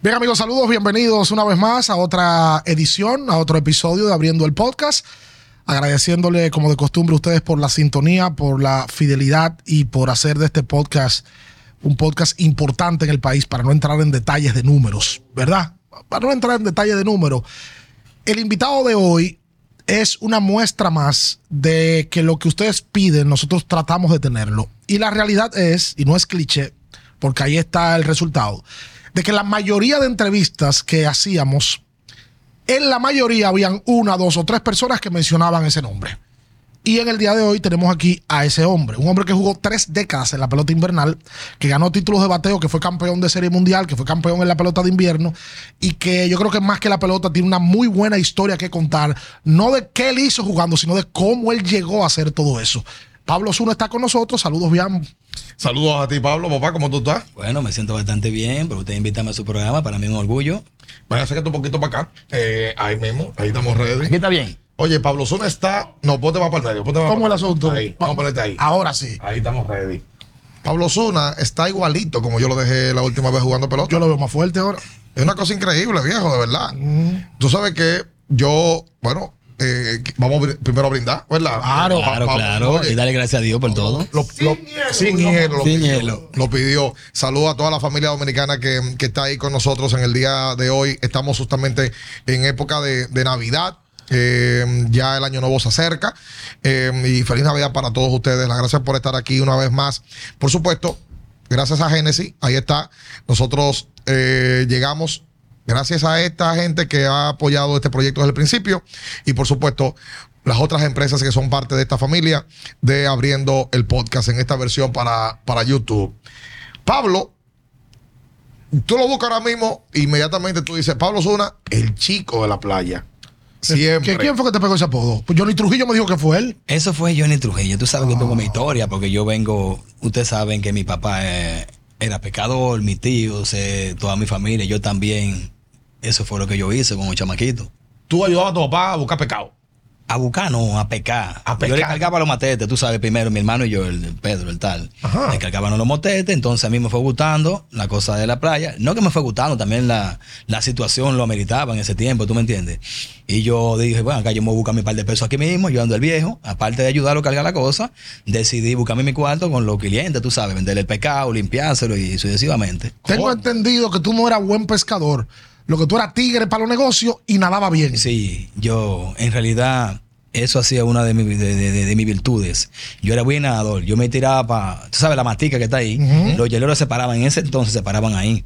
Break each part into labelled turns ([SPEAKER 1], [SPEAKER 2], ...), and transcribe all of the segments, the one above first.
[SPEAKER 1] Bien amigos, saludos, bienvenidos una vez más a otra edición, a otro episodio de Abriendo el Podcast. Agradeciéndole como de costumbre a ustedes por la sintonía, por la fidelidad y por hacer de este podcast un podcast importante en el país para no entrar en detalles de números, ¿verdad? Para no entrar en detalles de números. El invitado de hoy es una muestra más de que lo que ustedes piden, nosotros tratamos de tenerlo. Y la realidad es, y no es cliché, porque ahí está el resultado, de que la mayoría de entrevistas que hacíamos, en la mayoría habían una, dos o tres personas que mencionaban ese nombre. Y en el día de hoy tenemos aquí a ese hombre, un hombre que jugó tres décadas en la pelota invernal, que ganó títulos de bateo, que fue campeón de serie mundial, que fue campeón en la pelota de invierno y que yo creo que más que la pelota tiene una muy buena historia que contar, no de qué él hizo jugando, sino de cómo él llegó a hacer todo eso. Pablo Zuno está con nosotros, saludos, bien.
[SPEAKER 2] Saludos a ti, Pablo, papá, ¿cómo tú estás?
[SPEAKER 3] Bueno, me siento bastante bien, pero usted invítame a su programa, para mí es un orgullo.
[SPEAKER 2] Bueno, acércate un poquito para acá. Eh, ahí mismo, ahí estamos ready.
[SPEAKER 3] Aquí está bien.
[SPEAKER 2] Oye, Pablo Zuna está. No, ponte más para el medio. ponte más
[SPEAKER 1] ¿Cómo
[SPEAKER 2] para
[SPEAKER 1] el asunto?
[SPEAKER 2] Ahí, vamos a ponerte ahí.
[SPEAKER 1] Ahora sí,
[SPEAKER 2] Ahí estamos ready. Pablo Zuna está igualito como yo lo dejé la última vez jugando pelota.
[SPEAKER 1] yo lo veo más fuerte ahora.
[SPEAKER 2] Es una cosa increíble, viejo, de verdad. Tú sabes que yo, bueno, eh, vamos br- primero a brindar, ¿verdad?
[SPEAKER 1] Claro,
[SPEAKER 2] Pa-
[SPEAKER 3] Claro,
[SPEAKER 2] Pablo,
[SPEAKER 3] claro.
[SPEAKER 2] oye,
[SPEAKER 3] Y dale gracias a Dios por todo.
[SPEAKER 2] Lo- lo- sin hielo. lo
[SPEAKER 3] Sin
[SPEAKER 2] pidió,
[SPEAKER 3] hielo.
[SPEAKER 2] Lo pidió. Saludo a toda la familia dominicana que, que está ahí con nosotros en el día de hoy. Estamos justamente en época de, de Navidad. Eh, ya el año nuevo se acerca. Eh, y feliz Navidad para todos ustedes. Las gracias por estar aquí una vez más. Por supuesto, gracias a Génesis. Ahí está. Nosotros eh, llegamos. Gracias a esta gente que ha apoyado este proyecto desde el principio y por supuesto las otras empresas que son parte de esta familia de abriendo el podcast en esta versión para, para YouTube. Pablo, tú lo buscas ahora mismo, inmediatamente tú dices, Pablo Zuna, el chico de la playa. Siempre.
[SPEAKER 1] ¿Qué- ¿Quién fue que te pegó ese apodo? Pues Johnny Trujillo me dijo que fue él.
[SPEAKER 3] Eso fue Johnny Trujillo. Tú sabes que yo tengo mi historia, porque yo vengo. Ustedes saben que mi papá eh, era pecador, mis tíos, eh, toda mi familia, yo también. Eso fue lo que yo hice con un chamaquito.
[SPEAKER 2] Tú ayudabas a tu papá a buscar pecado.
[SPEAKER 3] A buscar, no, a pecar.
[SPEAKER 2] A
[SPEAKER 3] Yo le
[SPEAKER 2] pecar.
[SPEAKER 3] cargaba los matetes, tú sabes, primero mi hermano y yo, el Pedro, el tal.
[SPEAKER 2] Ajá.
[SPEAKER 3] Le cargaban los motetes, entonces a mí me fue gustando la cosa de la playa. No que me fue gustando, también la, la situación lo ameritaba en ese tiempo, ¿tú me entiendes? Y yo dije, bueno, acá yo me voy a buscar mi par de pesos aquí mismo, yo ando el viejo, aparte de ayudarlo a cargar la cosa, decidí buscarme mi cuarto con los clientes, tú sabes, venderle el pescado, limpiárselo y sucesivamente.
[SPEAKER 1] Tengo
[SPEAKER 2] ¿Cómo?
[SPEAKER 1] entendido que tú no eras buen pescador, lo que tú eras tigre para los negocios y nadaba bien.
[SPEAKER 3] Sí, yo en realidad eso hacía una de, mi- de- de- de- de mis virtudes. Yo era buen nadador, yo me tiraba para, tú sabes, la mastica que está ahí, los hieleros se paraban, en ese entonces se paraban ahí,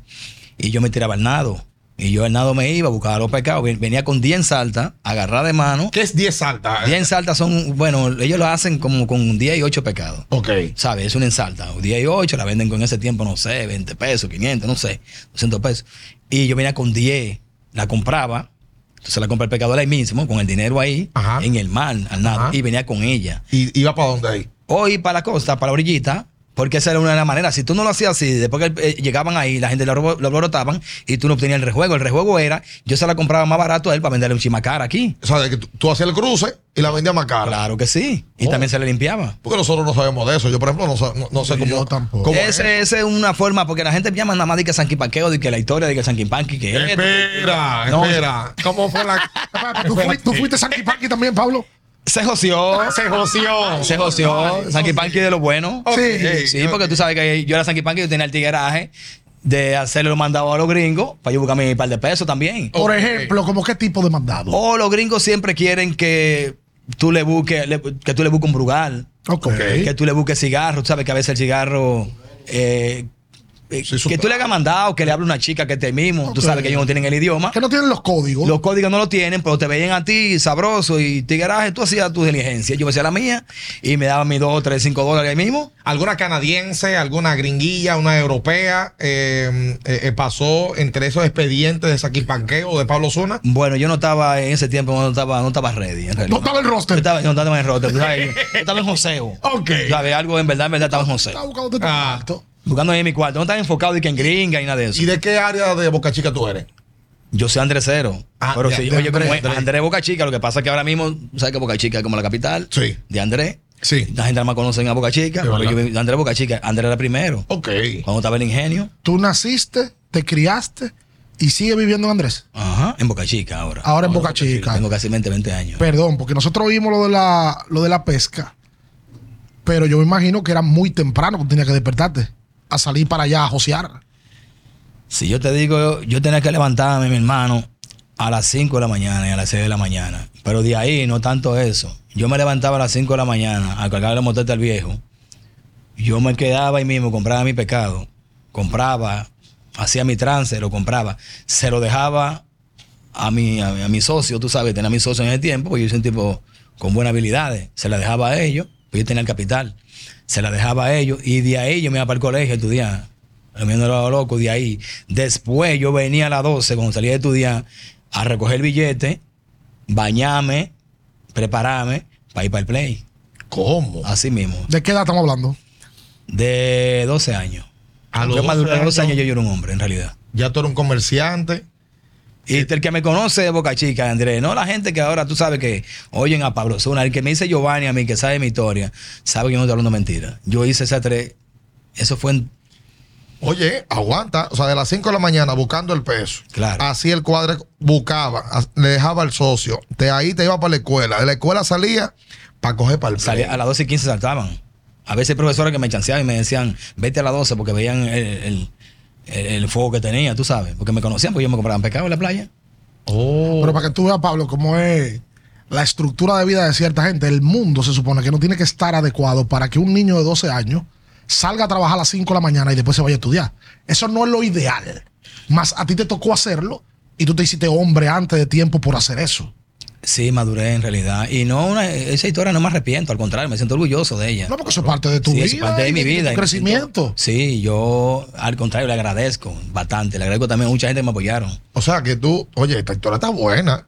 [SPEAKER 3] y yo me tiraba al nado. Y yo al nado me iba, buscaba los pescados, ven- venía con 10 saltas, agarrada de mano.
[SPEAKER 2] ¿Qué es 10 saltas?
[SPEAKER 3] 10 saltas son, bueno, ellos lo hacen como con 10 y 8 pescados.
[SPEAKER 2] Ok.
[SPEAKER 3] ¿Sabes? Es una ensalta. 18, la venden con ese tiempo, no sé, 20 pesos, 500, no sé, 200 pesos. Y yo venía con 10, la compraba. Entonces la compré el pecador ahí mismo, con el dinero ahí,
[SPEAKER 2] Ajá.
[SPEAKER 3] en el mar, al nado,
[SPEAKER 2] Ajá.
[SPEAKER 3] y venía con ella.
[SPEAKER 2] ¿Y iba para dónde ahí?
[SPEAKER 3] Hoy para la costa, para la orillita, porque esa era una de las maneras. Si tú no lo hacías así, después que eh, llegaban ahí, la gente lo, robo- lo alborotaban y tú no obtenías el rejuego. El rejuego era, yo se la compraba más barato a él para venderle un chimacara aquí.
[SPEAKER 2] O sea, de que tú, tú hacías el cruce y la vendías más cara.
[SPEAKER 3] Claro que sí. Y
[SPEAKER 2] Oh.
[SPEAKER 3] también se le limpiaba.
[SPEAKER 2] Porque nosotros no sabemos de eso. Yo, por ejemplo, no, sa- no- no sé
[SPEAKER 1] Yo
[SPEAKER 2] cómo.
[SPEAKER 1] tampoco.
[SPEAKER 2] cómo es.
[SPEAKER 3] Ese- Esa es una forma, porque la gente llama nada más de que Sanquipanqueo, de que la historia de que Sanquipanqui, que esto.
[SPEAKER 2] Espera,
[SPEAKER 3] No.
[SPEAKER 2] espera. ¿Cómo fue la.?
[SPEAKER 1] Espérate, ¿Tú, fuiste- tú fuiste Sanky Panky también, Pablo.
[SPEAKER 3] Se joció.
[SPEAKER 2] Se joció.
[SPEAKER 3] Se joció. Sanquipanqui oh, de lo bueno.
[SPEAKER 2] Ok,
[SPEAKER 3] Sí, sí,
[SPEAKER 2] ok.
[SPEAKER 3] porque tú sabes que yo era Sanquipanqui, yo tenía el tigueraje de hacerle los mandados a los gringos para yo buscarme mi par de pesos también.
[SPEAKER 1] Por
[SPEAKER 2] Ok.
[SPEAKER 1] ejemplo, ¿como qué tipo de mandado?
[SPEAKER 3] O los gringos siempre quieren que tú le busques, le- que tú le busques un brugal,
[SPEAKER 1] Ok.
[SPEAKER 3] que tú le busques cigarro. Tú sabes que a veces el cigarro. eh, eh,
[SPEAKER 2] Sí,
[SPEAKER 3] que
[SPEAKER 2] super-
[SPEAKER 3] tú le hagas mandado, que le hable una chica que te mismo. Tú
[SPEAKER 1] Ok.
[SPEAKER 3] sabes que ellos no tienen el idioma.
[SPEAKER 1] Que no tienen los códigos.
[SPEAKER 3] Los códigos no lo tienen, pero te veían a ti sabroso y tigueraje. Tú hacías tu diligencia. Yo hacía la mía y me daban mis dos, tres, cinco dólares ahí mismo.
[SPEAKER 2] Alguna canadiense, alguna gringuilla, una europea eh, eh, eh, pasó entre esos expedientes de Saquipanqueo de Pablo Zuna.
[SPEAKER 3] Bueno, yo no estaba en ese tiempo, no estaba, no estaba ready. En realidad.
[SPEAKER 1] No estaba el
[SPEAKER 3] Yo
[SPEAKER 1] roster.
[SPEAKER 3] estaba, no estaba en roster, tú sabes, yo estaba en joseo.
[SPEAKER 2] Ok.
[SPEAKER 3] ¿Sabes? Algo en verdad, en verdad estaba en joseo.
[SPEAKER 1] Estaba buscando de tu
[SPEAKER 2] Ah.
[SPEAKER 1] cuarto.
[SPEAKER 3] Buscando ahí en mi cuarto. No estaba enfocado y que en gringa y nada de eso.
[SPEAKER 2] ¿Y de qué área de Boca Chica tú eres?
[SPEAKER 3] Yo soy Andrés Cero.
[SPEAKER 2] Ah,
[SPEAKER 3] pero
[SPEAKER 2] de-
[SPEAKER 3] sí,
[SPEAKER 2] de
[SPEAKER 3] oye,
[SPEAKER 2] Andrés,
[SPEAKER 3] como es
[SPEAKER 2] Andrés.
[SPEAKER 3] Andrés Boca Chica, lo que pasa es que ahora mismo, ¿sabes que Boca Chica es como la capital?
[SPEAKER 2] Sí.
[SPEAKER 3] De Andrés.
[SPEAKER 2] Sí.
[SPEAKER 3] La gente nada más conoce a Boca Chica.
[SPEAKER 2] Es
[SPEAKER 3] pero
[SPEAKER 2] verdad.
[SPEAKER 3] yo vi- Andrés Boca Chica, Andrés era primero.
[SPEAKER 2] Ok.
[SPEAKER 3] Cuando estaba el ingenio.
[SPEAKER 1] Tú naciste, te criaste y sigue viviendo en Andrés.
[SPEAKER 3] Ajá, en Boca Chica ahora.
[SPEAKER 2] Ah,
[SPEAKER 1] Ahora en Boca Chica.
[SPEAKER 3] Tengo casi 20, 20 años.
[SPEAKER 1] Perdón, porque nosotros vimos lo de la, lo de la pesca, pero yo me imagino que era muy temprano que tenía que despertarte a salir para allá a josear.
[SPEAKER 3] Si yo te digo, yo, yo tenía que levantarme, mi hermano, a las 5 de la mañana y a las 6 de la mañana. Pero de ahí no tanto eso. Yo me levantaba a las 5 de la mañana a cargar la moteta al viejo. Yo me quedaba ahí mismo, compraba mi pecado. Compraba, hacía mi trance, lo compraba. Se lo dejaba a mi, a, mi- a mi socio, tú sabes, tenía a mi socio en ese tiempo, porque yo soy un tipo con buenas habilidades. Se la dejaba a ellos, pues yo tenía el capital. Se la dejaba a ellos y de ahí yo me iba para el colegio a estudiar. Lo mío no era lo loco, de ahí. Después yo venía a las 12, cuando salía de estudiar, a recoger el billete, bañarme, prepararme para ir para el play.
[SPEAKER 2] ¿Cómo?
[SPEAKER 3] Así mismo.
[SPEAKER 1] ¿De qué edad estamos hablando?
[SPEAKER 3] De 12 años.
[SPEAKER 2] A los
[SPEAKER 3] yo
[SPEAKER 2] 12
[SPEAKER 3] maduré, a los
[SPEAKER 2] años.
[SPEAKER 3] años yo era un hombre, en realidad.
[SPEAKER 2] Ya tú eres un comerciante.
[SPEAKER 3] Y el que me conoce de Boca Chica, Andrés, no la gente que ahora tú sabes que oyen a Pablo Zuna, el que me dice Giovanni a mí, que sabe mi historia, sabe que yo no estoy hablando mentira. Yo hice esa tres, eso fue en
[SPEAKER 2] Oye, aguanta. O sea, de las 5 de la mañana buscando el peso.
[SPEAKER 3] Claro.
[SPEAKER 2] Así el cuadre buscaba, as- le dejaba al socio. De ahí te iba para la escuela. De la escuela salía para coger para el play.
[SPEAKER 3] Salía- a las 12 y 15 saltaban. A veces profesores que me chanceaban y me decían, vete a las 12 porque veían el, el- el- el fuego que tenía, tú sabes. Porque me conocían porque yo me compraban pescado en la playa.
[SPEAKER 2] Oh.
[SPEAKER 1] Pero para que tú veas, Pablo, cómo es la estructura de vida de cierta gente. El mundo se supone que no tiene que estar adecuado para que un niño de 12 años salga a trabajar a las 5 de la mañana y después se vaya a estudiar. Eso no es lo ideal. Más a ti te tocó hacerlo y tú te hiciste hombre antes de tiempo por hacer eso.
[SPEAKER 3] Sí, maduré en realidad. Y no, una- esa historia no me arrepiento, al contrario, me siento orgulloso de ella.
[SPEAKER 1] No, porque eso es parte de tu
[SPEAKER 3] Sí,
[SPEAKER 1] vida.
[SPEAKER 3] es parte de
[SPEAKER 1] y
[SPEAKER 3] mi
[SPEAKER 1] tu
[SPEAKER 3] vida.
[SPEAKER 1] crecimiento.
[SPEAKER 3] Sí, yo al contrario le agradezco bastante. Le agradezco también a mucha gente que me apoyaron.
[SPEAKER 2] O sea que tú, oye, esta historia está buena.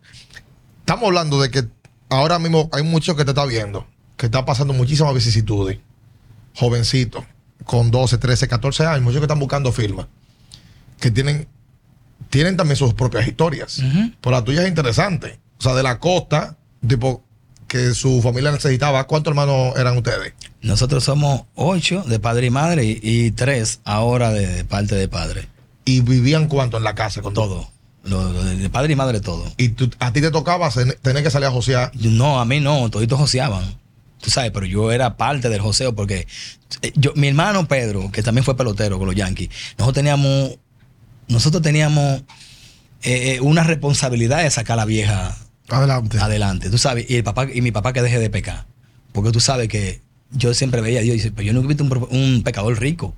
[SPEAKER 2] Estamos hablando de que ahora mismo hay muchos que te está viendo, que está pasando muchísimas vicisitudes. Jovencitos, con 12, 13, 14 años, muchos que están buscando firmas, que tienen, tienen también sus propias historias. Pero la tuya es interesante. O sea, de la costa, tipo, que su familia necesitaba, ¿cuántos hermanos eran ustedes?
[SPEAKER 3] Nosotros somos ocho de padre y madre y, y tres ahora de, de parte de padre.
[SPEAKER 2] ¿Y vivían cuánto en la casa con todo?
[SPEAKER 3] Todo. Lo- lo de de padre y madre todo.
[SPEAKER 2] Y tú- a ti te tocaba sen- tener que salir a josear.
[SPEAKER 3] Yo- No, a mí no, toditos joseaban. Tú sabes, pero yo era parte del joseo porque eh, yo, mi hermano Pedro, que también fue pelotero con los Yankees, nosotros teníamos, nosotros teníamos eh, eh, una responsabilidad de sacar a la vieja
[SPEAKER 1] Adelante.
[SPEAKER 3] adelante, tú sabes, y el papá y mi papá que deje de pecar, porque tú sabes que yo siempre veía a Dios y dice, pero yo nunca he visto un, pro- un pecador rico,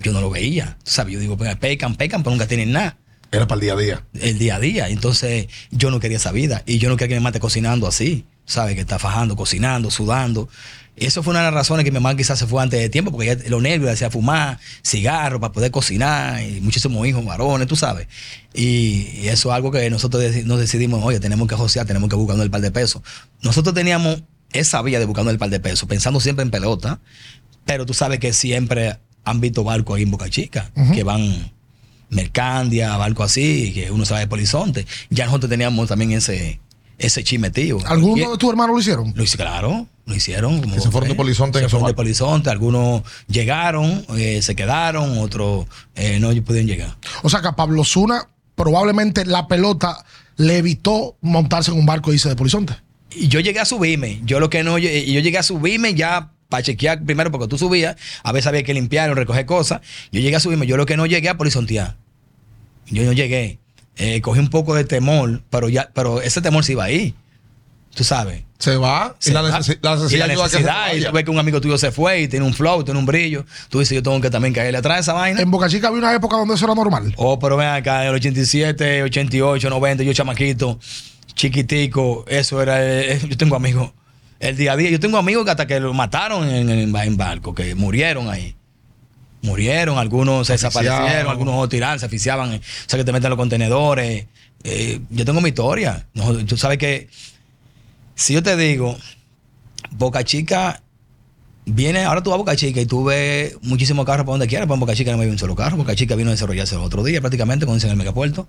[SPEAKER 3] yo no lo veía, tú sabes, yo digo, "Pe- pecan, pecan, pero nunca tienen nada
[SPEAKER 2] Era para el día a día.
[SPEAKER 3] el día a día, entonces yo no quería esa vida y yo no quería que me mate cocinando así, tú sabes, que está fajando, cocinando, sudando. Eso fue una de las razones que mi mamá quizás se fue antes de tiempo, porque ella, los nervios, hacía fumar, cigarro para poder cocinar, y muchísimos hijos varones, tú sabes. Y, y eso es algo que nosotros deci- nos decidimos, oye, tenemos que josear, tenemos que buscarnos el par de pesos. Nosotros teníamos esa vía de buscarnos el par de pesos, pensando siempre en pelota, pero tú sabes que siempre han visto barcos ahí en Boca Chica, que van mercandia, barcos así, que uno sabe por horizonte. Ya nosotros teníamos también ese, ese chisme, tío.
[SPEAKER 1] ¿Alguno de tus hermanos lo hicieron?
[SPEAKER 3] Lo hice, claro, lo hicieron. como
[SPEAKER 2] Que se fueron de
[SPEAKER 3] fue.
[SPEAKER 2] Palo Horizonte en
[SPEAKER 3] Se
[SPEAKER 2] esos
[SPEAKER 3] fueron de
[SPEAKER 2] barcos.
[SPEAKER 3] Palo Horizonte. Algunos llegaron, eh, se quedaron, otros eh, no pudieron llegar.
[SPEAKER 1] O sea que a Pablo Zuna probablemente la pelota le evitó montarse en un barco y irse de Polizonte.
[SPEAKER 3] Y yo llegué a subirme. Yo lo que no, yo, yo llegué a subirme ya para chequear primero, porque tú subías, a veces había que limpiar o recoger cosas. Yo llegué a subirme. Yo lo que no llegué a polizontear. Yo no llegué. Eh, cogí un poco de temor, pero ya, pero ese temor se iba ahí. Tú sabes.
[SPEAKER 2] Se va y
[SPEAKER 3] Se
[SPEAKER 2] la,
[SPEAKER 3] va.
[SPEAKER 2] necesi- la
[SPEAKER 3] Y
[SPEAKER 2] necesidad ayuda
[SPEAKER 3] la
[SPEAKER 2] a que se
[SPEAKER 3] necesidad, y
[SPEAKER 2] vaya.
[SPEAKER 3] tú ves que un amigo tuyo se fue y tiene un flow, tiene un brillo. Tú dices, yo tengo que también caerle atrás a esa vaina.
[SPEAKER 1] En Boca Chica había una época donde eso era normal.
[SPEAKER 3] Oh, pero ven acá, en el 87, 88, 90, yo chamaquito, chiquitico, eso era. eh, eh, yo tengo amigos. El día a día, yo tengo amigos que hasta que los mataron en, en- en barco, que murieron ahí. Murieron, algunos se
[SPEAKER 2] Asfixiados.
[SPEAKER 3] desaparecieron, algunos o tiraron, se asfixiaban, eh, o sea que te meten en los contenedores. Eh, yo tengo mi historia. No, tú sabes que, si yo te digo, Boca Chica Viene, ahora tú vas a Boca Chica y tú ves muchísimos carros para donde quieras, pero en Boca Chica no me vi un solo carro. Boca Chica vino a desarrollarse el otro día prácticamente, cuando dicen en el megapuerto.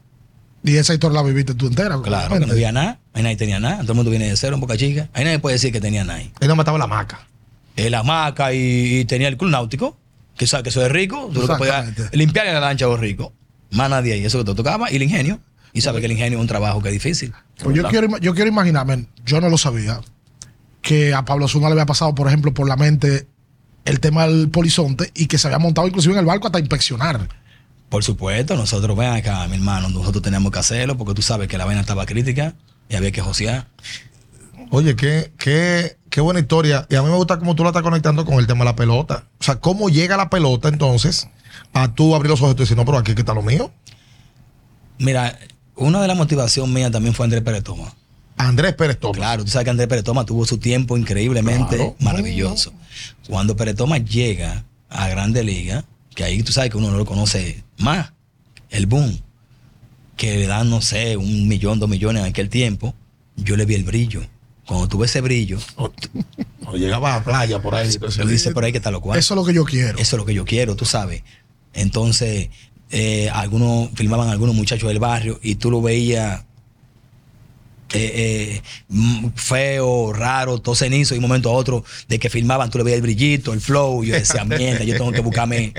[SPEAKER 1] Y esa historia la viviste tú entera.
[SPEAKER 3] Claro, que no había nada, ahí nadie tenía nada, todo el mundo viene de cero en Boca Chica. Ahí nadie puede decir que tenía nadie.
[SPEAKER 2] Él no mataba la maca.
[SPEAKER 3] El eh, hamaca y, y tenía el club náutico, que sabe que eso es rico, tú lo que podías
[SPEAKER 1] Exactamente.
[SPEAKER 3] limpiar en la lancha a los ricos. Más nadie ahí. Eso que te tocaba. Y el ingenio. Y sabes que el ingenio es un trabajo que es difícil.
[SPEAKER 1] Pues yo, quiero, ima- yo quiero imaginarme, yo no lo sabía, que a Pablo Zuna le había pasado, por ejemplo, por la mente el tema del polizonte y que se había montado inclusive en el barco hasta inspeccionar.
[SPEAKER 3] Por supuesto, nosotros, ven acá, mi hermano, nosotros teníamos que hacerlo porque tú sabes que la vaina estaba crítica y había que josear.
[SPEAKER 2] Oye, qué, qué, qué buena historia. Y a mí me gusta cómo tú la estás conectando con el tema de la pelota. O sea, cómo llega la pelota entonces a tú abrir los ojos y tú decir, no, pero aquí que está lo mío.
[SPEAKER 3] Mira, una de las motivaciones mías también fue Andrés Pérez Toma.
[SPEAKER 2] Andrés Pérez Torres.
[SPEAKER 3] Claro, tú sabes que Andrés Pérez Toma tuvo su tiempo increíblemente
[SPEAKER 2] Claro.
[SPEAKER 3] maravilloso. Cuando Pérez Toma llega a Grande Liga, que ahí tú sabes que uno no lo conoce más, el boom, que le dan, no sé, un millón, dos millones en aquel tiempo, yo le vi el brillo. Cuando tuve ese brillo,
[SPEAKER 2] Cuando llegaba a la playa por ahí. entonces,
[SPEAKER 3] yo dice por ahí que está lo cual.
[SPEAKER 1] Eso es lo que yo quiero.
[SPEAKER 3] Eso es lo que yo quiero, tú sabes. Entonces, eh, algunos filmaban a algunos muchachos del barrio y tú lo veías eh, eh, mm, feo, raro, todo cenizo, y un momento a otro de que filmaban, tú le veías el brillito, el flow. y yo decía, mierda, yo tengo que buscarme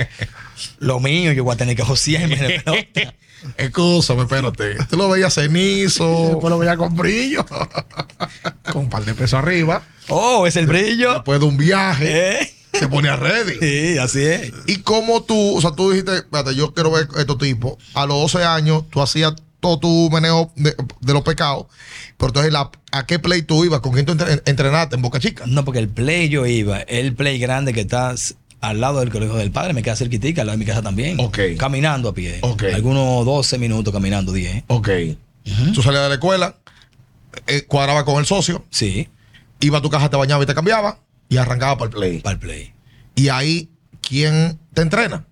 [SPEAKER 3] lo mío, yo voy a tener que josearme. de pelota".
[SPEAKER 2] Excúsame, espérate. Tú lo veías
[SPEAKER 1] Y
[SPEAKER 2] cenizo,
[SPEAKER 1] Después lo veía con brillo.
[SPEAKER 2] con un par de pesos arriba,
[SPEAKER 3] oh, es el brillo.
[SPEAKER 2] después de un viaje,
[SPEAKER 3] ¿Eh?
[SPEAKER 2] se ponía ready.
[SPEAKER 3] Sí, así es.
[SPEAKER 2] Y como tú, o sea, tú dijiste, espérate, yo quiero ver estos tipos. A los 12 años, tú hacías todo tu meneo de, de los pecados. Pero entonces, la- ¿a qué play tú ibas? ¿Con quién tú entre- entrenaste en Boca Chica?
[SPEAKER 3] No, porque el play yo iba, el play grande que está s- al lado del colegio del padre, me queda cerquitica, al lado de mi casa también.
[SPEAKER 2] Ok.
[SPEAKER 3] Caminando a pie.
[SPEAKER 2] Ok.
[SPEAKER 3] Algunos 12 minutos caminando, 10.
[SPEAKER 2] Ok. Tú salías de la escuela, eh, cuadraba con el socio,
[SPEAKER 3] Sí,
[SPEAKER 2] iba a tu casa, te bañaba y te cambiaba y arrancaba para el play.
[SPEAKER 3] para el play.
[SPEAKER 2] Y ahí, ¿quién te entrena?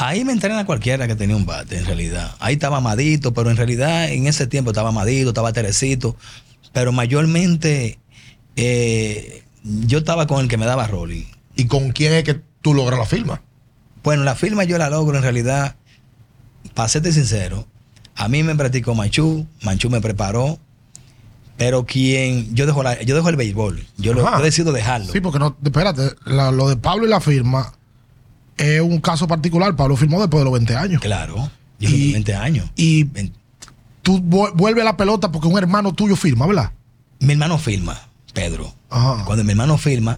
[SPEAKER 3] Ahí me entrena cualquiera que tenía un bate, en realidad. Ahí estaba Amadito, pero en realidad en ese tiempo estaba Amadito, estaba Teresito. Pero mayormente eh, yo estaba con el que me daba rolling.
[SPEAKER 2] ¿Y con quién es que tú logras la firma?
[SPEAKER 3] Bueno, la firma yo la logro en realidad, para serte sincero, a mí me practicó Manchú, Manchú me preparó, pero quien, yo dejo, la- yo dejo el béisbol, yo, lo,
[SPEAKER 2] Ajá.
[SPEAKER 3] yo decido dejarlo.
[SPEAKER 1] Sí, porque no, espérate, la- lo de Pablo y la firma es un caso particular. Pablo firmó después de los 20 años.
[SPEAKER 3] Claro, yo
[SPEAKER 1] Y-
[SPEAKER 3] tenía 20 años.
[SPEAKER 1] Y
[SPEAKER 3] Ven-
[SPEAKER 1] tú vu- vuelves a la pelota porque un hermano tuyo firma, ¿verdad?
[SPEAKER 3] Mi hermano firma, Pedro.
[SPEAKER 1] Ajá.
[SPEAKER 3] Cuando mi hermano firma,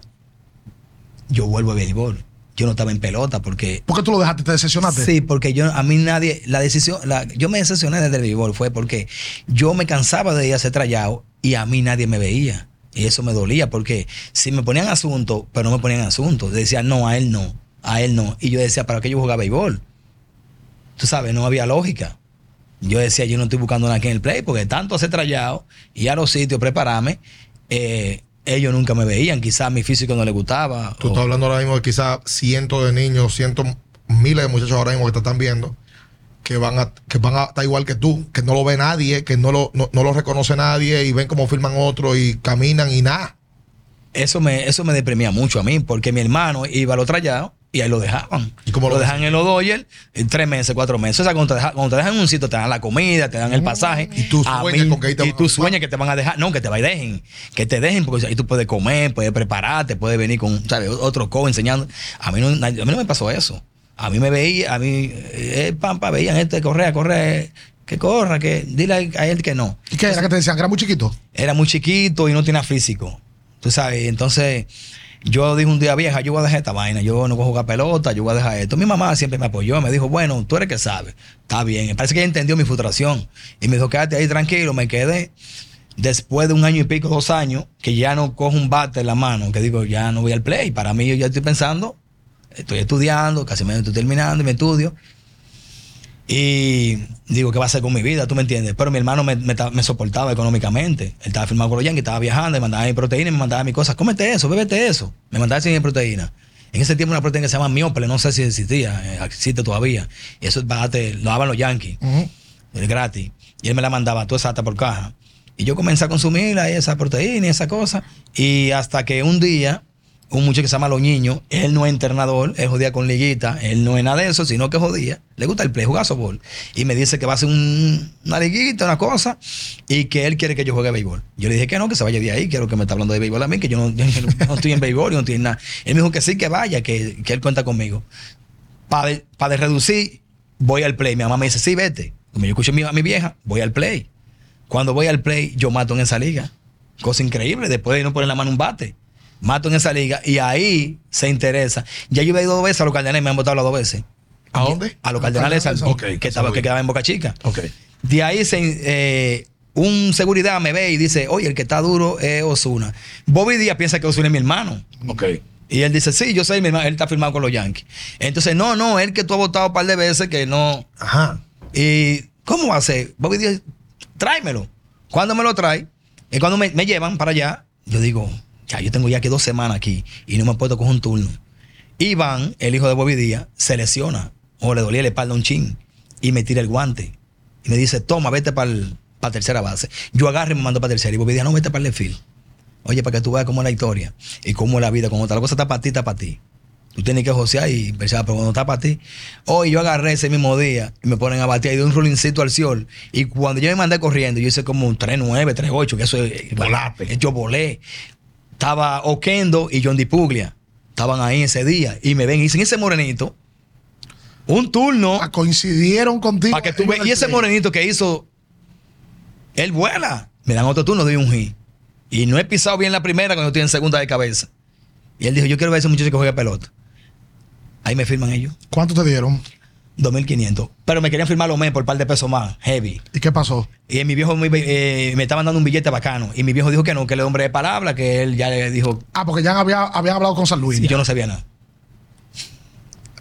[SPEAKER 3] yo vuelvo a béisbol. Yo no estaba en pelota porque
[SPEAKER 1] ¿Por qué tú lo dejaste? ¿Te decepcionaste?
[SPEAKER 3] Sí, porque yo a mí nadie, la decisión, la- yo me decepcioné desde el béisbol fue porque yo me cansaba de ir a hacer trayado y a mí nadie me veía. Y eso me dolía porque si me ponían asunto, pero no me ponían asunto. Decían, no, a él no, a él no. Y yo decía, ¿para qué yo jugaba béisbol? Tú sabes, no había lógica. Yo decía, yo no estoy buscando nada aquí en el play porque tanto hacer trayado y a los sitios prepararme, eh, ellos nunca me veían. Quizás mi físico no les gustaba.
[SPEAKER 2] Tú
[SPEAKER 3] o-
[SPEAKER 2] estás hablando ahora mismo de quizás cientos de niños, cientos, miles de muchachos ahora mismo que te están viendo, que van a, que van a estar igual que tú, que no lo ve nadie, que no lo, no, no lo reconoce nadie y ven cómo firman otros y caminan y nada.
[SPEAKER 3] eso me, eso me deprimía mucho a mí, porque mi hermano iba a lo trallado y ahí lo dejaban.
[SPEAKER 2] ¿Y cómo lo
[SPEAKER 3] lo dejan en los Dodgers en tres meses, cuatro meses. O sea, cuando te, deja- cuando te dejan en un sitio, te dan la comida, te dan el pasaje.
[SPEAKER 2] Y tú
[SPEAKER 3] A
[SPEAKER 2] sueñas con que ahí te
[SPEAKER 3] Y
[SPEAKER 2] van a
[SPEAKER 3] tú
[SPEAKER 2] firmar.
[SPEAKER 3] sueñas que te van a dejar. No, que te va y dejen. Que te dejen, porque ahí tú puedes comer, puedes prepararte, puedes venir con ¿sabes? otro co enseñando. A mí, no, a mí no me pasó eso. A mí me veía, a mí, eh, pampa, veían este, correa, correa, que corra, que dile a él que no
[SPEAKER 1] ¿Y qué era que te decían? ¿Que era muy chiquito?
[SPEAKER 3] era muy chiquito y no tenía físico. Tú sabes, entonces yo dije un día vieja, yo voy a dejar esta vaina, yo no voy a jugar pelota, yo voy a dejar esto. Mi mamá siempre me apoyó, me dijo, bueno, tú eres que sabes, está bien. Parece que ella entendió mi frustración y me dijo, quédate ahí tranquilo, me quedé. Después de un año y pico, dos años, que ya no cojo un bate en la mano, que digo, ya no voy al play. Para mí, yo ya estoy pensando, estoy estudiando, casi me estoy terminando y me estudio. Y digo, ¿qué va a hacer con mi vida? ¿Tú me entiendes? Pero mi hermano me, me ta- me soportaba económicamente. Él estaba firmado con los Yankees, estaba viajando, me mandaba mi proteína y me mandaba mis cosas. Cómete eso, bébete eso. Me mandaba sin mi proteína. En ese tiempo una proteína que se llama miopele, no sé si existía, eh, existe todavía. Y eso es barate, lo daban los Yankees,
[SPEAKER 1] Ujú.
[SPEAKER 3] es gratis. Y él me la mandaba toda esa lata por caja. Y yo comencé a consumirla, y esa proteína y esa cosa. Y hasta que un día, un muchacho que se llama Loñiño, él no es entrenador, él jodía con liguita, él no es nada de eso, sino que jodía. Le gusta el play, jugar softball. Y me dice que va a hacer un- una liguita, una cosa, y que él quiere que yo juegue béisbol. Yo le dije que no, que se vaya de ahí, quiero que me está hablando de béisbol a mí, que yo no, yo no estoy en béisbol, yo no estoy en nada. Él me dijo que sí, que vaya, que, que él cuenta conmigo. Para de, pa de reducir, voy al play. Mi mamá me dice, sí, vete. Como yo escucho a mi, a mi vieja, voy al play. Cuando voy al play, yo mato en esa liga. Cosa increíble. Después de no poner la mano un bate. Mato en esa liga y ahí se interesa. Ya yo he ido dos veces a los Cardenales, me han votado las dos veces.
[SPEAKER 4] ¿A dónde? Ah,
[SPEAKER 3] A los Cardenales,
[SPEAKER 1] Cardenales,
[SPEAKER 3] al-
[SPEAKER 4] ok,
[SPEAKER 3] que, estaba, que quedaba en Boca Chica.
[SPEAKER 4] Ok.
[SPEAKER 3] De ahí se, eh, un seguridad me ve y dice, oye, el que está duro es Osuna. Bobby Díaz piensa que Osuna es mi hermano.
[SPEAKER 4] Ok.
[SPEAKER 3] Y él dice, sí, yo soy mi hermano, él está firmado con los Yankees. Entonces, no, no, él que tú has votado un par de veces, que no.
[SPEAKER 4] Ajá.
[SPEAKER 3] ¿Y cómo va a ser? Bobby Díaz, tráemelo. Cuando me lo trae, y cuando me, me llevan para allá, yo digo, ya, yo tengo ya que dos semanas aquí y no me puedo coger un turno. Iván, el hijo de Bobby Díaz, se lesiona o le dolía la espalda un chin y me tira el guante. Y me dice, toma, vete para tercera base. Yo agarro y me mando para tercera. Y Bobby Díaz, no, vete para el field. Oye, para que tú veas cómo es la historia y cómo es la vida. Cuando otra cosa está para ti, está para ti. Tú tienes que josear y empezar, pero cuando está para ti. Hoy yo agarré ese mismo día y me ponen a batear y doy un rolincito al sol. Y cuando yo me mandé corriendo, yo hice como un 3-9, 3-8, que eso es. eh,
[SPEAKER 4] Volaste.
[SPEAKER 3] Yo volé. Estaba Oquendo y John Dipuglia. Estaban ahí ese día y me ven y dicen: Ese morenito, un turno
[SPEAKER 1] Ah, coincidieron contigo.
[SPEAKER 3] para que tú
[SPEAKER 1] en
[SPEAKER 3] veas.
[SPEAKER 1] el
[SPEAKER 3] Y ese
[SPEAKER 1] play.
[SPEAKER 3] morenito que hizo, él vuela. Me dan otro turno, doy un hit. Y no he pisado bien la primera cuando estoy en segunda de cabeza. Y él dijo, yo quiero ver a ese muchacho que juega pelota. Ahí me firman ellos,
[SPEAKER 1] ¿Cuánto te dieron?
[SPEAKER 3] 2.500. Pero me querían firmar los meses por un par de pesos más, heavy.
[SPEAKER 1] ¿Y qué pasó?
[SPEAKER 3] Y mi viejo me, eh, me estaban dando un billete bacano. Y mi viejo dijo que no, que el hombre de palabra, que él ya le dijo,
[SPEAKER 1] Ah, porque ya había, habían hablado con San Luis.
[SPEAKER 3] y yo no sabía nada.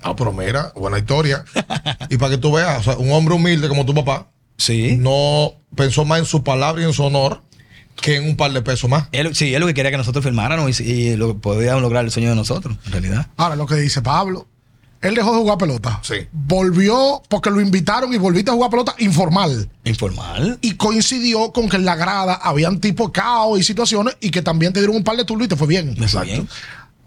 [SPEAKER 2] Ah, pero mira, buena historia. y para que tú veas, o sea, un hombre humilde como tu papá
[SPEAKER 3] Sí.
[SPEAKER 2] no pensó más en su palabra y en su honor que en un par de pesos más.
[SPEAKER 3] Él, sí, él lo que quería que nosotros firmáramos y, y lo, podíamos lograr el sueño de nosotros, en realidad.
[SPEAKER 1] Ahora, lo que dice Pablo. Él dejó de jugar pelota.
[SPEAKER 2] Sí.
[SPEAKER 1] Volvió porque lo invitaron y volviste a jugar pelota informal.
[SPEAKER 3] Informal.
[SPEAKER 1] Y coincidió con que en la grada habían tipo caos y situaciones y que también te dieron un par de turnos y te fue bien.
[SPEAKER 3] Me fue bien.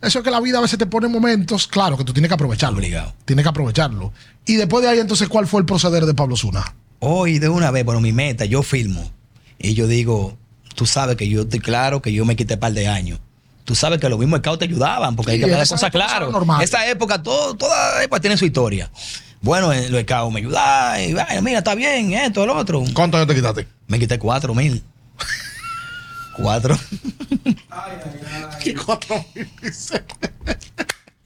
[SPEAKER 1] Eso es que la vida a veces te pone en momentos, claro, que tú tienes que aprovecharlo.
[SPEAKER 3] Obligado.
[SPEAKER 1] Tienes que aprovecharlo. Y después de ahí, entonces, ¿cuál fue el proceder de Pablo Zuna?
[SPEAKER 3] Hoy de una vez, bueno, mi meta, yo firmo. Y yo digo, tú sabes que yo estoy claro que yo me quité un par de años. Tú sabes que los mismos scouts te ayudaban, porque hay
[SPEAKER 1] Sí,
[SPEAKER 3] que hablar de
[SPEAKER 1] esa
[SPEAKER 3] cosas
[SPEAKER 1] época
[SPEAKER 3] claras.
[SPEAKER 1] era normal.
[SPEAKER 3] Esa época, todo, toda época tiene su historia. Bueno, eh, los scouts me ayudaban, y, "Ay, mira, está bien, esto, el otro.
[SPEAKER 2] ¿Cuántos años te quitaste?
[SPEAKER 3] Me quité cuatro mil. cuatro.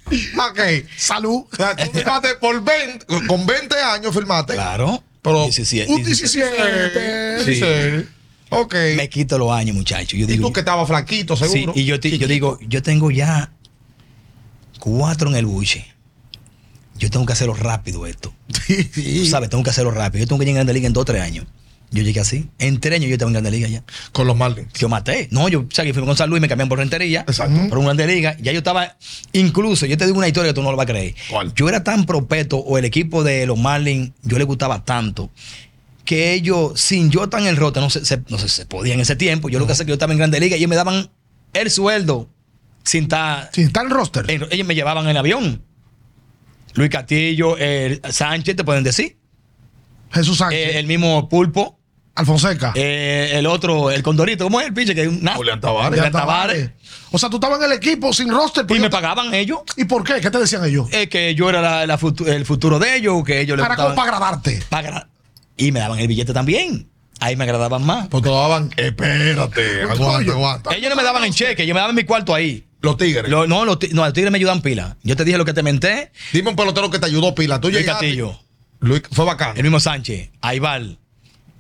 [SPEAKER 2] Ok.
[SPEAKER 1] Salud.
[SPEAKER 2] O sea, tú firmaste por 20, con 20 años firmaste.
[SPEAKER 3] Claro.
[SPEAKER 2] Pero
[SPEAKER 3] Diecisiete.
[SPEAKER 1] Un 17.
[SPEAKER 2] Sí. Ok.
[SPEAKER 3] Me quito los años, muchachos. Yo
[SPEAKER 2] Y
[SPEAKER 3] digo,
[SPEAKER 2] tú que estabas flaquito,
[SPEAKER 3] Sí,
[SPEAKER 2] seguro.
[SPEAKER 3] y yo, te- yo digo, yo tengo ya cuatro en el buche. Yo tengo que hacerlo rápido esto. Tú sabes, tengo que hacerlo rápido. Yo tengo que llegar a Grande Liga en dos o tres años. Yo llegué así. En tres años yo estaba en Grande Liga ya.
[SPEAKER 2] Con los Marlins.
[SPEAKER 3] Yo maté. No, yo salí, fui con San Luis, me cambiaron por rentería.
[SPEAKER 2] Exacto.
[SPEAKER 3] Por una Grande Liga. Ya yo estaba, incluso, yo te digo una historia que tú no lo vas a creer.
[SPEAKER 2] ¿Cuál?
[SPEAKER 3] Yo era tan propeto, o el equipo de los Marlins, yo le gustaba tanto, que ellos, sin yo tan en el rote, no se, se- no se, se podía en ese tiempo. Yo lo que sé es que yo estaba en Grande Liga y ellos me daban el sueldo sin estar.
[SPEAKER 1] Sí, está el roster.
[SPEAKER 3] en- ellos me llevaban en el avión. Luis Castillo, el Sánchez, te pueden decir.
[SPEAKER 1] Jesús Sánchez.
[SPEAKER 3] Eh, el mismo Pulpo.
[SPEAKER 1] Alfonseca.
[SPEAKER 3] Eh, el otro, el Condorito, ¿cómo es el pinche? Que es un nazi?
[SPEAKER 4] Julián Tavares.
[SPEAKER 1] Adrián
[SPEAKER 3] Julián Tavares.
[SPEAKER 1] O sea, tú estabas en el equipo sin roster.
[SPEAKER 3] Y
[SPEAKER 1] pero
[SPEAKER 3] me
[SPEAKER 1] yo te-
[SPEAKER 3] pagaban ellos.
[SPEAKER 1] ¿Y por qué? ¿Qué te decían ellos?
[SPEAKER 3] eh, que yo era la- la futu- el futuro de ellos, que ellos les
[SPEAKER 1] Para como
[SPEAKER 3] gustaban.
[SPEAKER 1] para agradarte.
[SPEAKER 3] para gra- Y me daban el billete también. Ahí me agradaban más.
[SPEAKER 2] Porque lo daban. Espérate, aguanta,
[SPEAKER 1] Coño.
[SPEAKER 2] aguanta.
[SPEAKER 3] Ellos no me daban en cheque, ellos me daban mi cuarto ahí.
[SPEAKER 2] Los Tigres.
[SPEAKER 3] Lo- no, los ti- no, los tigres me ayudan pila. Yo te dije lo que te menté.
[SPEAKER 2] Dime un pelotero que te ayudó, Pila. Tú
[SPEAKER 3] Luis
[SPEAKER 2] llegaste.
[SPEAKER 3] Castillo,
[SPEAKER 2] Luis, fue bacán.
[SPEAKER 3] el mismo Sánchez, Aibar.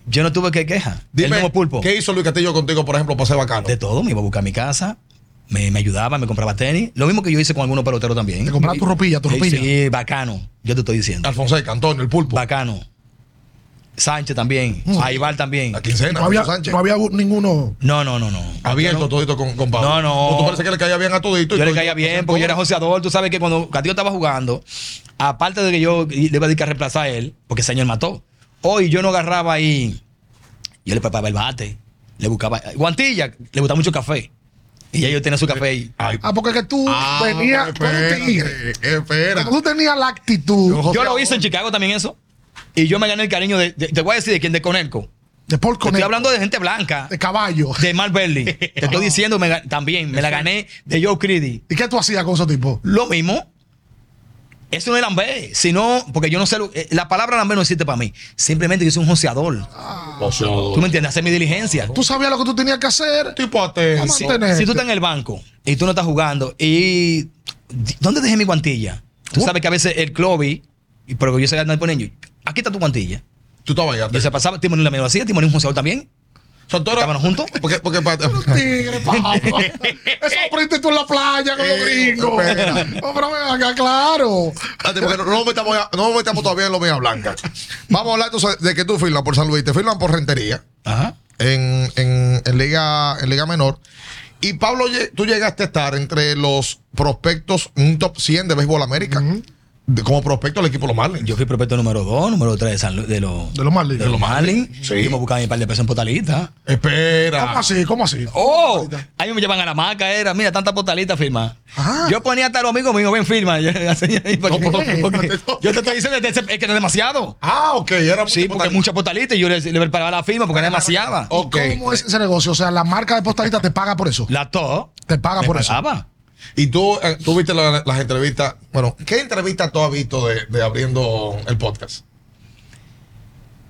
[SPEAKER 3] Yo no tuve que queja. el
[SPEAKER 2] Dime,
[SPEAKER 3] mismo Pulpo.
[SPEAKER 2] ¿qué hizo Luis Castillo contigo, por ejemplo, para ser bacano?
[SPEAKER 3] De todo, me iba a buscar a mi casa, me, me ayudaba, me compraba tenis. Lo mismo que yo hice con algunos peloteros también.
[SPEAKER 1] Te compraba tu ropilla, tu
[SPEAKER 3] Sí,
[SPEAKER 1] ropilla.
[SPEAKER 3] Sí, bacano. Yo te estoy diciendo.
[SPEAKER 2] Alfonseca, Antonio, el Pulpo.
[SPEAKER 3] Bacano. Sánchez también. Aibar también.
[SPEAKER 2] La quincena,
[SPEAKER 1] No había,
[SPEAKER 2] Julio Sánchez.
[SPEAKER 1] no había ninguno.
[SPEAKER 3] No, no, no, no.
[SPEAKER 2] Abierto todito con, con Pablo.
[SPEAKER 3] No, no.
[SPEAKER 2] ¿O tú parece que le caía bien a todito? y
[SPEAKER 3] Yo le
[SPEAKER 2] todito-
[SPEAKER 3] caía bien porque yo era joseador. Tú sabes que cuando Castillo estaba jugando, aparte de que yo le iba a decir que reemplazar a él, porque el señor mató. Hoy yo no agarraba ahí. Yo le preparaba el bate. Le buscaba. Guantilla, le gustaba mucho el café. Y ya yo tenía su café ahí.
[SPEAKER 2] Ay,
[SPEAKER 1] Ah, porque que tú
[SPEAKER 2] ah,
[SPEAKER 1] venías. Tú eres un tigre.
[SPEAKER 2] espérate, espera.
[SPEAKER 1] Tú tenías la actitud
[SPEAKER 3] Yo lo hice en Chicago también eso. Y yo me gané el cariño de, de- te voy a decir de quién, de Conelco.
[SPEAKER 1] de Paul
[SPEAKER 3] Estoy
[SPEAKER 1] Connect,
[SPEAKER 3] hablando de gente blanca,
[SPEAKER 1] de caballo.
[SPEAKER 3] de Mark Berlin. Te estoy diciendo me ga- también, me la gané de Joe Creedy.
[SPEAKER 1] ¿Y qué tú hacías con esos tipos?
[SPEAKER 3] Lo mismo. Eso no es lambé, sino, porque yo no sé, lo- eh, la palabra lambé no existe para mí. Simplemente yo soy un joseador. ¿Tú me entiendes? Hacer mi diligencia.
[SPEAKER 1] Tú sabías lo que tú tenías que hacer.
[SPEAKER 2] Tipo atento.
[SPEAKER 1] Vamos a mantenerte.
[SPEAKER 3] Si tú estás en el banco y tú no estás jugando y ¿dónde dejé mi guantilla?
[SPEAKER 1] Uh.
[SPEAKER 3] Tú sabes que a veces el Clovis, y- pero yo sé andar poniendo, aquí está tu guantilla.
[SPEAKER 2] Tú estabas allá.
[SPEAKER 3] Y se pasaba, Timon la medio hacía, Timon un joseador también.
[SPEAKER 2] Son todos-
[SPEAKER 3] ¿Estaban juntos?
[SPEAKER 2] Porque, porque para-
[SPEAKER 1] Tigre, papá. Eso aprendiste tú en la playa con los
[SPEAKER 2] Eh,
[SPEAKER 1] gringos.
[SPEAKER 2] espera.
[SPEAKER 1] Oh, pero ven acá, claro.
[SPEAKER 2] Espérate, porque no nos metamos, ya- no nos metamos todavía en lo mía blanca. Vamos a hablar entonces de que tú firmas por San Luis, te firman por Rentería
[SPEAKER 3] Ajá.
[SPEAKER 2] en, en- en liga, en liga Menor. Y Pablo, lle- tú llegaste a estar entre los prospectos, un top 100 de Béisbol América, de- como prospecto del equipo de Los Marlins.
[SPEAKER 3] Yo fui prospecto número 2, número 3 de, San Lu- de los
[SPEAKER 1] De los Marlins.
[SPEAKER 3] De los Marlins.
[SPEAKER 2] Sí.
[SPEAKER 3] Yo me buscaba mi par de pesos en potalita.
[SPEAKER 1] ¿Cómo
[SPEAKER 3] Ah.
[SPEAKER 2] Espera.
[SPEAKER 1] así? ¿Cómo así?
[SPEAKER 3] ¡Oh! Ahí me llevan a la maca, era, mira, tanta potalita firma.
[SPEAKER 1] Ah.
[SPEAKER 3] Yo ponía hasta los amigos míos, ven, firma. Yo, porque-
[SPEAKER 2] No, pero-
[SPEAKER 3] porque- yo te estoy diciendo, es que no es demasiado.
[SPEAKER 2] Ah, ok, era
[SPEAKER 3] Sí,
[SPEAKER 2] mucho-
[SPEAKER 3] porque hay muchas potalitas y yo le, le preparaba la firma porque era demasiada.
[SPEAKER 2] Ah, Ok.
[SPEAKER 1] ¿Cómo es ese negocio? O sea, la marca de postalita te paga por eso.
[SPEAKER 3] La to.
[SPEAKER 1] Te
[SPEAKER 2] Ah,
[SPEAKER 1] paga
[SPEAKER 3] me
[SPEAKER 1] por eso.
[SPEAKER 3] pagaba.
[SPEAKER 2] Y tú, eh, tú viste la- las entrevistas. Bueno, ¿qué entrevista tú has visto de, de abriendo el podcast?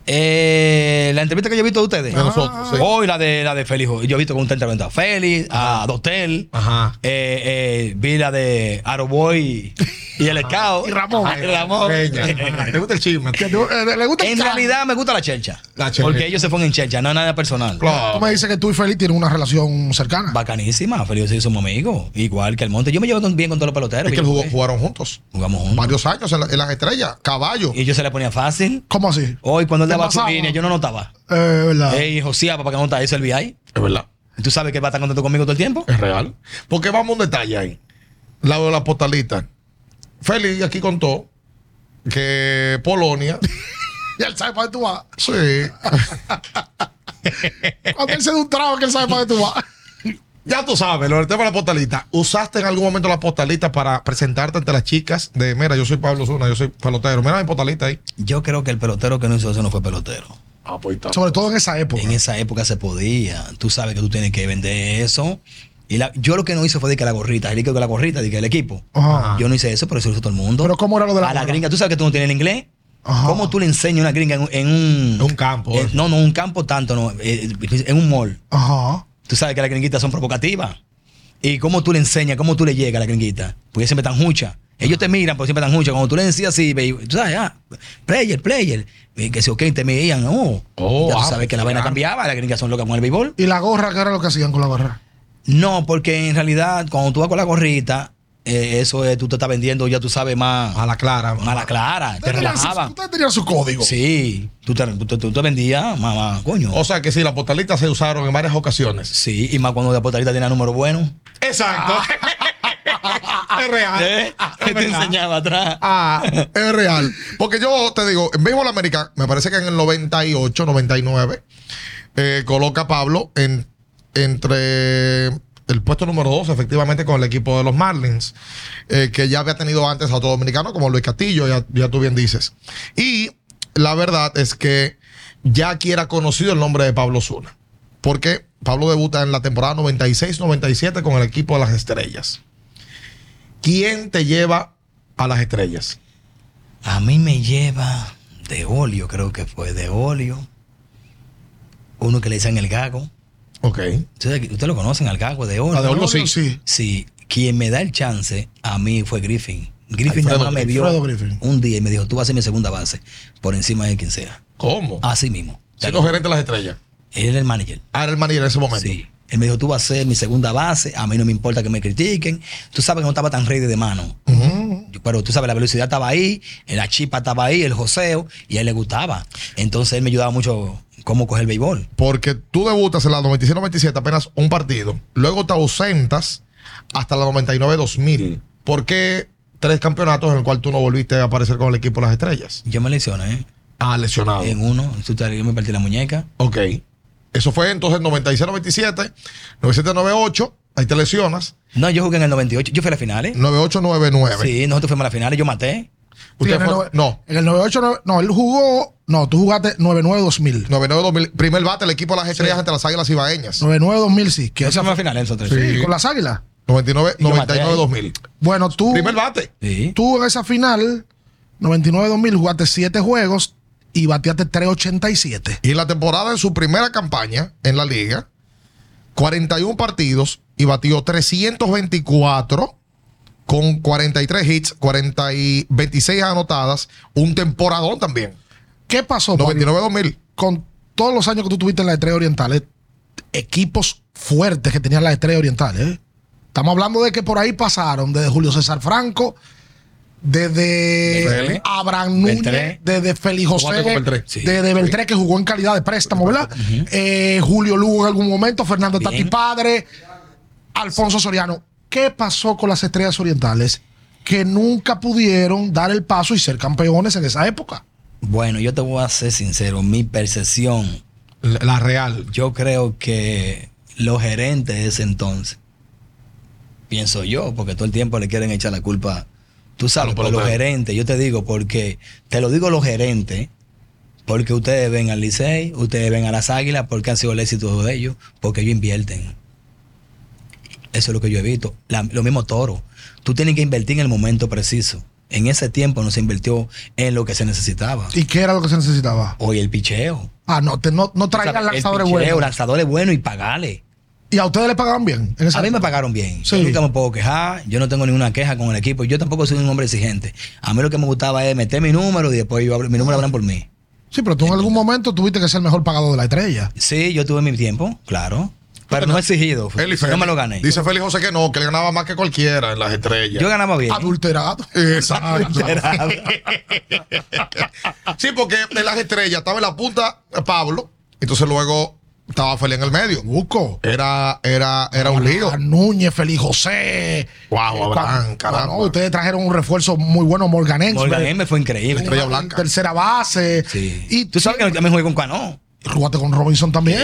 [SPEAKER 3] Eh, la entrevista que yo he visto de ustedes. Ah.
[SPEAKER 2] De nosotros, sí.
[SPEAKER 3] Hoy la de la de Félix. Yo he visto con usted entrevista a Félix, a
[SPEAKER 2] Ah.
[SPEAKER 3] Dotel.
[SPEAKER 2] Ajá.
[SPEAKER 3] Eh, eh, vi la de Aroboy y el Scout.
[SPEAKER 1] Y Ramón.
[SPEAKER 3] Ay, Ramón.
[SPEAKER 2] Peña. Ajá, ¿Te gusta el chisme?
[SPEAKER 1] Que tú, eh, ¿Le gusta el
[SPEAKER 3] En
[SPEAKER 1] cambio.
[SPEAKER 3] realidad me gusta la chelcha.
[SPEAKER 2] La chelcha.
[SPEAKER 3] Porque ellos se ponen en chelcha, no es nada personal.
[SPEAKER 1] Tú me dices que tú y Félix tienen una relación cercana.
[SPEAKER 3] Bacanísima, Félix y somos amigos. Igual que el monte. Yo me llevo tan bien con todos los peloteros.
[SPEAKER 2] Es que
[SPEAKER 3] Yo-
[SPEAKER 2] jugó- jugaron juntos.
[SPEAKER 3] Jugamos juntos.
[SPEAKER 2] Varios años en, la- en las estrellas. Caballo.
[SPEAKER 3] Y yo se le ponía fácil.
[SPEAKER 1] ¿Cómo así? Eh,
[SPEAKER 3] Hoy cuando él
[SPEAKER 1] Te
[SPEAKER 3] daba su
[SPEAKER 1] pasaba.
[SPEAKER 3] línea, yo no notaba.
[SPEAKER 1] ¿verdad?
[SPEAKER 2] Ah.
[SPEAKER 3] Ey, Josía, ¿para qué no está eso el VI?
[SPEAKER 2] Es verdad.
[SPEAKER 3] ¿Tú sabes que él va a estar contento conmigo todo el tiempo?
[SPEAKER 2] Es real. Porque vamos a un detalle ahí. Lado de la postalita. Félix aquí contó que Polonia.
[SPEAKER 1] Ya él sabe para dónde tú vas.
[SPEAKER 2] sí.
[SPEAKER 1] Cuando él se da un trago, que él sabe para dónde tú vas.
[SPEAKER 2] Ya tú sabes, lo del tema de la postalita. ¿Usaste en algún momento la postalita para presentarte ante las chicas de, mira, yo soy Pablo Zuna, yo soy pelotero? Mira mi postalita ahí.
[SPEAKER 3] Yo creo que el pelotero que no hizo eso no fue pelotero.
[SPEAKER 2] Ah, pues está.
[SPEAKER 1] Sobre todo en esa época.
[SPEAKER 3] En esa época se podía. Tú sabes que tú tienes que vender eso. Y la- yo lo que no hice fue de que la gorrita, el que la gorrita, de que el equipo.
[SPEAKER 1] Ajá.
[SPEAKER 3] Yo no hice eso, pero eso lo hizo todo el mundo.
[SPEAKER 1] Pero ¿cómo era lo de la
[SPEAKER 3] A la
[SPEAKER 1] gorra?
[SPEAKER 3] gringa, tú sabes que tú no tienes el inglés.
[SPEAKER 1] Ajá.
[SPEAKER 3] ¿Cómo tú le enseñas a una gringa en, un- en un.
[SPEAKER 2] En un campo,
[SPEAKER 3] en-
[SPEAKER 2] eh.
[SPEAKER 3] no, no, un campo tanto, no. eh, En un mall.
[SPEAKER 1] Ajá.
[SPEAKER 3] Tú sabes que las gringuitas son provocativas. ¿Y cómo tú le enseñas, cómo tú le llegas a la gringuita? Porque siempre están hucha. Ellos te miran, pero siempre están hucha. Cuando tú le decías así, baby, tú sabes, ah, player, player. Y que si, ok, te miran, oh.
[SPEAKER 2] Oh,
[SPEAKER 3] ya tú
[SPEAKER 2] ah,
[SPEAKER 3] sabes que la
[SPEAKER 2] claro.
[SPEAKER 3] vaina cambiaba, las gringas son locas con el béisbol.
[SPEAKER 1] ¿Y la gorra? ¿Qué era lo que hacían con la gorra?
[SPEAKER 3] No, porque en realidad, cuando tú vas con la gorrita, eh, eso es, tú te estás vendiendo, ya tú sabes, más
[SPEAKER 2] A la clara.
[SPEAKER 3] a la clara. Te relajaban.
[SPEAKER 1] Ustedes tenían su código.
[SPEAKER 3] Sí, tú te, tú- tú te vendías, mamá, coño.
[SPEAKER 2] O sea que sí, las postalitas se usaron en varias ocasiones.
[SPEAKER 3] Sí, y más cuando la portalita tiene número bueno.
[SPEAKER 2] Exacto. es real.
[SPEAKER 3] ¿Eh? Que te enseñaba atrás.
[SPEAKER 2] Ah, es real. Porque yo te digo, en béisbol americano, me parece que en el 98, 99, eh, coloca a Pablo en, entre el puesto número 2, efectivamente, con el equipo de los Marlins, eh, que ya había tenido antes a otro dominicano, como Luis Castillo, ya, ya tú bien dices. Y la verdad es que ya aquí era conocido el nombre de Pablo Zuna, porque Pablo debuta en la temporada 96-97 con el equipo de las Estrellas. ¿Quién te lleva a las estrellas?
[SPEAKER 3] A mí me lleva de óleo, creo que fue de óleo. Uno que le dicen el gago.
[SPEAKER 2] Ok.
[SPEAKER 3] Ustedes, ustedes lo conocen al gago de óleo.
[SPEAKER 2] Ah, de Olio, sí.
[SPEAKER 1] sí.
[SPEAKER 3] Sí, quien me da el chance a mí fue Griffin. Griffin
[SPEAKER 2] Alfredo
[SPEAKER 3] nada más me
[SPEAKER 2] Griffin.
[SPEAKER 3] vio
[SPEAKER 1] Alfredo Griffin.
[SPEAKER 3] un día y me dijo, tú vas a ser mi segunda base por encima de quien sea.
[SPEAKER 2] ¿Cómo?
[SPEAKER 3] Así mismo.
[SPEAKER 2] Siendo gerente de las estrellas.
[SPEAKER 3] Él era el manager.
[SPEAKER 2] Ah, era el manager en ese momento.
[SPEAKER 3] Sí. Él me dijo, tú vas a ser mi segunda base, a mí no me importa que me critiquen. Tú sabes que no estaba tan rey de mano. Yo- Pero tú sabes, la velocidad estaba ahí, la chispa estaba ahí, el joseo, y a él le gustaba. Entonces él me ayudaba mucho cómo coger el béisbol.
[SPEAKER 2] Porque tú debutas en la 96-97, apenas un partido. Luego te ausentas hasta la 99-2000. ¿Por qué tres campeonatos en el cual tú no volviste a aparecer con el equipo de las estrellas?
[SPEAKER 3] Yo me lesioné ¿eh?
[SPEAKER 2] Ah, lesionado.
[SPEAKER 3] en uno, tú sabes, yo me partí la muñeca.
[SPEAKER 2] Ok. Eso fue entonces 96-97, 97-98. Ahí te lesionas.
[SPEAKER 3] No, yo jugué en el 98, yo fui a las finales.
[SPEAKER 2] 98-99.
[SPEAKER 3] Sí, nosotros fuimos a las finales, yo maté.
[SPEAKER 1] Sí,
[SPEAKER 2] Usted
[SPEAKER 1] en el
[SPEAKER 2] fue-
[SPEAKER 1] nove-
[SPEAKER 2] no.
[SPEAKER 1] En el 98, no- no, él jugó. No, tú jugaste 99-2000.
[SPEAKER 2] 99-2000. Primer bate, el equipo de las estrellas ante las águilas ibaeñas.
[SPEAKER 1] 99-2000, sí. que
[SPEAKER 3] Yo fui
[SPEAKER 1] esa
[SPEAKER 3] a
[SPEAKER 1] fue-
[SPEAKER 3] las finales nosotros.
[SPEAKER 1] sí, con las águilas.
[SPEAKER 2] 99,
[SPEAKER 3] Y yo maté
[SPEAKER 2] 99,
[SPEAKER 3] ahí.
[SPEAKER 2] 2000.
[SPEAKER 1] Bueno, tú,
[SPEAKER 2] Primer bate.
[SPEAKER 3] Sí.
[SPEAKER 1] tú en esa final, 99-2000, jugaste 7 juegos y bateaste 387.
[SPEAKER 2] Y en la temporada, en su primera campaña en la liga, 41 partidos y batió 324 con 43 hits, 40 y 26 anotadas, un temporadón también.
[SPEAKER 1] ¿Qué pasó, Pablo?
[SPEAKER 2] 99-2000.
[SPEAKER 1] Con todos los años que tú tuviste en las estrellas orientales, eh, equipos fuertes que tenían las estrellas orientales. ¿eh? Estamos hablando de que por ahí pasaron desde Julio César Franco, desde
[SPEAKER 3] Beltré.
[SPEAKER 1] Abraham Núñez,
[SPEAKER 3] Beltré.
[SPEAKER 1] desde Félix José,
[SPEAKER 2] Jugaste con Beltré.
[SPEAKER 3] Sí.
[SPEAKER 1] desde Beltré, que jugó en calidad de préstamo, ¿verdad? Eh, Julio Lugo en algún momento, Fernando Tati
[SPEAKER 3] Bien.
[SPEAKER 1] Padre, Alfonso Soriano. ¿Qué pasó con las estrellas orientales que nunca pudieron dar el paso y ser campeones en esa época?
[SPEAKER 3] Bueno, yo te voy a ser sincero. Mi percepción,
[SPEAKER 2] La, real.
[SPEAKER 3] yo creo que los gerentes de ese entonces, pienso yo, porque todo el tiempo le quieren echar la culpa. Tú
[SPEAKER 2] A
[SPEAKER 3] sabes,
[SPEAKER 2] los
[SPEAKER 3] por los
[SPEAKER 2] peloteros.
[SPEAKER 3] gerentes, yo te digo, porque te lo digo los gerentes, porque ustedes ven al Licey, ustedes ven a las Águilas, porque han sido el éxito de ellos, porque ellos invierten. Eso es lo que yo he visto. La- lo mismo toro. Tú tienes que invertir en el momento preciso. En ese tiempo no se invirtió en lo que se necesitaba.
[SPEAKER 1] ¿Y qué era lo que se necesitaba?
[SPEAKER 3] Oye, el picheo.
[SPEAKER 1] Ah, no, te- no, no
[SPEAKER 3] O sea,
[SPEAKER 1] traían
[SPEAKER 3] el
[SPEAKER 1] lanzadores
[SPEAKER 3] picheo,
[SPEAKER 1] buenos.
[SPEAKER 3] lanzadores buenos y pagale.
[SPEAKER 1] ¿Y a ustedes les pagaban bien? en esa
[SPEAKER 3] A mí me
[SPEAKER 1] época?
[SPEAKER 3] pagaron bien.
[SPEAKER 1] Sí.
[SPEAKER 3] Yo nunca me puedo quejar. Yo no tengo ninguna queja con el equipo. Yo tampoco soy un hombre exigente. A mí lo que me gustaba es meter mi número y después yo hablo- mi número hablan por mí.
[SPEAKER 1] Sí, pero tú en algún momento tuviste que ser el mejor pagado de la estrella.
[SPEAKER 3] Sí, yo tuve mi tiempo, claro. Pero no
[SPEAKER 2] Él y
[SPEAKER 3] exigido. pues, No
[SPEAKER 2] Félix. eh,
[SPEAKER 3] me lo gané.
[SPEAKER 2] Dice Félix José que no, que le ganaba más que cualquiera en las estrellas.
[SPEAKER 3] Yo ganaba bien.
[SPEAKER 1] Adulterado.
[SPEAKER 2] Exacto.
[SPEAKER 3] Era-
[SPEAKER 2] Sí, porque en las estrellas estaba en la punta Pablo, entonces luego estaba Félix en el medio.
[SPEAKER 1] Buco.
[SPEAKER 2] Era, era, era un lío.
[SPEAKER 3] Ah,
[SPEAKER 1] A Núñez, Feliz José.
[SPEAKER 2] Guau, Abraham, caramba.
[SPEAKER 1] no, ustedes trajeron un refuerzo muy bueno, Morgan Ensberg.
[SPEAKER 3] Morgan M fue increíble.
[SPEAKER 2] Estrella Blanca.
[SPEAKER 1] Tercera base.
[SPEAKER 3] Sí.
[SPEAKER 1] Y
[SPEAKER 3] tú sabes que yo también jugué con Cano.
[SPEAKER 1] jugaste con Robinson también.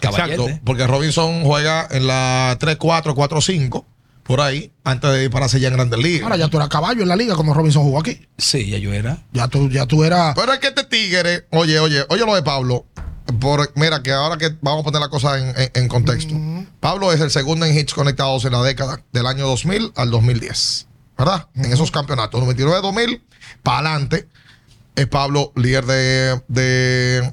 [SPEAKER 3] Caballete.
[SPEAKER 2] Exacto, porque Robinson juega en la 3-4, 4-5, por ahí, antes de ir para ya en Grandes Ligas.
[SPEAKER 1] Ahora ya tú eras caballo en la liga cuando Robinson jugó aquí.
[SPEAKER 3] Sí, ya yo era.
[SPEAKER 1] Ya tú, ya tú eras.
[SPEAKER 3] Pues,
[SPEAKER 2] Pero es que este tigre, oye, oye, oye lo de Pablo. Por, mira, que ahora que vamos a poner la cosa en, en- en contexto. Pablo es el segundo en hits conectados en la década del año 2000 al 2010. ¿Verdad? En esos campeonatos, 99-2000, para adelante, es Pablo líder de, de,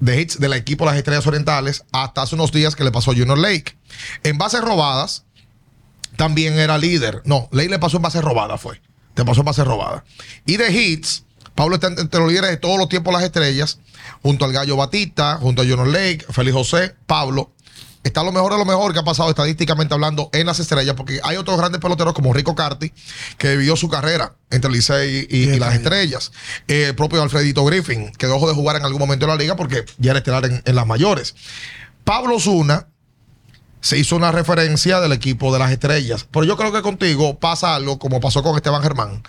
[SPEAKER 2] de hits del equipo Las Estrellas Orientales hasta hace unos días que le pasó a Junior Lake. En bases robadas, también era líder. No, Ley le pasó en base robada, fue. Te pasó en base robada. Y de hits, Pablo está entre los líderes de todos los tiempos las estrellas, junto al Gallo Batista, junto a Jonas Lake, Félix José, Pablo. Está lo mejor de lo mejor que ha pasado estadísticamente hablando en las estrellas, porque hay otros grandes peloteros como Rico Carti, que vivió su carrera entre Licey y, y
[SPEAKER 1] Sí,
[SPEAKER 2] las
[SPEAKER 1] sí.
[SPEAKER 2] estrellas. Eh, el propio Alfredito Griffin, que dejó de jugar en algún momento en la liga porque ya era estelar en- en las mayores. Pablo Zuna se hizo una referencia del equipo de las estrellas. Pero yo creo que contigo pasa algo como pasó con Esteban Germán,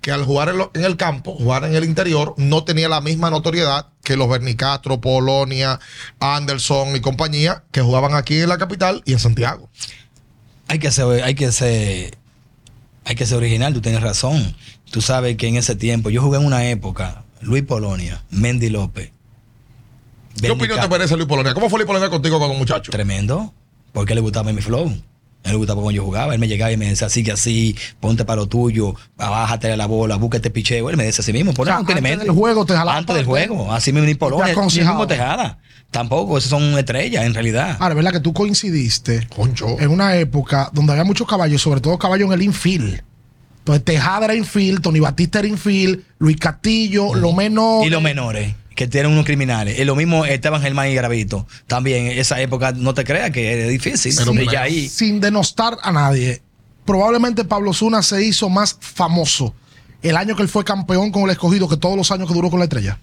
[SPEAKER 2] que al jugar en, lo- en el campo, jugar en el interior, no tenía la misma notoriedad que los Bernicastro, Polonia, Anderson y compañía, que jugaban aquí en la capital y en Santiago.
[SPEAKER 3] Hay que ser, hay que ser, hay que ser original, tú tienes razón. Tú sabes que en ese tiempo, yo jugué en una época, Luis Polonia, Mendy López.
[SPEAKER 2] ¿Qué opinión te
[SPEAKER 3] Benny Ca-
[SPEAKER 2] merece Luis Polonia? ¿Cómo fue Luis Polonia contigo con un muchacho?
[SPEAKER 3] Tremendo, porque a él le gustaba mi flow. A él le gustaba cuando yo jugaba, él me llegaba y me decía así que así, ponte para lo tuyo, abájate de la bola, búsquete picheo. Él me decía así mismo, ponle
[SPEAKER 1] sea,
[SPEAKER 3] con quien le
[SPEAKER 1] antes
[SPEAKER 3] mete.
[SPEAKER 1] del juego te jalaba
[SPEAKER 3] Antes del
[SPEAKER 1] parte.
[SPEAKER 3] juego, así mismo ni Polonia, ni
[SPEAKER 1] aconsejaba.
[SPEAKER 3] mismo Tejada. Tampoco, esos son estrellas en realidad.
[SPEAKER 1] Ahora, ¿verdad que tú coincidiste?
[SPEAKER 2] Concho.
[SPEAKER 1] en una época donde había muchos caballos, sobre todo caballos en el infield. Entonces Tejada era infield, Tony Batista era infield, Luis Castillo, lo menos.
[SPEAKER 3] Y los menores, que tienen unos criminales. Y lo mismo Esteban Germán y Gravito. También, esa época, no te creas que era difícil.
[SPEAKER 2] Pero
[SPEAKER 3] Y
[SPEAKER 2] bueno.
[SPEAKER 3] ya ahí.
[SPEAKER 1] Sin denostar a nadie. Probablemente Pablo Zuna se hizo más famoso el año que él fue campeón con el escogido que todos los años que duró con la estrella.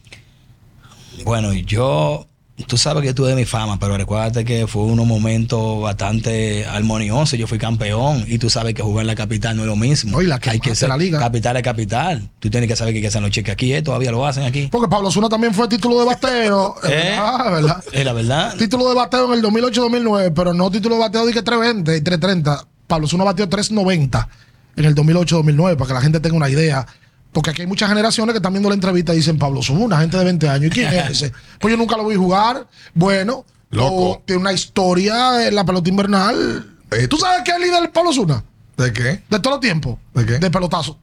[SPEAKER 3] Bueno, yo. Tú sabes que yo tuve mi fama, pero recuérdate que fue unos momentos bastante armoniosos. Yo fui campeón y tú sabes que jugar en la capital no es lo mismo.
[SPEAKER 1] No, y la
[SPEAKER 3] Hay
[SPEAKER 1] quemaste
[SPEAKER 3] que ser
[SPEAKER 1] la liga.
[SPEAKER 3] Capital es capital. Tú tienes que saber que, hay que hacen los chicos aquí, eh, todavía lo hacen aquí.
[SPEAKER 1] Porque Pablo Zuna también fue título de bateo.
[SPEAKER 3] ¿Eh?
[SPEAKER 1] Ah, ¿verdad?
[SPEAKER 3] Es la verdad.
[SPEAKER 1] Título de bateo en el 2008-2009, pero no título de bateo de que 320 y 330. Pablo Zuna bateó 390 en el 2008-2009, para que la gente tenga una idea. Porque aquí hay muchas generaciones que están viendo la entrevista y dicen Pablo Zuna, gente de 20 años. ¿Y quién es ese? Pues yo nunca lo vi jugar. Bueno,
[SPEAKER 2] Loco.
[SPEAKER 1] o tiene una historia en la pelota invernal.
[SPEAKER 2] Eh,
[SPEAKER 1] ¿Tú sabes quién es el líder del Pablo Zuna?
[SPEAKER 2] ¿De qué?
[SPEAKER 1] De todo el tiempo.
[SPEAKER 2] ¿De qué?
[SPEAKER 1] pelotazo.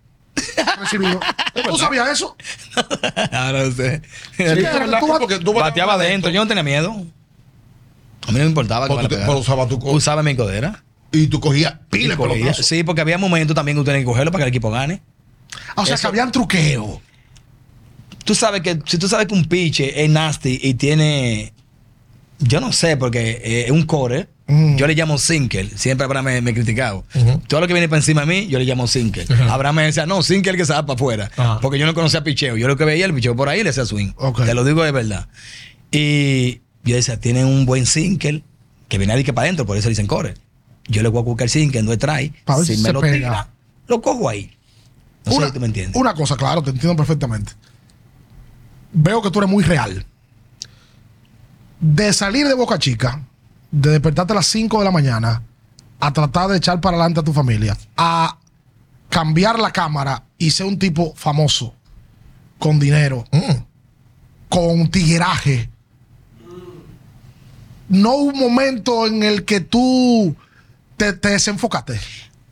[SPEAKER 1] Recibido. ¿Tú sabías eso?
[SPEAKER 3] Ahora no sé.
[SPEAKER 2] Sí,
[SPEAKER 1] pero
[SPEAKER 2] ¿verdad?
[SPEAKER 1] tú bat-
[SPEAKER 2] Porque tú
[SPEAKER 3] Bateaba
[SPEAKER 2] bateabas
[SPEAKER 3] adentro, yo no tenía miedo. A mí no me importaba que
[SPEAKER 2] Pero
[SPEAKER 3] me la
[SPEAKER 2] tú te-
[SPEAKER 3] pegara.
[SPEAKER 2] pero usaba tu co-
[SPEAKER 3] Usaba mi codera.
[SPEAKER 2] Y tú cogías pilas
[SPEAKER 3] Y cogía.
[SPEAKER 2] pelotazos.
[SPEAKER 3] Sí, porque había momentos también que tú tenías que cogerlo para que el equipo gane.
[SPEAKER 1] O sea, que habían truqueo.
[SPEAKER 3] Tú sabes que, si tú sabes que un piche es nasty y tiene. Yo no sé, porque eh, es un core.
[SPEAKER 1] Mm.
[SPEAKER 3] Yo le llamo sinker. Siempre Abraham me, me criticaba.
[SPEAKER 2] Ujú.
[SPEAKER 3] Todo lo que viene para encima de mí, yo le llamo sinker. Abraham me decía, no, sinker que se va para afuera.
[SPEAKER 2] Ajá.
[SPEAKER 3] Porque yo no conocía picheo. Yo lo que veía el picheo por ahí le hacía swing.
[SPEAKER 1] Ok.
[SPEAKER 3] Te lo digo de verdad. Y yo decía, tienen un buen sinker que viene a que para adentro, por eso le dicen core. Yo le voy a buscar el sinker, no trae.
[SPEAKER 1] Pa' ver
[SPEAKER 3] Si
[SPEAKER 1] si
[SPEAKER 3] me
[SPEAKER 1] se
[SPEAKER 3] lo
[SPEAKER 1] pega.
[SPEAKER 3] tira, lo cojo ahí. No sé si tú me entiendes.
[SPEAKER 1] una cosa, claro, te entiendo perfectamente. Veo que tú eres muy real. De salir de Boca Chica, de despertarte a las 5 de la mañana, a tratar de echar para adelante a tu familia, a cambiar la cámara y ser un tipo famoso, con dinero,
[SPEAKER 2] Mm.
[SPEAKER 1] con tigueraje. No hubo un momento en el que tú te, te desenfocaste.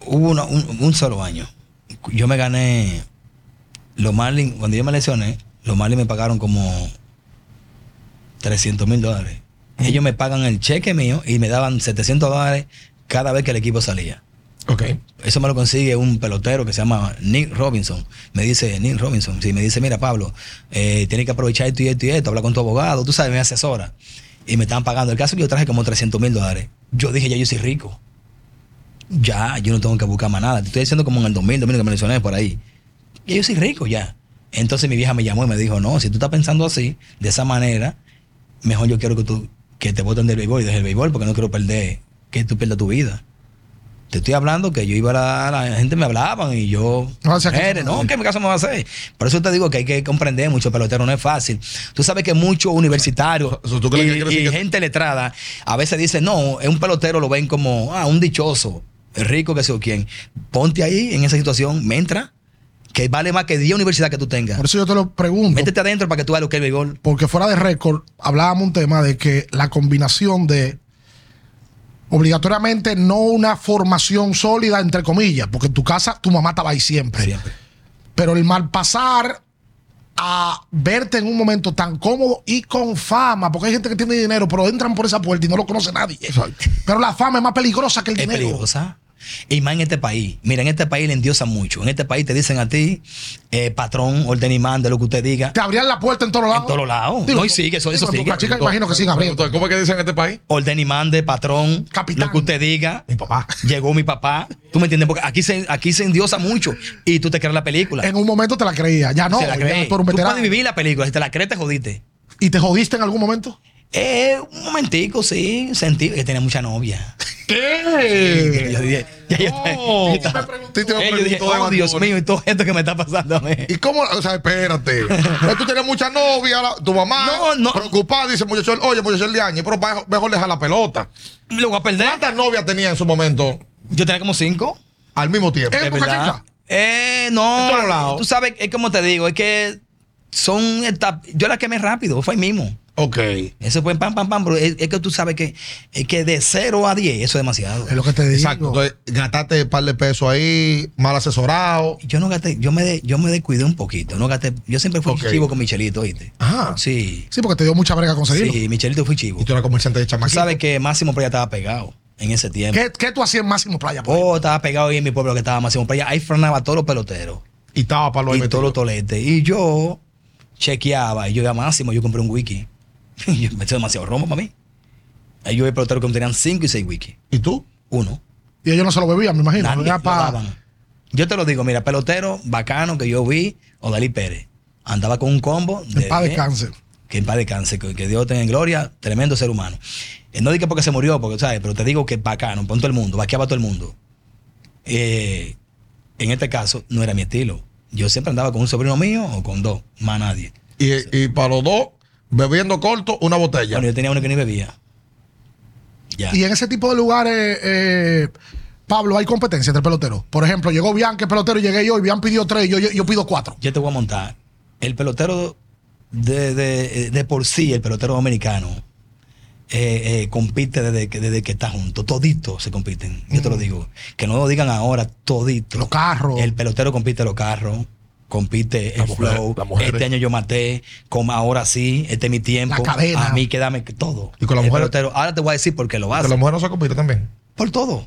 [SPEAKER 3] hubo una- un, un solo año. Yo me gané. Los Marlins, cuando yo me lesioné, los Marlins me pagaron como 300 mil dólares. Ellos me pagan el cheque mío y me daban 700 dólares cada vez que el equipo salía.
[SPEAKER 2] Ok.
[SPEAKER 3] Eso me lo consigue un pelotero que se llama Nick Robinson. Me dice, Nick Robinson, sí, me dice, mira, Pablo, eh, tienes que aprovechar esto y esto y esto, habla con tu abogado, tú sabes, me asesora. Y me estaban pagando. El caso es que yo traje como 300 mil dólares. Yo dije, ya yo soy rico. Ya, yo no tengo que buscar más nada. Te estoy diciendo como en el 2000, 2000 que me mencioné por ahí. Ya yo soy rico ya. Entonces mi vieja me llamó y me dijo, no, si tú estás pensando así, de esa manera, mejor yo quiero que tú, que te voten del béisbol y dejes el béisbol porque no quiero perder, que tú pierdas tu vida. Te estoy hablando que yo iba a la, la gente me hablaban y yo.
[SPEAKER 1] No, o sea, que-
[SPEAKER 3] "Eres, no, ¿qué mi caso me va a hacer? Por eso te digo que hay que comprender mucho, pelotero, no es fácil. Tú sabes que muchos universitarios
[SPEAKER 2] o sea, ¿tú crees que
[SPEAKER 3] y,
[SPEAKER 2] quiere decir
[SPEAKER 3] y
[SPEAKER 2] que-
[SPEAKER 3] gente letrada a veces dicen, no, es un pelotero, lo ven como, ah, un dichoso, rico, que sé yo quién. Ponte ahí en esa situación, mientras, que vale más que 10 universidades que tú tengas.
[SPEAKER 1] Por eso yo te lo pregunto.
[SPEAKER 3] Métete adentro para que tú veas lo que es el béisbol.
[SPEAKER 1] porque fuera de récord hablábamos un tema de que la combinación de obligatoriamente no una formación sólida entre comillas, porque en tu casa tu mamá estaba ahí siempre,
[SPEAKER 3] Siempre.
[SPEAKER 1] pero el mal pasar a verte en un momento tan cómodo y con fama, porque hay gente que tiene dinero, pero entran por esa puerta y no lo conoce nadie. Pero la fama es más peligrosa que el
[SPEAKER 3] Es
[SPEAKER 1] dinero.
[SPEAKER 3] peligrosa. Y más en este país. Mira, en este país le endiosa mucho. En este país te dicen a ti, eh, patrón, orden y manda, lo que usted diga.
[SPEAKER 1] Te abrían la puerta en todos lados.
[SPEAKER 3] En todos lados. No, y sigue, eso-
[SPEAKER 1] digo,
[SPEAKER 3] eso
[SPEAKER 1] en
[SPEAKER 3] sigue.
[SPEAKER 1] Boca Chica
[SPEAKER 3] Pero-
[SPEAKER 1] imagino que sigue abriendo.
[SPEAKER 2] Entonces, ¿Cómo es que dicen en este país?
[SPEAKER 3] Orden y mande, patrón,
[SPEAKER 1] Capitán.
[SPEAKER 3] lo que usted diga.
[SPEAKER 1] Mi papá.
[SPEAKER 3] Llegó mi papá. ¿Tú me entiendes? Porque aquí se, aquí se endiosa mucho. Y tú te creas la película.
[SPEAKER 1] En un momento te la creía, ya no,
[SPEAKER 3] Se la
[SPEAKER 1] ya
[SPEAKER 3] cree.
[SPEAKER 1] tú eres un
[SPEAKER 3] Tú
[SPEAKER 1] veterano.
[SPEAKER 3] puedes vivir la película. Si te la crees, te jodiste.
[SPEAKER 1] ¿Y te jodiste en algún momento?
[SPEAKER 3] Eh, un momentico, sí. Sentí que tenía mucha novia. Y yo
[SPEAKER 1] ¿Qué?
[SPEAKER 3] dije, ya yo
[SPEAKER 2] No.
[SPEAKER 3] estaba- yo estaba-
[SPEAKER 2] Sí, te lo
[SPEAKER 3] Eh, yo dije,
[SPEAKER 2] preguntó de
[SPEAKER 3] oh, Dios
[SPEAKER 2] Bad Bunny.
[SPEAKER 3] mío, y todo esto que me está pasando a mí.
[SPEAKER 2] ¿Y cómo? O sea, espérate. Pero tú tenías mucha novia, la- tu mamá
[SPEAKER 3] No, no.
[SPEAKER 2] preocupada, dice muchacho, oye, muchacho el de año, pero pa- mejor dejar la pelota.
[SPEAKER 3] Lo voy a perder.
[SPEAKER 2] ¿Cuántas novias tenía en su momento
[SPEAKER 3] Yo tenía como cinco.
[SPEAKER 2] al mismo tiempo?
[SPEAKER 1] Eh,
[SPEAKER 3] de
[SPEAKER 1] Boca
[SPEAKER 3] verdad.
[SPEAKER 1] Chica?
[SPEAKER 3] Eh,
[SPEAKER 2] En todos lados.
[SPEAKER 3] no. Tú sabes, es como te digo, es que son etapas. Yo la quemé rápido, fue ahí mismo.
[SPEAKER 2] Ok.
[SPEAKER 3] Eso fue pam, pam, pam, pero es, es que tú sabes que, es que de 0 a 10, eso es demasiado.
[SPEAKER 1] Es lo que te digo.
[SPEAKER 2] Exacto. Entonces, gastaste un par de pesos ahí, mal asesorado.
[SPEAKER 3] Yo no gasté, yo me, de- yo me descuidé un poquito, no gasté, yo siempre fui
[SPEAKER 2] Ok.
[SPEAKER 3] chivo con Michelito, ¿oíste?
[SPEAKER 2] Ajá.
[SPEAKER 3] Sí,
[SPEAKER 1] Sí, porque te dio mucha brega conseguirlo.
[SPEAKER 3] sí, Michelito fue chivo.
[SPEAKER 2] Y tú eras comerciante de
[SPEAKER 3] Tú
[SPEAKER 2] chamaquito.
[SPEAKER 3] sabes que Máximo Playa estaba pegado en ese tiempo.
[SPEAKER 1] ¿Qué, qué tú hacías en Máximo Playa? por ejemplo?
[SPEAKER 3] Oh, estaba pegado ahí en mi pueblo que estaba Máximo Playa. Ahí frenaba todos los peloteros.
[SPEAKER 2] Y estaba para los
[SPEAKER 3] y todos los toletes. Y yo chequeaba, y yo iba a Máximo, yo compré un wiki. yo me hizo demasiado romo para mí. Ahí yo vi peloteros que tenían 5 y 6 wiki.
[SPEAKER 2] ¿Y tú?
[SPEAKER 3] Uno.
[SPEAKER 1] Y ellos no se lo bebían, me imagino.
[SPEAKER 3] Nadie
[SPEAKER 1] Era
[SPEAKER 3] lo
[SPEAKER 1] pa-
[SPEAKER 3] daban. Yo te lo digo, mira, pelotero bacano que yo vi, Odalí Pérez. Andaba con un combo.
[SPEAKER 1] en paz
[SPEAKER 3] de-
[SPEAKER 1] descanse.
[SPEAKER 3] que en paz descanse, que, que Dios tenga en gloria, tremendo ser humano. Eh, no diga porque se murió, porque sabes, pero te digo que bacano, pon todo el mundo, vaqueaba todo el mundo. Eh, en este caso, no era mi estilo. Yo siempre andaba con un sobrino mío o con dos, más nadie.
[SPEAKER 2] Y, y para los dos, bebiendo corto, una botella.
[SPEAKER 3] Bueno, yo tenía uno que ni bebía. Ya.
[SPEAKER 1] Y en ese tipo de lugares, eh, Pablo, hay competencia entre peloteros. Por ejemplo, llegó Bian, que es pelotero, y llegué yo, y Bian pidió tres, y yo, yo, yo pido cuatro.
[SPEAKER 3] Yo te voy a montar. El pelotero de, de, de por sí, el pelotero dominicano, eh, eh, compite desde que, desde que está junto. Toditos se compiten. Yo
[SPEAKER 2] Mm.
[SPEAKER 3] te lo digo. Que no lo digan ahora, todito.
[SPEAKER 1] Los carros.
[SPEAKER 3] El pelotero compite los carros. Compite
[SPEAKER 2] La
[SPEAKER 3] el
[SPEAKER 2] mujer,
[SPEAKER 3] flow.
[SPEAKER 2] la mujer.
[SPEAKER 3] Este año yo maté. Como ahora sí. Este es mi tiempo.
[SPEAKER 1] La cadena.
[SPEAKER 3] A mí quédame todo.
[SPEAKER 2] Y con la
[SPEAKER 3] el
[SPEAKER 2] mujer-
[SPEAKER 3] pelotero. Ahora te voy a decir por qué lo
[SPEAKER 2] Porque
[SPEAKER 3] hace.
[SPEAKER 2] la mujer no se compite también.
[SPEAKER 3] Por todo.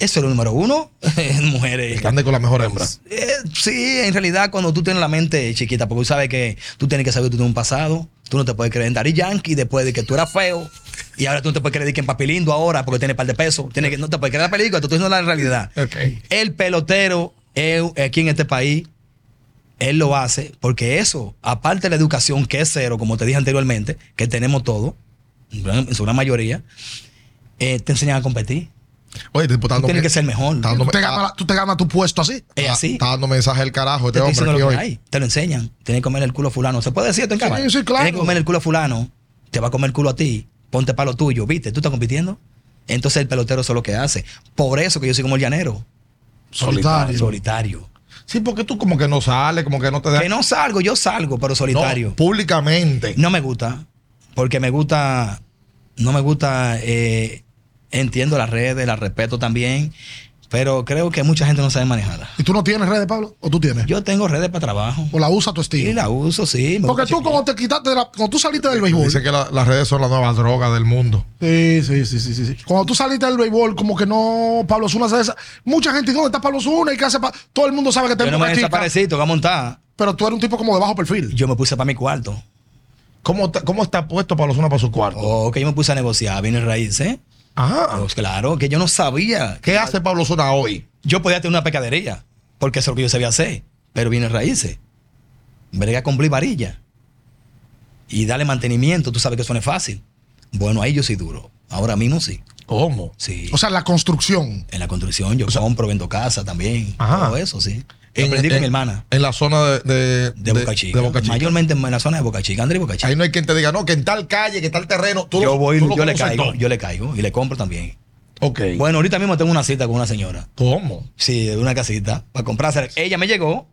[SPEAKER 3] Eso es lo número uno. Mujeres.
[SPEAKER 2] Que ande con la mejor hembra.
[SPEAKER 3] Eh, sí, en realidad, cuando tú tienes la mente chiquita, porque tú sabes que tú tienes que saber que tú tienes un pasado, tú no te puedes creer en Daddy Yankee después de que tú eras feo, y ahora tú no te puedes creer que en papilindo ahora porque tienes par de pesos, tienes que, no te puedes creer la película, tú estás diciendo la realidad.
[SPEAKER 2] Ok.
[SPEAKER 3] El pelotero eh, aquí en este país, él lo hace porque eso, aparte de la educación que es cero, como te dije anteriormente, que tenemos todo, en gran- en su gran mayoría, eh, te enseñan a competir.
[SPEAKER 2] Oye, te está
[SPEAKER 3] Tú
[SPEAKER 2] dando
[SPEAKER 3] tienes
[SPEAKER 2] que-
[SPEAKER 3] que ser mejor.
[SPEAKER 2] Está dando-
[SPEAKER 1] tú, te ganas, la- Ah, tú te ganas tu puesto así.
[SPEAKER 3] Es
[SPEAKER 2] está-
[SPEAKER 3] eh, así.
[SPEAKER 2] Está dando mensaje el carajo
[SPEAKER 3] te
[SPEAKER 2] este
[SPEAKER 3] estoy
[SPEAKER 2] hombre
[SPEAKER 3] diciendo
[SPEAKER 2] aquí
[SPEAKER 3] lo que
[SPEAKER 2] hoy.
[SPEAKER 3] hay. Te lo enseñan. Tienes que comer el culo a fulano. ¿Se puede decir esto en
[SPEAKER 1] Sí,
[SPEAKER 3] cámara?
[SPEAKER 1] sí, claro.
[SPEAKER 3] Tienes que comer el culo a fulano. Te va a comer el culo a ti. Ponte para lo tuyo. ¿Viste? ¿Tú estás compitiendo? Entonces el pelotero eso es lo que hace. Por eso que yo soy como el llanero. Ah,
[SPEAKER 1] Solitario.
[SPEAKER 3] Solitario.
[SPEAKER 2] Sí, porque tú como que no sales, como que no te das.
[SPEAKER 3] Que no salgo, yo salgo, pero solitario.
[SPEAKER 2] No, públicamente.
[SPEAKER 3] No me gusta, porque me gusta, no me gusta, eh, entiendo las redes, las respeto también, pero creo que mucha gente no sabe manejarlas.
[SPEAKER 1] ¿Y tú no tienes redes, Pablo? ¿O tú tienes?
[SPEAKER 3] Yo tengo redes para trabajo
[SPEAKER 1] ¿O la usa tu estilo?
[SPEAKER 3] y la uso, sí. me
[SPEAKER 1] Porque
[SPEAKER 3] gusta
[SPEAKER 1] tú,
[SPEAKER 3] chequear.
[SPEAKER 1] cuando te quitaste, de la- cuando tú saliste del béisbol.
[SPEAKER 2] Dice que la- las redes son la nueva droga del mundo.
[SPEAKER 1] Sí, sí, sí, sí, sí, sí. Cuando tú saliste del béisbol, como que no, Pablo Zuna se desa- Mucha gente, ¿dónde está Pablo Zuna? ¿Y qué hace? Pa-? Todo el mundo sabe que te
[SPEAKER 3] Yo no me desaparecí, te voy a montar.
[SPEAKER 1] Pero tú eres un tipo como de bajo perfil.
[SPEAKER 3] Yo me puse para mi cuarto.
[SPEAKER 2] ¿Cómo, está- cómo está puesto Pablo Zuna para su cuarto?
[SPEAKER 3] O que yo me puse a negociar, vine raíz, ¿eh?
[SPEAKER 2] Ajá.
[SPEAKER 3] Pues claro, que yo no sabía.
[SPEAKER 2] ¿Qué hace Pablo Zuna hoy?
[SPEAKER 3] Yo podía tener una pecadería, porque eso es lo que yo sabía hacer. Pero vine raíces. Brega con bli varilla. Y darle mantenimiento, tú sabes que eso no es fácil. Bueno, ahí yo soy duro. Ahora mismo sí.
[SPEAKER 2] ¿Cómo?
[SPEAKER 3] Sí.
[SPEAKER 1] O sea, la construcción.
[SPEAKER 3] en la construcción yo compro, vendo casa también.
[SPEAKER 2] Ajá.
[SPEAKER 3] Todo eso, sí. Yo aprendí con mi hermana
[SPEAKER 2] En la zona de, de,
[SPEAKER 3] de, Boca Chica.
[SPEAKER 2] de Boca Chica.
[SPEAKER 3] Mayormente en la zona de Boca Chica, André y Boca Chica.
[SPEAKER 2] Ahí no hay quien te diga, no, que en tal calle, que tal terreno. Tú
[SPEAKER 3] yo
[SPEAKER 2] lo-
[SPEAKER 3] voy,
[SPEAKER 2] tú lo
[SPEAKER 3] yo le
[SPEAKER 2] conoces
[SPEAKER 3] caigo,
[SPEAKER 2] todo.
[SPEAKER 3] yo le caigo y le compro también.
[SPEAKER 2] Ok.
[SPEAKER 3] Bueno, ahorita mismo tengo una cita con una señora.
[SPEAKER 2] ¿Cómo?
[SPEAKER 3] Sí, de una casita para comprársela. Ella me llegó,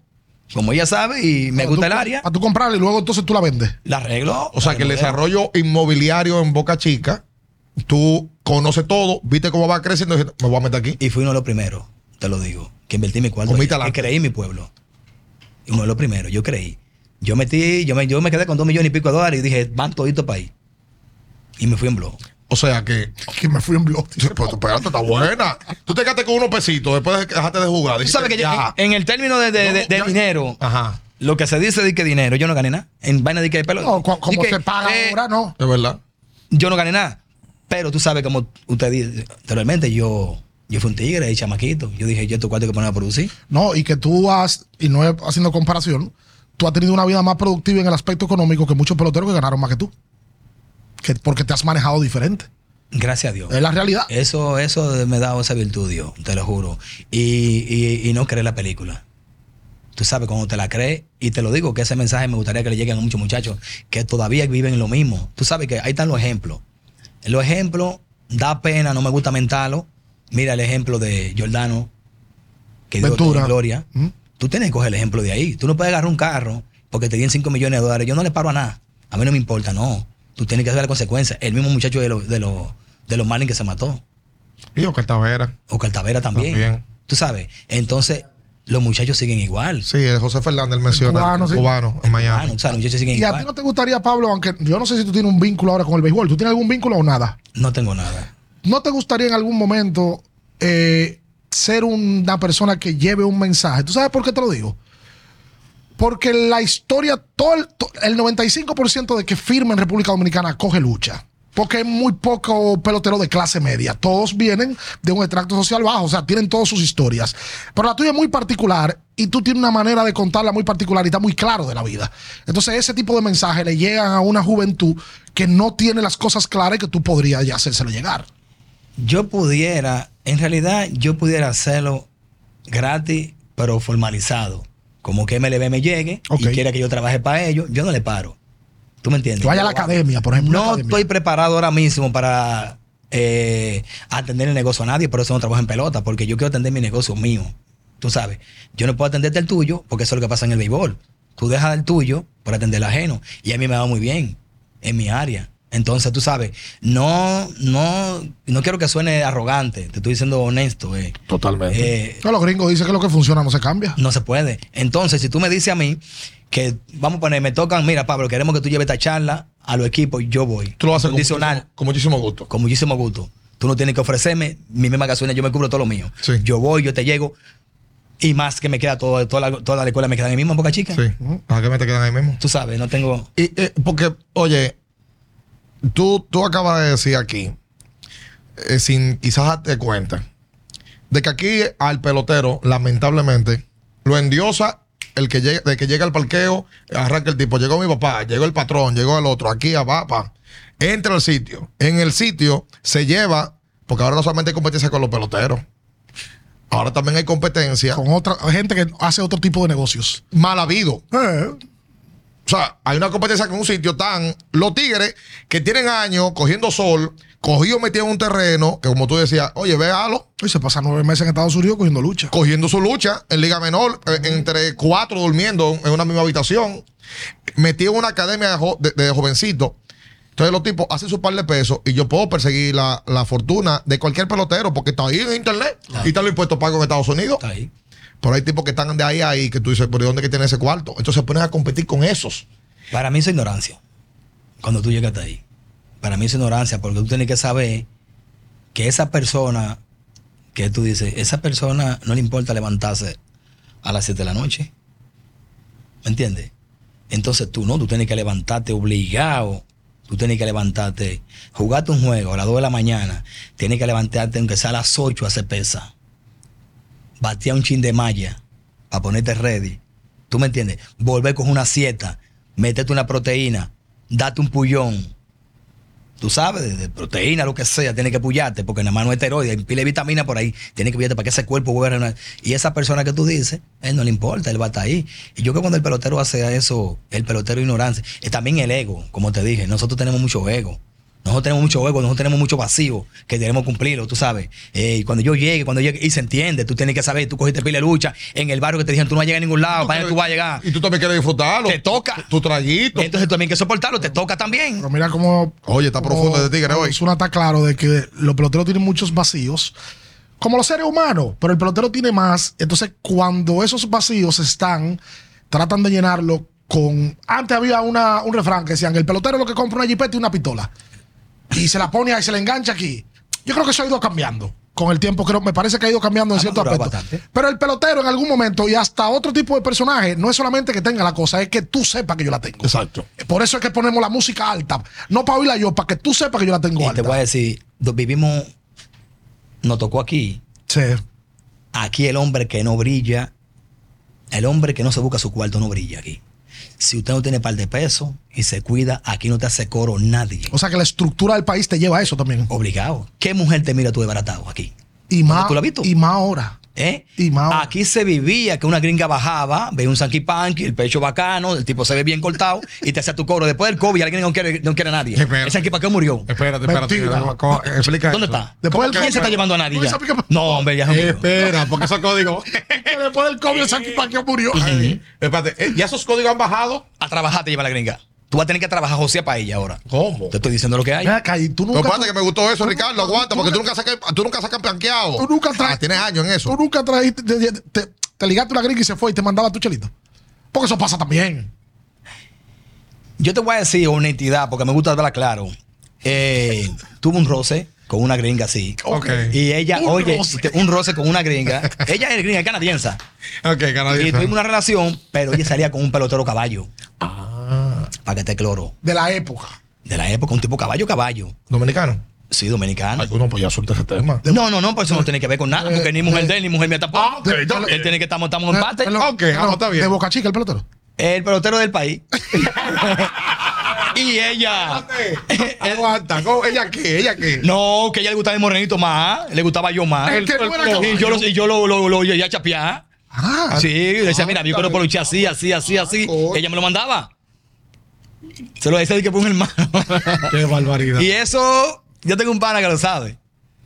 [SPEAKER 3] como ella sabe, y me
[SPEAKER 1] Para
[SPEAKER 3] gusta
[SPEAKER 1] tú-
[SPEAKER 3] el área.
[SPEAKER 1] Para tú comprarla y luego entonces tú la vendes.
[SPEAKER 3] La arreglo.
[SPEAKER 2] O sea, que el
[SPEAKER 3] le
[SPEAKER 2] desarrollo inmobiliario en Boca Chica, tú conoces todo, viste cómo va creciendo, y dijiste, me voy a meter aquí.
[SPEAKER 3] Y fui uno de los primeros, te lo digo, que invertí mi cuarto.
[SPEAKER 2] Comita
[SPEAKER 3] allá,
[SPEAKER 2] la-
[SPEAKER 3] Que creí en mi pueblo. Uno de los primeros, yo creí. Yo metí, yo me, yo me quedé con dos millones y pico de dólares y dije, van todito para ahí. Y me fui en blog.
[SPEAKER 2] O sea que.
[SPEAKER 1] Que me fui en blog.
[SPEAKER 2] Sí, Pero tú, espérate, está buena. Tú te quedaste con unos pesitos, después de- dejaste de jugar.
[SPEAKER 3] Tú
[SPEAKER 2] dijiste,
[SPEAKER 3] sabes que yo, eh,
[SPEAKER 2] ya.
[SPEAKER 3] en, en el término de, de-
[SPEAKER 2] No,
[SPEAKER 3] de- de
[SPEAKER 2] ya- Ah.
[SPEAKER 3] dinero,
[SPEAKER 2] Ajá,
[SPEAKER 3] lo que se dice de que dinero, yo no gané nada. En vaina de que pelo.
[SPEAKER 1] No, cu- como
[SPEAKER 3] de que,
[SPEAKER 1] se paga
[SPEAKER 3] eh,
[SPEAKER 1] ahora, no.
[SPEAKER 2] es verdad.
[SPEAKER 3] yo no gané nada. Pero tú sabes, como usted dice, realmente yo, yo fui un tigre y chamaquito. Yo dije, yo tu cuarto hay que poner a producir.
[SPEAKER 1] No, y que tú has, y no es haciendo comparación, tú has tenido una vida más productiva en el aspecto económico que muchos peloteros que ganaron más que tú. Que, porque te has manejado diferente.
[SPEAKER 3] Gracias a Dios.
[SPEAKER 1] Es la realidad.
[SPEAKER 3] Eso, eso me ha dado esa virtud, Dios, te lo juro. Y, y- y no creer la película. Tú sabes, cuando te la crees, y te lo digo, que ese mensaje me gustaría que le lleguen a muchos muchachos que todavía viven lo mismo. Tú sabes que ahí están los ejemplos. Los ejemplos da pena, no me gusta mentarlo. Mira el ejemplo de Giordano, que dio
[SPEAKER 1] Ventura.
[SPEAKER 3] gloria.
[SPEAKER 1] ¿Mm?
[SPEAKER 3] Tú tienes que coger el ejemplo de ahí. Tú no puedes agarrar un carro porque te dieron 5 millones de dólares. Yo no le paro a nada. A mí no me importa, no. Tú tienes que hacer la consecuencia. El mismo muchacho de los de los de los Marlins que se mató.
[SPEAKER 2] Y yo, Cartavera.
[SPEAKER 3] O Cartavera también.
[SPEAKER 2] También.
[SPEAKER 3] Tú sabes. Entonces, los muchachos siguen igual.
[SPEAKER 2] Sí, el José Fernández, el mencionado
[SPEAKER 1] cubano,
[SPEAKER 2] cubano,
[SPEAKER 1] sí.
[SPEAKER 2] en
[SPEAKER 3] Ah, no,
[SPEAKER 2] Miami.
[SPEAKER 3] o sea, los muchachos siguen
[SPEAKER 1] Y a ti
[SPEAKER 3] igual.
[SPEAKER 1] no te gustaría, Pablo, aunque yo no sé si tú tienes un vínculo ahora con el béisbol. ¿Tú tienes algún vínculo o nada?
[SPEAKER 3] No tengo nada.
[SPEAKER 1] ¿No te gustaría en algún momento eh, ser una persona que lleve un mensaje? ¿Tú sabes por qué te lo digo? Porque la historia, todo el, to- el 95% de que firma en República Dominicana coge lucha. Porque hay muy poco pelotero de clase media. Todos vienen de un extracto social bajo, o sea, tienen todas sus historias. Pero la tuya es muy particular y tú tienes una manera de contarla muy particular y está muy claro de la vida. Entonces, ese tipo de mensajes le llegan a una juventud que no tiene las cosas claras y que tú podrías ya hacérselo llegar.
[SPEAKER 3] Yo pudiera, en realidad, yo pudiera hacerlo gratis, pero formalizado. Como que MLB me llegue
[SPEAKER 1] Ok.
[SPEAKER 3] y quiera que yo trabaje para ellos, yo no le paro. ¿Tú me entiendes?
[SPEAKER 1] Que vaya a la
[SPEAKER 3] Yo hago.
[SPEAKER 1] academia, por ejemplo. una
[SPEAKER 3] No
[SPEAKER 1] academia.
[SPEAKER 3] estoy preparado ahora mismo para eh, atender el negocio a nadie, por eso no trabajo en pelota, porque yo quiero atender mi negocio mío. Tú sabes, yo no puedo atenderte el tuyo, porque eso es lo que pasa en el béisbol. Tú dejas el tuyo para atender el ajeno. Y a mí me va muy bien en mi área. Entonces, tú sabes, no, no, no quiero que suene arrogante, te estoy diciendo honesto. eh.
[SPEAKER 4] Totalmente.
[SPEAKER 3] Eh,
[SPEAKER 1] No, los gringos dicen que lo que funciona no se cambia.
[SPEAKER 3] no se puede. Entonces, si tú me dices a mí que, vamos a poner, me tocan, mira, Pablo, queremos que tú lleves esta charla a los equipos, yo voy.
[SPEAKER 2] Tú lo haces con
[SPEAKER 3] Condicional,
[SPEAKER 2] muchísimo, con muchísimo gusto.
[SPEAKER 3] con muchísimo gusto. Tú no tienes que ofrecerme mi misma gasolina, yo me cubro todo lo mío.
[SPEAKER 2] Sí.
[SPEAKER 3] Yo voy, yo te llego. Y más que me queda todo, toda, la, toda la escuela me queda en mi mismo, Boca Chica.
[SPEAKER 2] Sí. ¿A qué me te quedan ahí mismo?
[SPEAKER 3] Tú sabes, no tengo.
[SPEAKER 2] Y, eh, porque, oye, tú, tú acabas de decir aquí, eh, sin quizás darte cuenta, de que aquí al pelotero, lamentablemente, lo endiosa el que llega, de que llega al parqueo, arranca el tipo, llegó mi papá, llegó el patrón, llegó el otro, aquí a papá, entra al sitio, en el sitio se lleva, porque ahora no solamente hay competencia con los peloteros, ahora también hay competencia
[SPEAKER 1] Con otra gente que hace otro tipo de negocios.
[SPEAKER 2] mal habido.
[SPEAKER 1] Eh,
[SPEAKER 2] O sea, hay una competencia con un sitio tan. Los tigres que tienen años cogiendo sol, cogido metido en un terreno, que como tú decías, oye, véalo,
[SPEAKER 1] y se pasa nueve meses en Estados Unidos cogiendo lucha.
[SPEAKER 2] cogiendo su lucha en Liga Menor, eh, entre cuatro durmiendo en una misma habitación, metido en una academia de, jo- de- de jovencitos. Entonces los tipos hacen su par de pesos y yo puedo perseguir la, la fortuna de cualquier pelotero porque está ahí en internet y está los impuestos pagos en Estados Unidos.
[SPEAKER 3] Está ahí.
[SPEAKER 2] Pero hay tipos que están de ahí a ahí que tú dices, ¿pero de dónde que tiene ese cuarto? Entonces se ponen a competir con esos.
[SPEAKER 3] Para mí eso es ignorancia. Cuando tú llegas hasta ahí. Para mí eso es ignorancia, porque tú tienes que saber que esa persona que tú dices, esa persona no le importa levantarse a las 7 de la noche. ¿Me entiendes? Entonces tú no, tú tienes que levantarte obligado. Tú tienes que levantarte, jugarte un juego a las 2 de la mañana. Tienes que levantarte aunque sea a las 8 a hacer pesa. Batear un chin de malla para ponerte ready. ¿Tú me entiendes? Volver con una sieta, métete una proteína, date un pullón. Tú sabes, de- de proteína, lo que sea, tienes que pullarte, porque nada más no es esteroide, hay pile de vitamina por ahí, tienes que pullarte para que ese cuerpo vuelva a rena- Y esa persona que tú dices, él no le importa, él va a estar ahí. Y yo creo que cuando el pelotero hace eso, el pelotero ignorancia, es también el ego, como te dije, nosotros tenemos mucho ego. Nosotros tenemos mucho ego, nosotros tenemos mucho vacío que tenemos que cumplirlo, tú sabes. Eh, y cuando yo llegue, cuando llegue, y se entiende, tú tienes que saber, tú cogiste pile de lucha en el barrio que te dijeron, tú no vas a llegar a ningún lado, para allá tú vas a llegar.
[SPEAKER 2] Y tú también quieres disfrutarlo.
[SPEAKER 3] Te toca.
[SPEAKER 2] Tu traguito.
[SPEAKER 3] Entonces tú también hay que soportarlo, te toca también.
[SPEAKER 1] Pero mira cómo
[SPEAKER 2] Oye, está profundo
[SPEAKER 1] como
[SPEAKER 2] este tigre hoy.
[SPEAKER 1] Ozuna está claro de que los peloteros tienen muchos vacíos, como los seres humanos, pero el pelotero tiene más. Entonces, cuando esos vacíos están, tratan de llenarlo con. Antes había una, un refrán que decían: el pelotero es lo que compra una jipeta y una pistola. Y se la pone ahí, se la engancha aquí. Yo creo que eso ha ido cambiando. Con el tiempo, creo, me parece que ha ido cambiando en
[SPEAKER 3] Ha
[SPEAKER 1] cierto
[SPEAKER 3] madurado
[SPEAKER 1] aspecto.
[SPEAKER 3] bastante.
[SPEAKER 1] Pero el pelotero en algún momento y hasta otro tipo de personaje, no es solamente que tenga la cosa, es que tú sepas que yo la tengo.
[SPEAKER 2] Exacto.
[SPEAKER 1] Por eso es que ponemos la música alta. No para oírla yo, para que tú sepas que yo la tengo
[SPEAKER 3] Y te
[SPEAKER 1] alta.
[SPEAKER 3] voy a decir, nos vivimos, nos tocó aquí,
[SPEAKER 1] Sí.
[SPEAKER 3] aquí el hombre que no brilla, el hombre que no se busca su cuarto no brilla aquí. Si usted no tiene par de peso y se cuida, aquí no te hace coro nadie.
[SPEAKER 1] O sea que la estructura del país te lleva a eso también.
[SPEAKER 3] Obligado. ¿Qué mujer te mira tú desbaratado aquí?
[SPEAKER 1] Y más,
[SPEAKER 3] ¿Tú lo has visto?
[SPEAKER 1] Y más ahora.
[SPEAKER 3] ¿Eh?
[SPEAKER 1] Y más ahora.
[SPEAKER 3] Aquí se vivía que una gringa bajaba, veía un sanky panky, el pecho bacano, el tipo se ve bien cortado y te hacía tu coro. Después del COVID, alguien no quiere, no quiere a nadie.
[SPEAKER 2] Sí, pero-
[SPEAKER 3] El sanky panky murió.
[SPEAKER 2] Espérate,
[SPEAKER 1] Mentira.
[SPEAKER 2] espérate. co- Explica.
[SPEAKER 3] ¿Dónde
[SPEAKER 2] eso.
[SPEAKER 3] está?
[SPEAKER 1] Después del
[SPEAKER 3] ¿Quién
[SPEAKER 1] COVID-
[SPEAKER 3] se está llevando a nadie
[SPEAKER 1] Luis,
[SPEAKER 3] ya?
[SPEAKER 1] ¿sabes qué-
[SPEAKER 3] No, hombre, ya
[SPEAKER 2] Eh,
[SPEAKER 3] es un-
[SPEAKER 2] Espera, porque esos códigos.
[SPEAKER 3] ¿Eh?
[SPEAKER 1] Después del COVID,
[SPEAKER 2] Eh.
[SPEAKER 1] Sanky Pacquiao murió.
[SPEAKER 2] Espérate, eh, ¿ya esos códigos han bajado?
[SPEAKER 3] A trabajar te lleva la gringa. Tú vas a tener que trabajar José para ella ahora.
[SPEAKER 2] ¿Cómo?
[SPEAKER 3] Te estoy diciendo lo que hay.
[SPEAKER 1] Ven acá, y tú
[SPEAKER 2] Pero
[SPEAKER 1] nunca.
[SPEAKER 2] espérate que me gustó eso,
[SPEAKER 1] tú
[SPEAKER 2] Ricardo.
[SPEAKER 1] nunca-
[SPEAKER 2] Aguanta,
[SPEAKER 1] tú
[SPEAKER 2] porque tú
[SPEAKER 1] nunca-
[SPEAKER 2] nunca sacas, tú nunca sacas planqueado.
[SPEAKER 1] Tú nunca traes-
[SPEAKER 2] Ah, Tienes años en eso.
[SPEAKER 1] Tú nunca trajiste. Te, te- te ligaste una gringa y se fue y te mandaba tu chelito. Porque eso pasa también.
[SPEAKER 3] Yo te voy a decir honestidad, porque me gusta hablar claro. Eh, tuve un roce con una gringa así.
[SPEAKER 2] Ok.
[SPEAKER 3] Y ella,
[SPEAKER 1] Un
[SPEAKER 3] oye,
[SPEAKER 1] roce.
[SPEAKER 3] te- un roce con una gringa. ella es gringa, es canadiense.
[SPEAKER 2] Ok,
[SPEAKER 3] Y
[SPEAKER 2] canadiense.
[SPEAKER 3] tuvimos una relación, pero ella salía con un pelotero caballo.
[SPEAKER 2] Ah.
[SPEAKER 3] Para que te cloro.
[SPEAKER 1] De la época.
[SPEAKER 3] De la época, un tipo caballo, caballo.
[SPEAKER 2] Dominicano.
[SPEAKER 3] Sí, dominicano.
[SPEAKER 4] Ay, uno pues ya suelta ese tema.
[SPEAKER 3] No, no, no, pues eso no tiene que ver con nada, porque ni mujer de él, ni mujer mía tampoco.
[SPEAKER 2] Eh, Ah, ok, ok.
[SPEAKER 3] Él tiene que estar montado en parte.
[SPEAKER 1] Perdón,
[SPEAKER 2] Ok, ah, no, está bien.
[SPEAKER 1] De Boca Chica, el pelotero.
[SPEAKER 3] El pelotero del país. y ella.
[SPEAKER 2] Aguanta, ¿cómo? ¿Ella qué? ¿Ella qué?
[SPEAKER 3] No, que a ella le gustaba el morenito más, le gustaba yo más.
[SPEAKER 1] El que no era caballo.
[SPEAKER 3] y yo lo, y yo lo, lo, lo llegué a chapear.
[SPEAKER 1] Ah,
[SPEAKER 3] sí, decía, mira, yo quiero poluchar así, así, así, así.
[SPEAKER 2] coño.
[SPEAKER 3] Ella me lo mandaba. Se lo decía de que fue un hermano.
[SPEAKER 2] Qué barbaridad.
[SPEAKER 3] y eso, yo tengo un pana que lo sabe.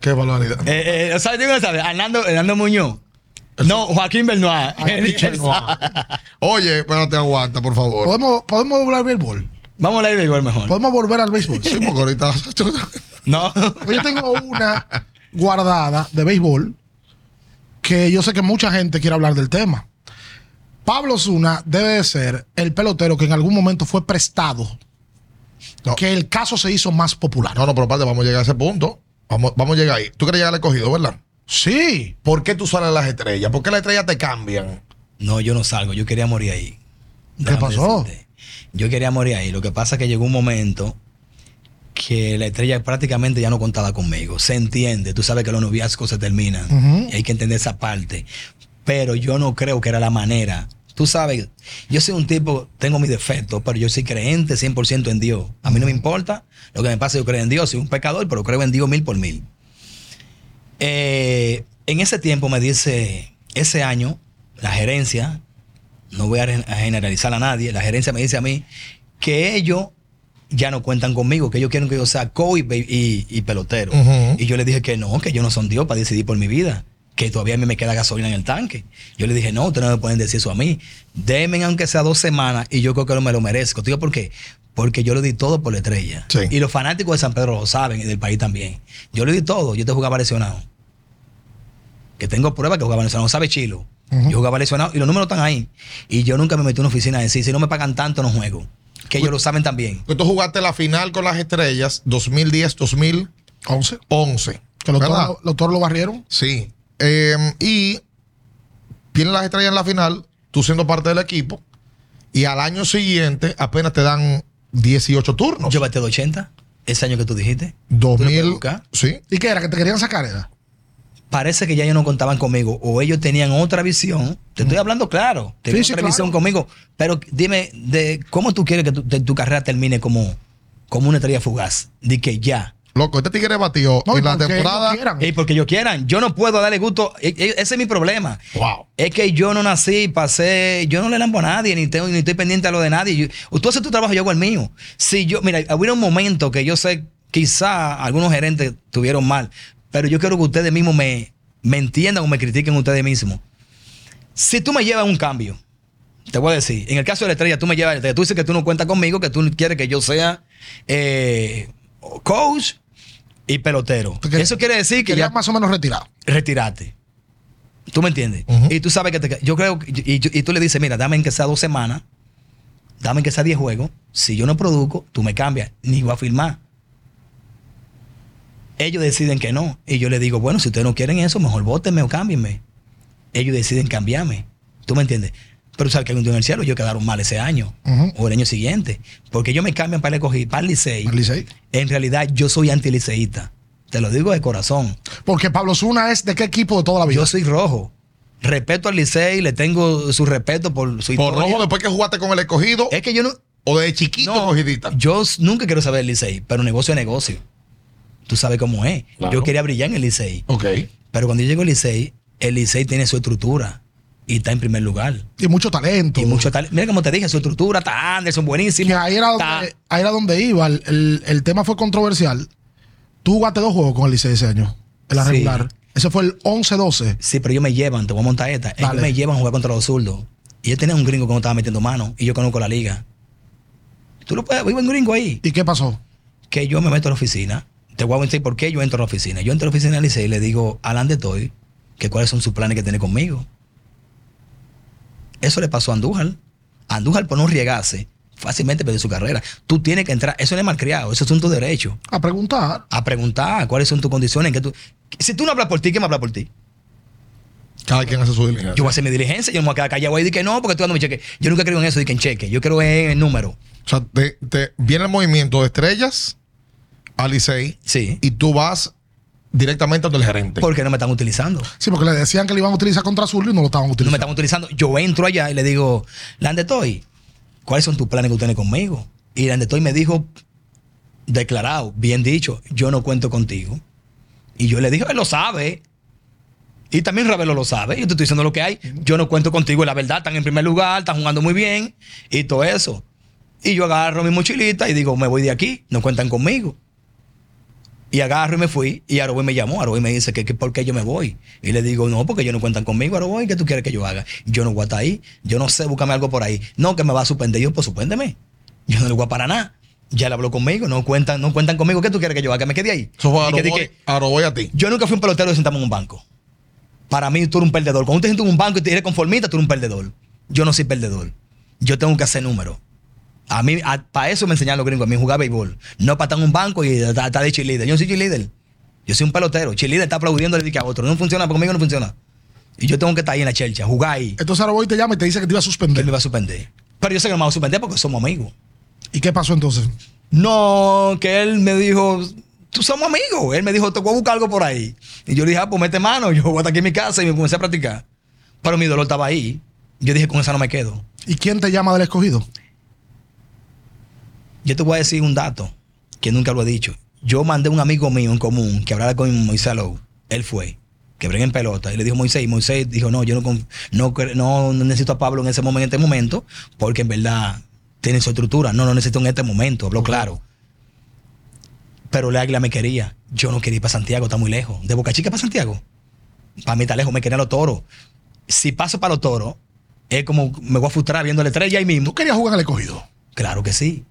[SPEAKER 2] Qué barbaridad.
[SPEAKER 3] Eh, eh, ¿Sabes? Digo, ¿sabes? Hernando, Hernando Muñoz. No, Joaquín Bernois. Él sabe.
[SPEAKER 2] Oye, espérate, aguanta, por favor.
[SPEAKER 1] ¿Podemos, podemos doblar béisbol.
[SPEAKER 3] Vamos a leer béisbol mejor.
[SPEAKER 1] Podemos volver al béisbol.
[SPEAKER 2] Sí, porque ahorita.
[SPEAKER 3] No.
[SPEAKER 1] Pues Yo tengo una guardada de béisbol que yo sé que mucha gente quiere hablar del tema. Pablo Zuna debe de ser el pelotero que en algún momento fue prestado,
[SPEAKER 2] No.
[SPEAKER 1] que el caso se hizo más popular.
[SPEAKER 2] No, no, pero aparte, vamos a llegar a ese punto. Vamos, vamos a llegar ahí. Tú quieres llegar al escogido, ¿verdad?
[SPEAKER 1] Sí,
[SPEAKER 2] ¿Por qué tú sales las estrellas? ¿Por qué las estrellas te cambian?
[SPEAKER 3] No, yo no salgo. Yo quería morir ahí.
[SPEAKER 1] ¿Qué
[SPEAKER 3] Déjame
[SPEAKER 1] pasó?
[SPEAKER 3] decirte. Yo quería morir ahí. Lo que pasa es que llegó un momento que la estrella prácticamente ya no contaba conmigo. Se entiende. Tú sabes que los noviazgos se terminan.
[SPEAKER 1] Ujú.
[SPEAKER 3] Y hay que entender esa parte. Pero yo no creo que era la manera. Tú sabes, yo soy un tipo, tengo mis defectos, pero yo soy creyente 100% en Dios. A mí no me importa lo que me pase, yo creo en Dios. Soy un pecador, pero creo en Dios mil por mil. Eh, en ese tiempo me dice, ese año, la gerencia, no voy a re- a generalizar a nadie, la gerencia me dice a mí que ellos ya no cuentan conmigo, que ellos quieren que yo sea coach y, pe- y- y pelotero.
[SPEAKER 2] Ujú.
[SPEAKER 3] Y yo le dije que no, que yo no son Dios para decidir por mi vida, que todavía a mí me queda gasolina en el tanque. Yo le dije, no, ustedes no me pueden decir eso a mí. Denme aunque sea dos semanas y yo creo que no me lo merezco. ¿Te digo por qué? Porque yo lo di todo por la estrella.
[SPEAKER 2] Sí.
[SPEAKER 3] Y los fanáticos de San Pedro lo saben y del país también. Yo lo di todo, yo te jugaba lesionado que tengo pruebas que jugaba lesionado, sabe Chilo. Yo jugaba lesionado y los números están ahí. Y yo nunca me metí en una oficina a decir, si no me pagan tanto, no juego. Que ellos lo saben también.
[SPEAKER 2] Que tú jugaste la final con las estrellas 2010-2011.
[SPEAKER 1] 11. Que los
[SPEAKER 2] ¿verdad?
[SPEAKER 1] toros, los toros lo barrieron.
[SPEAKER 2] Sí. Eh, y tienen las estrellas en la final, tú siendo parte del equipo, y al año siguiente apenas te dan 18 turnos.
[SPEAKER 3] Yo bateo de 80, ese año que tú dijiste. ¿Tú lo puedes
[SPEAKER 2] 2000.
[SPEAKER 3] buscar?
[SPEAKER 2] Sí.
[SPEAKER 1] ¿Y qué era? ¿Que te querían sacar? Era?
[SPEAKER 3] Parece que ya ellos no contaban conmigo o ellos tenían otra visión. Te estoy hablando claro. Tenían
[SPEAKER 1] Mm. Sí, sí,
[SPEAKER 3] otra
[SPEAKER 1] claro.
[SPEAKER 3] visión conmigo. Pero dime, de ¿cómo tú quieres que tu, de- tu carrera termine como, como una estrella fugaz? De que ya.
[SPEAKER 2] Loco, este tigre batió
[SPEAKER 1] No, y Eh,
[SPEAKER 2] en la
[SPEAKER 1] porque ellos
[SPEAKER 2] temporada.
[SPEAKER 1] quieran.
[SPEAKER 3] Y porque ellos quieran. Yo no puedo darle gusto. E- e- Ese es mi problema.
[SPEAKER 2] Wow.
[SPEAKER 3] Es que yo no nací, pasé, yo no le lambo a nadie, ni, tengo, ni estoy pendiente a lo de nadie. Yo- tú haces tu trabajo, yo hago el mío. Si yo, mira, hubiera un momento que yo sé, quizá algunos gerentes tuvieron mal, pero yo quiero que ustedes mismos me, me entiendan o me critiquen ustedes mismos. Si tú me llevas un cambio, te voy a decir, en el caso de la estrella, tú me llevas a la estrella, tú dices que tú no cuentas conmigo, que tú quieres que yo sea eh, coach y pelotero.
[SPEAKER 1] Tú querías-
[SPEAKER 3] Eso quiere decir que ya
[SPEAKER 1] Querían más o menos retirado.
[SPEAKER 3] retirarte. ¿Tú me entiendes?
[SPEAKER 2] Ujú.
[SPEAKER 3] Y tú sabes que te, yo creo que- y, y- y tú le dices, mira, dame en que sea dos semanas, dame en que sea diez juegos. Si yo no produzco, tú me cambias, ni voy a firmar. Ellos deciden que no. Y yo le digo, bueno, si ustedes no quieren eso, mejor votenme o cámbienme. Ellos deciden cambiarme. ¿Tú me entiendes? Pero sabes que algún día en el cielo ellos quedaron mal ese año
[SPEAKER 1] Ujú.
[SPEAKER 3] o el año siguiente. Porque ellos me cambian para el Escogido, para el Licey.
[SPEAKER 1] al Licey.
[SPEAKER 3] En realidad, yo soy antiliceísta. Te lo digo de corazón.
[SPEAKER 1] Porque Pablo Zuna es de qué equipo de toda la vida.
[SPEAKER 3] Yo soy rojo. Respeto al Licey, le tengo su respeto por su
[SPEAKER 2] Por
[SPEAKER 3] historia.
[SPEAKER 2] rojo, después que jugaste con el escogido,
[SPEAKER 3] Es que yo no.
[SPEAKER 2] o de chiquito
[SPEAKER 3] no,
[SPEAKER 2] cogidita.
[SPEAKER 3] yo s- nunca quiero saber el Licey, pero negocio es negocio. Tú sabes cómo es.
[SPEAKER 4] Claro.
[SPEAKER 3] Yo quería brillar en el Licey.
[SPEAKER 2] Ok.
[SPEAKER 3] Pero cuando yo llego al Licey, el Licey tiene su estructura y está en primer lugar.
[SPEAKER 1] Y mucho talento.
[SPEAKER 3] Y mucho tal. Mira como te dije, su estructura está Anderson, buenísimo.
[SPEAKER 1] Que ahí era
[SPEAKER 3] está-
[SPEAKER 1] donde, ahí era donde iba. El, el- el tema fue controversial. Tú jugaste dos juegos con el Licey ese año, en la
[SPEAKER 3] Sí.
[SPEAKER 1] regular. Ese fue el 11-12.
[SPEAKER 3] Sí, pero ellos me llevan, te voy a montar esta.
[SPEAKER 1] Dale.
[SPEAKER 3] Ellos me llevan a jugar contra los zurdos. Y yo tenía un gringo que no estaba metiendo mano y yo conozco la liga. Tú lo puedes, vivo un gringo ahí.
[SPEAKER 1] ¿Y qué pasó?
[SPEAKER 3] que yo me meto a la oficina. Te voy a decir por qué yo entro a la oficina. Yo entro a la oficina del Licey y le digo a Alan de Toy que cuáles son sus planes que tiene conmigo. Eso le pasó a Andújar. Andújar por no riegarse fácilmente perdió su carrera. Tú tienes que entrar. Eso no es malcriado. Eso es un tu derecho.
[SPEAKER 1] A preguntar.
[SPEAKER 3] A preguntar cuáles son tus condiciones. Que tú, si tú no hablas por ti, ¿quién me habla por ti?
[SPEAKER 2] Cada quien hace su diligencia.
[SPEAKER 3] Yo voy a hacer mi diligencia. Yo no me voy a quedar callado ahí. Dije, no, porque estoy dando mi cheque. Yo nunca creo en eso. Dije, en cheque. Yo creo en el número.
[SPEAKER 2] O sea, te, te- viene el movimiento de estrellas a Licey
[SPEAKER 3] Sí.
[SPEAKER 2] y tú vas directamente donde el gerente.
[SPEAKER 3] Porque no me están utilizando.
[SPEAKER 1] Sí, porque le decían que le iban a utilizar contra Azul y no lo estaban
[SPEAKER 3] no me
[SPEAKER 1] utilizando.
[SPEAKER 3] están utilizando. Yo entro allá y le digo, Landetoy, ¿cuáles son tus planes que tú tienes conmigo? Y Landetoy me dijo, declarado, bien dicho, yo no cuento contigo. Y yo le dije, él lo sabe. Y también Ravelo lo sabe. Yo te estoy diciendo lo que hay. Yo no cuento contigo. Y la verdad, están en primer lugar, están jugando muy bien y todo eso. Y yo agarro mi mochilita y digo, me voy de aquí, no cuentan conmigo. Y agarro y me fui. Y Aroboy me llamó. Aroboy me dice que, que por qué yo me voy. Y le digo, no, porque ellos no cuentan conmigo, Aroboy. ¿Qué tú quieres que yo haga? Yo no voy hasta ahí. Yo no sé, búscame algo por ahí. No, que me va a suspender. Yo, pues suspéndeme. Yo no le voy a para nada. Ya le habló conmigo, no cuentan, no cuentan conmigo. ¿Qué tú quieres que yo haga? Que me quede ahí.
[SPEAKER 2] Eso fue a
[SPEAKER 3] Y que di
[SPEAKER 2] Roboy-
[SPEAKER 3] que-
[SPEAKER 2] a Roboy a ti.
[SPEAKER 3] yo nunca fui un pelotero de sentarme en un banco. Para mí, tú eres un perdedor. Cuando te sientas en un banco y te eres conformista, tú eres un perdedor. Yo no soy perdedor. Yo tengo que hacer números. A mí, para eso me enseñaron los gringos, a mí jugar béisbol. No para estar en un banco y estar estar de cheerleader. Yo no soy cheerleader. Yo soy un pelotero. Cheerleader está aplaudiendo le que a otro. No funciona, porque conmigo no funciona. Y yo tengo que estar ahí en la chelcha, jugar ahí.
[SPEAKER 1] Entonces ahora voy y te llama y te dice que te iba a
[SPEAKER 3] que me
[SPEAKER 1] suspender.
[SPEAKER 3] va a suspender. Pero yo sé que no me va a suspender porque somos amigos.
[SPEAKER 1] ¿Y qué pasó entonces?
[SPEAKER 3] No, que él me dijo, tú somos amigos. Él me dijo, te voy a buscar algo por ahí. Y yo le dije, ah, pues mete mano. Yo voy hasta aquí en mi casa y me comencé a practicar. Pero mi dolor estaba ahí. Yo dije, con esa no me quedo.
[SPEAKER 1] ¿Y quién te llama del escogido?
[SPEAKER 3] Yo te voy a decir un dato que nunca lo he dicho. Yo mandé a un amigo mío en común que hablara con Moisés Lou. Él fue. Que breguen en pelota. Y le dijo Moisés. Y Moisés dijo, no, yo no, conf- no, cre- no necesito a Pablo en ese momento, en este momento, porque en verdad tiene su estructura. No, no necesito en este momento. Habló claro. Pero el águila me quería. Yo no quería ir para Santiago, está muy lejos. De Boca Chica para Santiago. Para mí está lejos, me querían los toros. Si paso para los toros, es como me voy a frustrar viéndole tres ya ahí mismo.
[SPEAKER 1] ¿Tú querías jugar en el escogido?
[SPEAKER 3] Claro que sí.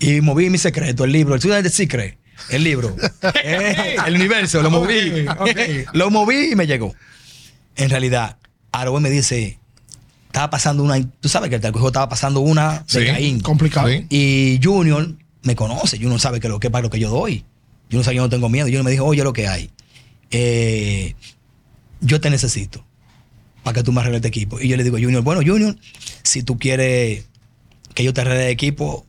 [SPEAKER 3] Y moví mi secreto, el libro, el Student Secret, el libro, Eh, el universo, lo moví.
[SPEAKER 1] Ok, ok.
[SPEAKER 3] lo moví y me llegó. En realidad, Aroe me dice, estaba pasando una, tú sabes que el Talcojo estaba pasando una de
[SPEAKER 2] Sí,
[SPEAKER 3] Caín.
[SPEAKER 1] Complicado.
[SPEAKER 2] Sí.
[SPEAKER 3] Y Junior me conoce, Junior sabe que lo que para lo que yo doy. Yo no sabe, yo no tengo miedo. Junior me dijo, oye, lo que hay. Eh, yo te necesito para que tú me arregles este equipo. Y yo le digo, Junior, bueno, Junior, si tú quieres que yo te arregle el equipo,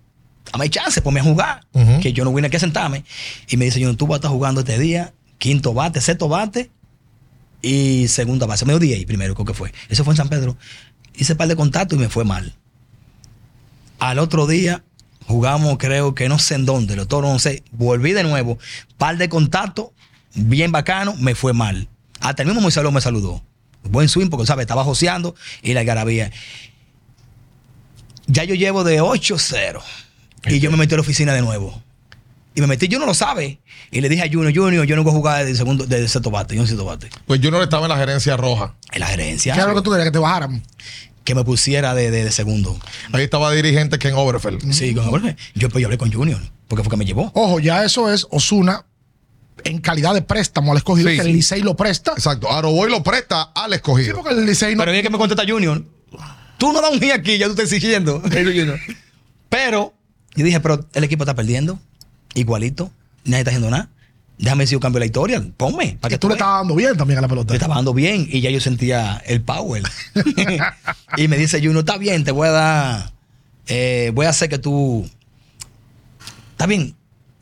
[SPEAKER 3] dame chance, ponme a jugar.
[SPEAKER 2] Ujú.
[SPEAKER 3] Que yo no vine aquí a sentarme. Y me dice, Junior, tú vas a estar jugando este día, quinto bate, sexto bate y segunda base. Me dio 10 primero, creo que fue. Eso fue en San Pedro. Hice par de contactos y me fue mal. Al otro día jugamos, creo que no sé en dónde, los toros, no sé. Volví de nuevo, par de contactos, bien bacano, me fue mal. Hasta el mismo Moisés Ló me saludó. Buen swing, porque sabe, estaba joseando y la algarabía. Ya yo llevo de 8-0. Y yo me metí a la oficina de nuevo. Y me metí, yo no lo sabe. Y le dije a Junior, Junior, yo no voy a jugar de segundo, de sexto bate, yo no sexto bate.
[SPEAKER 2] Pues yo no estaba en la gerencia roja.
[SPEAKER 3] En la gerencia.
[SPEAKER 1] ¿Qué era lo que tú querías? Que te bajaran.
[SPEAKER 3] que me pusiera de, de- de segundo.
[SPEAKER 2] Ahí estaba dirigente Ken Overfeld.
[SPEAKER 3] Sí, con Jorge. Yo, pues, yo hablé con Junior, porque fue que me llevó.
[SPEAKER 1] Ojo, ya eso es Osuna en calidad de préstamo al escogido,
[SPEAKER 2] Sí,
[SPEAKER 1] que
[SPEAKER 2] sí.
[SPEAKER 1] el Licey lo presta.
[SPEAKER 2] Exacto. Aroboy lo presta al
[SPEAKER 1] Sí,
[SPEAKER 2] escogido.
[SPEAKER 1] porque el Licey no.
[SPEAKER 3] Pero es que me contesta Junior. Tú no das un hit aquí, ya tú estás exigiendo. Me dijo Junior. Pero yo dije, pero el equipo está perdiendo, igualito, nadie está haciendo nada. Déjame decir un cambio de la historia, ponme. Para
[SPEAKER 1] que tú le
[SPEAKER 3] veas.
[SPEAKER 1] estabas dando bien también a la pelota.
[SPEAKER 3] Le estaba dando bien y ya yo sentía el power. y me dice Juno, está bien, te voy a dar, eh, voy a hacer que tú, está bien,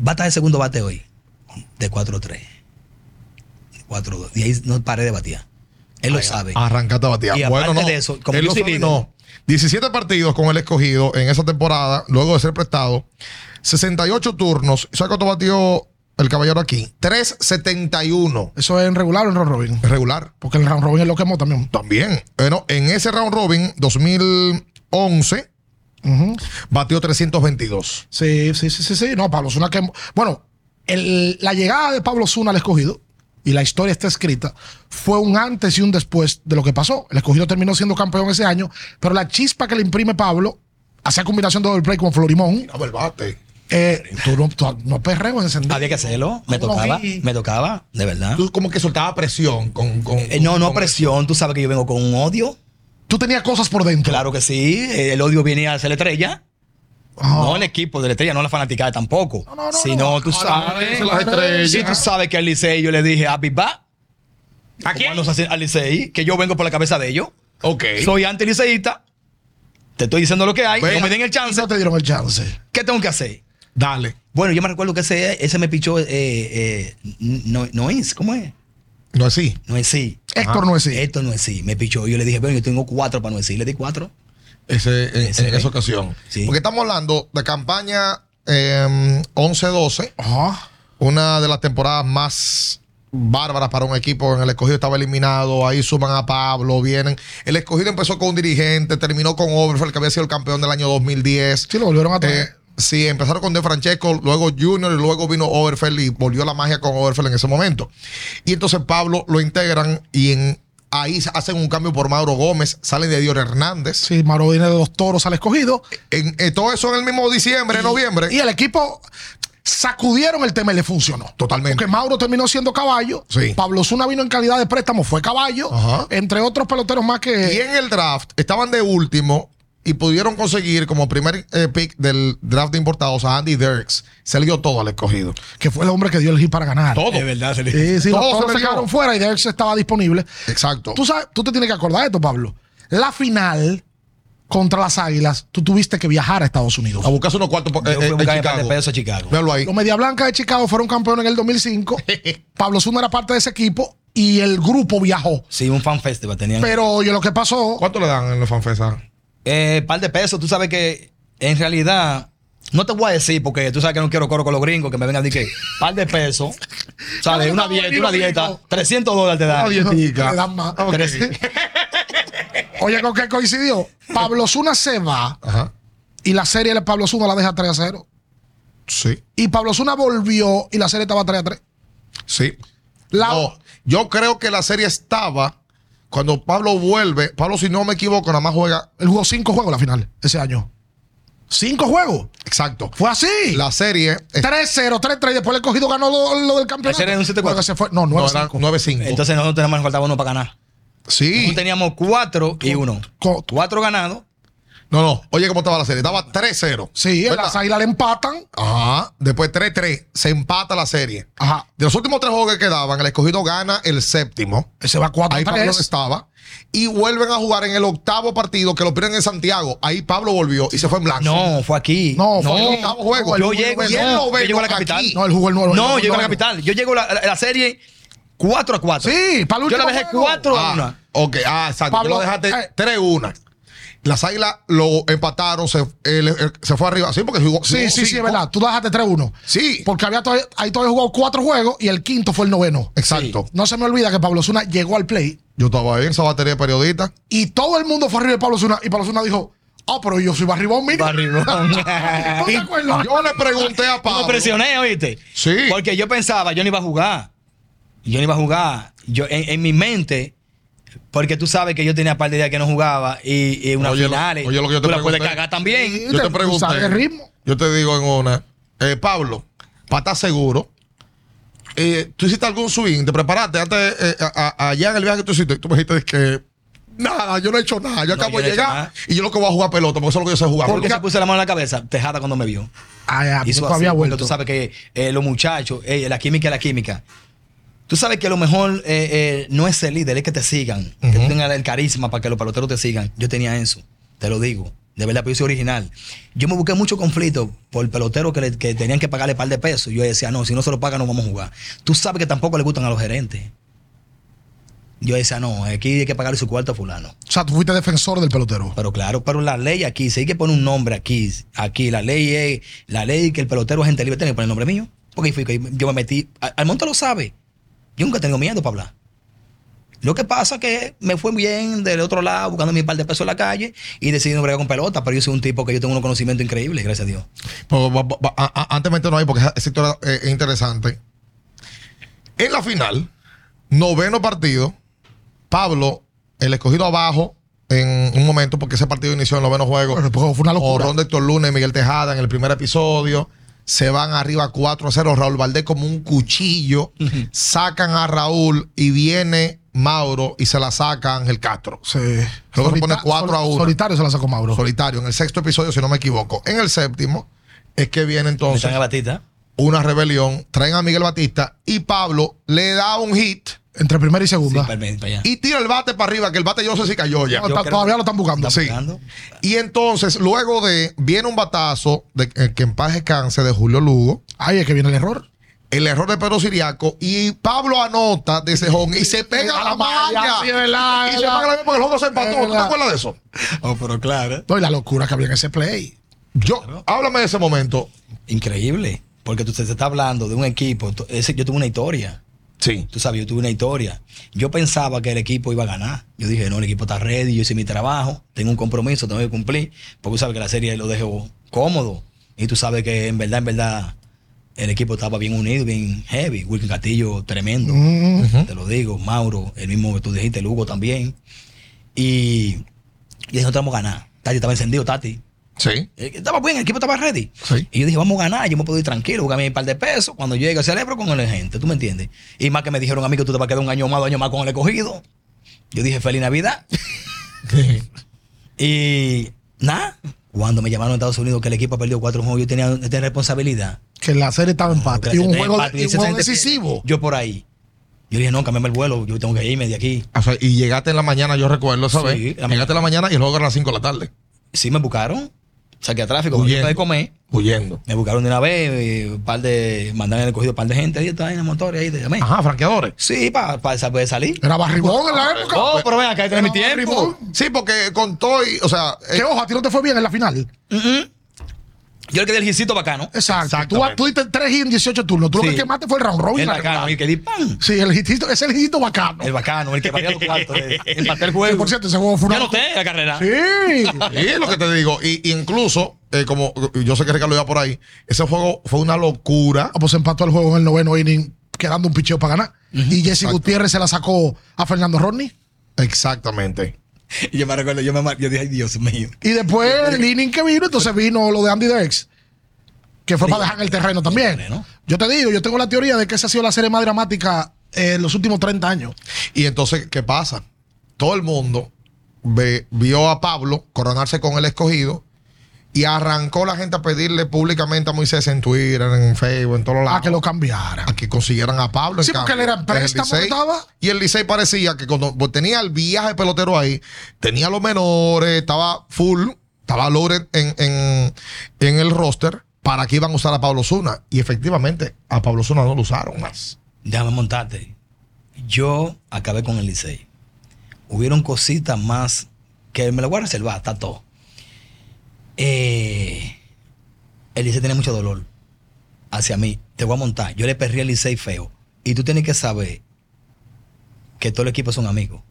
[SPEAKER 3] va a estar el segundo bate hoy, de 4-3, 4-2. Y ahí no paré de batear. Él lo sabe.
[SPEAKER 2] Arrancate a batear.
[SPEAKER 3] Y
[SPEAKER 2] bueno,
[SPEAKER 3] aparte
[SPEAKER 2] no.
[SPEAKER 3] de eso, como
[SPEAKER 2] él
[SPEAKER 3] yo
[SPEAKER 2] lo
[SPEAKER 3] soy
[SPEAKER 2] dominó. 17 partidos con el escogido en esa temporada, luego de ser prestado. 68 turnos. ¿Sabes cuánto batió el caballero aquí? 371.
[SPEAKER 1] Eso es en regular o en round robin.
[SPEAKER 2] Regular.
[SPEAKER 1] Porque el round robin es lo quemó también.
[SPEAKER 2] También. Bueno, en ese round robin, 2011,
[SPEAKER 1] Ujú.
[SPEAKER 2] batió 322.
[SPEAKER 1] Sí, sí, sí, sí, sí. No, Pablo Zuna que. Bueno, el- la llegada de Pablo Zuna al escogido, y la historia está escrita, fue un antes y un después de lo que pasó. El escogido terminó siendo campeón ese año, pero la chispa que le imprime Pablo, hacía combinación de doble play con Florimón.
[SPEAKER 2] Dame el bate.
[SPEAKER 1] eh, tú no, tú no perreo encendido.
[SPEAKER 3] Había que hacerlo, me
[SPEAKER 1] Ah, No,
[SPEAKER 3] tocaba,
[SPEAKER 1] sí.
[SPEAKER 3] me tocaba, de verdad.
[SPEAKER 2] Tú como que soltaba presión con. con-
[SPEAKER 3] Eh, no, no
[SPEAKER 2] con-
[SPEAKER 3] presión, tú sabes que yo vengo con un odio.
[SPEAKER 1] Tú tenías cosas por dentro.
[SPEAKER 3] Claro que sí, eh, el odio viene a ser la estrella.
[SPEAKER 1] Ah.
[SPEAKER 3] No el equipo de la estrella, no la fanaticada tampoco.
[SPEAKER 1] No, no, no,
[SPEAKER 3] sino
[SPEAKER 1] no.
[SPEAKER 3] tú sabes.
[SPEAKER 2] Ahora, las estrellas.
[SPEAKER 3] Si tú sabes que al Licey yo le dije a va.
[SPEAKER 4] ¿A quién?
[SPEAKER 3] Cuando se- al Licey, que yo vengo por la cabeza de ellos.
[SPEAKER 2] Ok.
[SPEAKER 3] Soy anti-liceísta. Te estoy diciendo lo que hay.
[SPEAKER 2] Venga.
[SPEAKER 3] No me den el chance.
[SPEAKER 1] No te dieron el chance.
[SPEAKER 3] ¿Qué tengo que hacer?
[SPEAKER 2] Dale.
[SPEAKER 3] Bueno, yo me recuerdo que ese, ese me pichó. Eh, eh, no, no es, ¿cómo es?
[SPEAKER 2] No es así.
[SPEAKER 3] No es sí.
[SPEAKER 1] Héctor no es sí.
[SPEAKER 3] Esto no es sí. Me pichó. Yo le dije, bueno, yo tengo cuatro para no es sí. Le di cuatro.
[SPEAKER 2] Ese, en,
[SPEAKER 3] Ese,
[SPEAKER 2] en
[SPEAKER 3] ¿eh?
[SPEAKER 2] esa ocasión.
[SPEAKER 3] Sí.
[SPEAKER 2] Porque estamos hablando de campaña eh, 11-12,
[SPEAKER 1] Ajá.
[SPEAKER 2] una de las temporadas más bárbaras para un equipo. En el escogido estaba eliminado, ahí suman a Pablo, vienen. El escogido empezó con un dirigente, terminó con Overfeld, que había sido el campeón del año 2010.
[SPEAKER 1] Sí, lo volvieron a
[SPEAKER 2] Eh,
[SPEAKER 1] traer.
[SPEAKER 2] sí, empezaron con De Francesco, luego Junior y luego vino Overfeld y volvió la magia con Overfeld en ese momento. Y entonces Pablo lo integran y en Ahí hacen un cambio por Mauro Gómez, salen de Dior Hernández.
[SPEAKER 1] Si Mauro viene de los toros al escogido.
[SPEAKER 2] En, en todo eso en el mismo diciembre, noviembre.
[SPEAKER 1] Y el equipo sacudieron el tema y le funcionó.
[SPEAKER 2] Totalmente.
[SPEAKER 1] Porque Mauro terminó siendo caballo.
[SPEAKER 2] Sí.
[SPEAKER 1] Pablo Zuna vino en calidad de préstamo, fue caballo.
[SPEAKER 2] Ajá.
[SPEAKER 1] Entre otros peloteros más
[SPEAKER 3] eh.
[SPEAKER 1] que.
[SPEAKER 2] Y en el draft estaban de último y pudieron conseguir como primer eh, pick del draft de importados a Andy Dirks. Se le dio todo al escogido.
[SPEAKER 1] Que fue el hombre que dio el hit para ganar.
[SPEAKER 2] Todo.
[SPEAKER 3] Es verdad, se le-
[SPEAKER 1] Sí, sí, los
[SPEAKER 2] Todo
[SPEAKER 1] toros
[SPEAKER 2] se
[SPEAKER 1] se
[SPEAKER 2] le dio.
[SPEAKER 1] quedaron fuera y Derek estaba disponible.
[SPEAKER 2] Exacto.
[SPEAKER 1] Tú sabes, tú te tienes que acordar de esto, Pablo. La final contra las Águilas, tú tuviste que viajar a Estados Unidos.
[SPEAKER 2] a buscarse unos cuartos por-
[SPEAKER 3] Yo
[SPEAKER 2] eh,
[SPEAKER 3] fui a
[SPEAKER 2] eh, en
[SPEAKER 3] buscar un par de
[SPEAKER 2] Chicago.
[SPEAKER 3] pesos a Chicago.
[SPEAKER 2] Véalo ahí.
[SPEAKER 1] Los Media Blanca de Chicago fueron campeones en el 2005. Pablo Zuna era parte de ese equipo y el grupo viajó.
[SPEAKER 3] Sí, un fan festival tenían.
[SPEAKER 1] Pero oye, lo que pasó,
[SPEAKER 2] ¿Cuánto le dan en los fanfesas?
[SPEAKER 3] Eh, par de pesos, tú sabes que en realidad, no te voy a decir porque tú sabes que no quiero coro con los gringos que me vengan a decir que par de pesos, ¿sabes? Una dieta, una dieta, 300 dólares te da.
[SPEAKER 1] Una dieta.
[SPEAKER 3] Tres-
[SPEAKER 1] Le dan más. oye, ¿con qué coincidió? Pablo Zuna se va
[SPEAKER 2] Ajá.
[SPEAKER 1] y la serie de Pablo Zuna la deja 3 a 0.
[SPEAKER 2] Sí.
[SPEAKER 1] Y Pablo Zuna volvió y la serie estaba 3 a 3.
[SPEAKER 2] Sí.
[SPEAKER 1] La-
[SPEAKER 2] No, yo creo que la serie estaba cuando Pablo vuelve. Pablo, si no me equivoco, nada más juega.
[SPEAKER 1] Él jugó 5 juegos la final ese año. 5 juegos.
[SPEAKER 2] Exacto.
[SPEAKER 1] Fue así.
[SPEAKER 2] La serie. eh,
[SPEAKER 1] 3-0, 3-3. y Después el cogido ganó lo, lo del campeonato.
[SPEAKER 3] Ese era un 7-4.
[SPEAKER 1] Porque se fue- No,
[SPEAKER 2] no, era
[SPEAKER 1] 9-5.
[SPEAKER 2] 9-5.
[SPEAKER 3] Entonces nosotros tenemos, nos faltaba uno para ganar.
[SPEAKER 2] sí.
[SPEAKER 3] Nosotros teníamos cuatro y uno.
[SPEAKER 1] Co-
[SPEAKER 3] Cuatro ganados.
[SPEAKER 2] No, no. Oye, ¿cómo estaba la serie? Estaba 3-0.
[SPEAKER 1] Sí,
[SPEAKER 2] ¿Verdad?
[SPEAKER 1] las águilas le empatan.
[SPEAKER 2] Ajá. Después 3-3. Se empata la serie.
[SPEAKER 1] Ajá.
[SPEAKER 2] De los últimos tres juegos que quedaban, el escogido gana el séptimo.
[SPEAKER 1] Se va 4
[SPEAKER 2] Ahí Pablo no estaba. Y vuelven a jugar en el octavo partido que lo pierden en Santiago. Ahí Pablo volvió y se fue en blanco.
[SPEAKER 3] No, fue aquí.
[SPEAKER 1] Ah, No, fue
[SPEAKER 2] Fue el octavo juego.
[SPEAKER 3] Yo llego,
[SPEAKER 2] Y él
[SPEAKER 3] no,
[SPEAKER 2] lo
[SPEAKER 3] yo
[SPEAKER 2] ve
[SPEAKER 3] llego a la
[SPEAKER 2] aquí.
[SPEAKER 3] capital.
[SPEAKER 1] No, él jugó el nuevo.
[SPEAKER 3] No, yo llego a la
[SPEAKER 1] nuevo.
[SPEAKER 3] capital. Yo llego a la, la- la serie 4 a 4.
[SPEAKER 1] Sí, para el
[SPEAKER 3] Yo
[SPEAKER 1] último
[SPEAKER 3] la dejé
[SPEAKER 1] juego.
[SPEAKER 3] 4 a 1.
[SPEAKER 2] Ah, ok, ah, exacto.
[SPEAKER 1] Pablo,
[SPEAKER 2] Tú lo dejaste
[SPEAKER 1] eh.
[SPEAKER 2] 3-1. Las águilas lo empataron, se, el- el- se fue arriba. Sí, porque jugó.
[SPEAKER 1] Sí,
[SPEAKER 2] jugó
[SPEAKER 1] sí, sí, es
[SPEAKER 2] cinco.
[SPEAKER 1] verdad. Tú dejaste 3-1.
[SPEAKER 2] Sí,
[SPEAKER 1] Porque había todavía- ahí todavía jugado 4 juegos y el quinto fue el noveno.
[SPEAKER 2] exacto.
[SPEAKER 1] No se me olvida que Pablo Zuna llegó al play
[SPEAKER 2] Yo estaba ahí en esa batería de periodistas.
[SPEAKER 1] y todo el mundo fue arriba de Pablo Zuna. Y Pablo Zuna dijo: Ah, pero yo soy barribón, mira. ¿Tú te acuerdas?
[SPEAKER 2] Yo le pregunté a
[SPEAKER 3] Yo
[SPEAKER 2] Pablo.
[SPEAKER 3] me presioné, ¿oíste?
[SPEAKER 2] Sí.
[SPEAKER 3] Porque yo pensaba, yo no iba a jugar. Yo no iba a jugar. Yo, en, en mi mente, porque tú sabes que yo tenía par de días que no jugaba y, y unas
[SPEAKER 2] Oye, lo-
[SPEAKER 3] finales.
[SPEAKER 2] oye, lo que yo te
[SPEAKER 3] tú la puedes
[SPEAKER 2] pregunté.
[SPEAKER 3] cagar también.
[SPEAKER 2] Yo te
[SPEAKER 1] Tú sabes
[SPEAKER 2] pregunté.
[SPEAKER 1] el ritmo.
[SPEAKER 2] Yo te digo en una. eh, Pablo, para estar seguro, eh, ¿tú hiciste algún swing? ¿Te preparaste antes, eh, a- a- allá en el viaje que tú hiciste? Tú me dijiste que nada, yo no he hecho nada. Yo
[SPEAKER 3] No,
[SPEAKER 2] acabo
[SPEAKER 3] yo no
[SPEAKER 2] de
[SPEAKER 3] he hecho
[SPEAKER 2] llegar
[SPEAKER 3] nada.
[SPEAKER 2] y yo lo que voy a jugar pelota, porque eso es lo que yo sé jugar.
[SPEAKER 3] Porque
[SPEAKER 2] Porque-
[SPEAKER 3] se puso la mano en la cabeza, tejada cuando me vio.
[SPEAKER 1] Ah, ya,
[SPEAKER 3] Hizo
[SPEAKER 1] tú
[SPEAKER 3] así,
[SPEAKER 1] había
[SPEAKER 3] porque
[SPEAKER 1] vuelto.
[SPEAKER 3] Tú sabes que eh, los muchachos, eh, la química es la química. Tú sabes que a lo mejor eh, eh, no es el líder, es que te sigan. Que tú tengas el carisma para que los peloteros te sigan. Yo tenía eso, te lo digo. De verdad, pero yo soy original. Yo me busqué mucho conflicto por peloteros que, le- que tenían que pagarle par de pesos. Yo decía, no, si no se lo pagan, no vamos a jugar. Tú sabes que tampoco le gustan a los gerentes. Yo decía, no, aquí hay que pagarle su cuarto a fulano.
[SPEAKER 1] O sea, tú fuiste defensor del pelotero.
[SPEAKER 3] Pero claro, pero la ley aquí, si hay que poner un nombre aquí, aquí la ley es, la ley que el pelotero es gente libre, tiene que poner el nombre mío. Porque ahí fui que yo me metí, Al- Almonte lo sabe, yo nunca he tenido miedo para hablar. Lo que pasa que me fue bien del otro lado, buscando mi par de pesos en la calle y decidí no bregar con pelota, pero yo soy un tipo que yo tengo un conocimiento increíble, gracias a Dios.
[SPEAKER 2] Pero va- va- va- a- a- antes de meternos ahí, porque esa esa historia eh, es interesante. En la final, noveno partido, Pablo, el escogido abajo en un momento, porque ese partido inició en el noveno juego.
[SPEAKER 3] pues
[SPEAKER 1] Pero después fue una locura.
[SPEAKER 2] Horrón de Héctor Lunes, Miguel Tejada en el primer episodio. Se van arriba 4-0. Raúl Valdés como un cuchillo. Sacan a Raúl y viene Mauro y se la saca Ángel Castro.
[SPEAKER 1] Sí.
[SPEAKER 2] Luego se pone
[SPEAKER 1] Solita-
[SPEAKER 2] cuatro a uno.
[SPEAKER 1] Solitario se la sacó Mauro.
[SPEAKER 2] Solitario. En el sexto episodio, si no me equivoco. En el séptimo es que viene
[SPEAKER 3] Me
[SPEAKER 2] entonces
[SPEAKER 3] están a Batista.
[SPEAKER 2] una rebelión. Traen a Miguel Batista y Pablo le da un hit
[SPEAKER 1] Entre primera y
[SPEAKER 3] Sí,
[SPEAKER 1] segunda.
[SPEAKER 3] para el- para allá.
[SPEAKER 2] y tira el bate para arriba, que el bate yo no sé si cayó ya.
[SPEAKER 1] No,
[SPEAKER 3] Yo
[SPEAKER 1] ta-
[SPEAKER 3] creo-
[SPEAKER 1] todavía lo están buscando.
[SPEAKER 3] Están
[SPEAKER 1] Sí.
[SPEAKER 3] buscando.
[SPEAKER 2] Y entonces, luego de, viene un batazo de eh, que en paz descanse de Julio Lugo.
[SPEAKER 1] Ahí es que viene el error.
[SPEAKER 2] el error de Pedro Siriaco y Pablo anota de cejón y se pega a la malla.
[SPEAKER 1] Sí, es verdad,
[SPEAKER 2] y
[SPEAKER 1] es
[SPEAKER 2] se
[SPEAKER 1] verdad.
[SPEAKER 2] pega la malla porque el juego se
[SPEAKER 1] Es
[SPEAKER 2] empató. ¿Tú te
[SPEAKER 1] verdad.
[SPEAKER 2] acuerdas de eso?
[SPEAKER 3] Oh, pero claro.
[SPEAKER 1] No, y la locura que había en ese play.
[SPEAKER 2] Yo, háblame de ese momento.
[SPEAKER 3] Increíble, porque tú se se está hablando de un equipo, tú- ese- yo tuve una historia.
[SPEAKER 2] Sí.
[SPEAKER 3] Tú sabes, yo tuve una historia. Yo pensaba que el equipo iba a ganar. Yo dije, no, el equipo está ready, yo hice mi trabajo, tengo un compromiso, tengo que cumplir. Porque tú sabes que la serie lo dejo cómodo. Y tú sabes que en verdad, en verdad, el equipo estaba bien unido, bien heavy. Wilkin Castillo, tremendo.
[SPEAKER 1] Mm.
[SPEAKER 3] Te lo digo. Mauro, el mismo que tú dijiste, Lugo también. Y, y dije, nosotros vamos a ganar. Tati estaba encendido, Tati.
[SPEAKER 2] Sí.
[SPEAKER 3] Eh, Estaba bien, el equipo estaba ready.
[SPEAKER 2] Sí.
[SPEAKER 3] Y yo dije, vamos a ganar, yo me puedo ir tranquilo, buscarme un par de pesos. Cuando llegue, celebro con la gente, ¿tú me entiendes? Y más que me dijeron a mí que tú te vas a quedar un año más, dos años más con el escogido. Yo dije, feliz Navidad. y nada, cuando me llamaron a Estados Unidos que el equipo ha perdido cuatro juegos, yo tenía esta responsabilidad.
[SPEAKER 1] Que la serie estaba empate. Y un
[SPEAKER 3] Tenía
[SPEAKER 1] juego,
[SPEAKER 3] empate,
[SPEAKER 1] y un
[SPEAKER 3] esa
[SPEAKER 1] juego
[SPEAKER 3] gente-
[SPEAKER 1] decisivo.
[SPEAKER 3] Yo por ahí. Yo dije, no, cambiame el vuelo, yo tengo que irme de aquí.
[SPEAKER 2] O sea, y llegaste en la mañana, yo recuerdo, ¿sabes?
[SPEAKER 3] Sí, la
[SPEAKER 2] llegaste en la mañana y luego a las 5 de la tarde,
[SPEAKER 3] Sí, me buscaron, saqué a tráfico, me
[SPEAKER 2] Huyendo.
[SPEAKER 3] de comer.
[SPEAKER 2] huyendo.
[SPEAKER 3] Me buscaron de una vez, eh, un par de, mandaron el cogido un par de gente ahí, está en el motor, ahí, de
[SPEAKER 2] Ajá, franqueadores.
[SPEAKER 3] Sí, para poder pues, salir.
[SPEAKER 1] Era barribón en la época.
[SPEAKER 3] Oh, pero ven acá, este es mi
[SPEAKER 1] Pero
[SPEAKER 3] tiempo.
[SPEAKER 2] Sí, porque con todo y, o sea, eh,
[SPEAKER 1] Que ojo, a ti no te fue bien en la final.
[SPEAKER 3] Yo le quedé el gisito bacano.
[SPEAKER 1] Exacto. Tú
[SPEAKER 4] Exactamente.
[SPEAKER 1] tuviste 3 hits en 18 turnos. Tú lo
[SPEAKER 3] Sí.
[SPEAKER 1] que quemaste fue el round robin.
[SPEAKER 3] El
[SPEAKER 1] la
[SPEAKER 3] bacano,
[SPEAKER 1] verdad.
[SPEAKER 3] el que di pan.
[SPEAKER 1] Sí, el hitito, ese es el hitito bacano.
[SPEAKER 3] El bacano, el que valía los cuartos. eh. Empaté el
[SPEAKER 1] Que,
[SPEAKER 3] juego.
[SPEAKER 1] por cierto, ese juego fue una.
[SPEAKER 3] Ya noté la carrera.
[SPEAKER 1] Sí.
[SPEAKER 2] Sí, es lo que te digo. Y, y incluso, eh, como yo sé que Ricardo iba por ahí, ese juego fue una locura.
[SPEAKER 1] Ah, pues empató el juego en el noveno inning, quedando un picheo para ganar. Y Jesse Gutiérrez se la sacó a Fernando Rodney.
[SPEAKER 2] Exactamente.
[SPEAKER 3] Y yo me recuerdo, yo me mar- yo dije, ay Dios mío.
[SPEAKER 1] Y después el inning que vino, entonces vino lo de Andy Dex, que fue para dejar el terreno también.
[SPEAKER 3] terreno.
[SPEAKER 1] Yo te digo, yo tengo la teoría de que esa ha sido la serie más dramática eh, en los últimos 30 años.
[SPEAKER 2] Y entonces, ¿qué pasa? Todo el mundo ve- vio a Pablo coronarse con el escogido y arrancó la gente a pedirle públicamente a Moisés en Twitter, en Facebook, en todos lados.
[SPEAKER 1] A Ah, que lo cambiara.
[SPEAKER 2] a que consiguieran a Pablo. en
[SPEAKER 1] Sí, porque
[SPEAKER 2] cambio,
[SPEAKER 1] él era en
[SPEAKER 2] desde el
[SPEAKER 1] préstamo,
[SPEAKER 2] Licey.
[SPEAKER 1] estaba.
[SPEAKER 2] Y el Licey parecía que cuando pues, tenía el viaje pelotero ahí, tenía los menores, estaba full, estaba loaded en, en, en el roster, para que iban a usar a Pablo Zuna. Y efectivamente, a Pablo Zuna no lo usaron más.
[SPEAKER 3] Déjame montarte. Yo acabé con el Licey. Hubieron cositas más que me las voy a reservar, está todo. Eh, el Licey tenía mucho dolor hacia mí. Te voy a montar. Yo le perrí al Licey feo. Y tú tienes que saber que todo el equipo son amigos.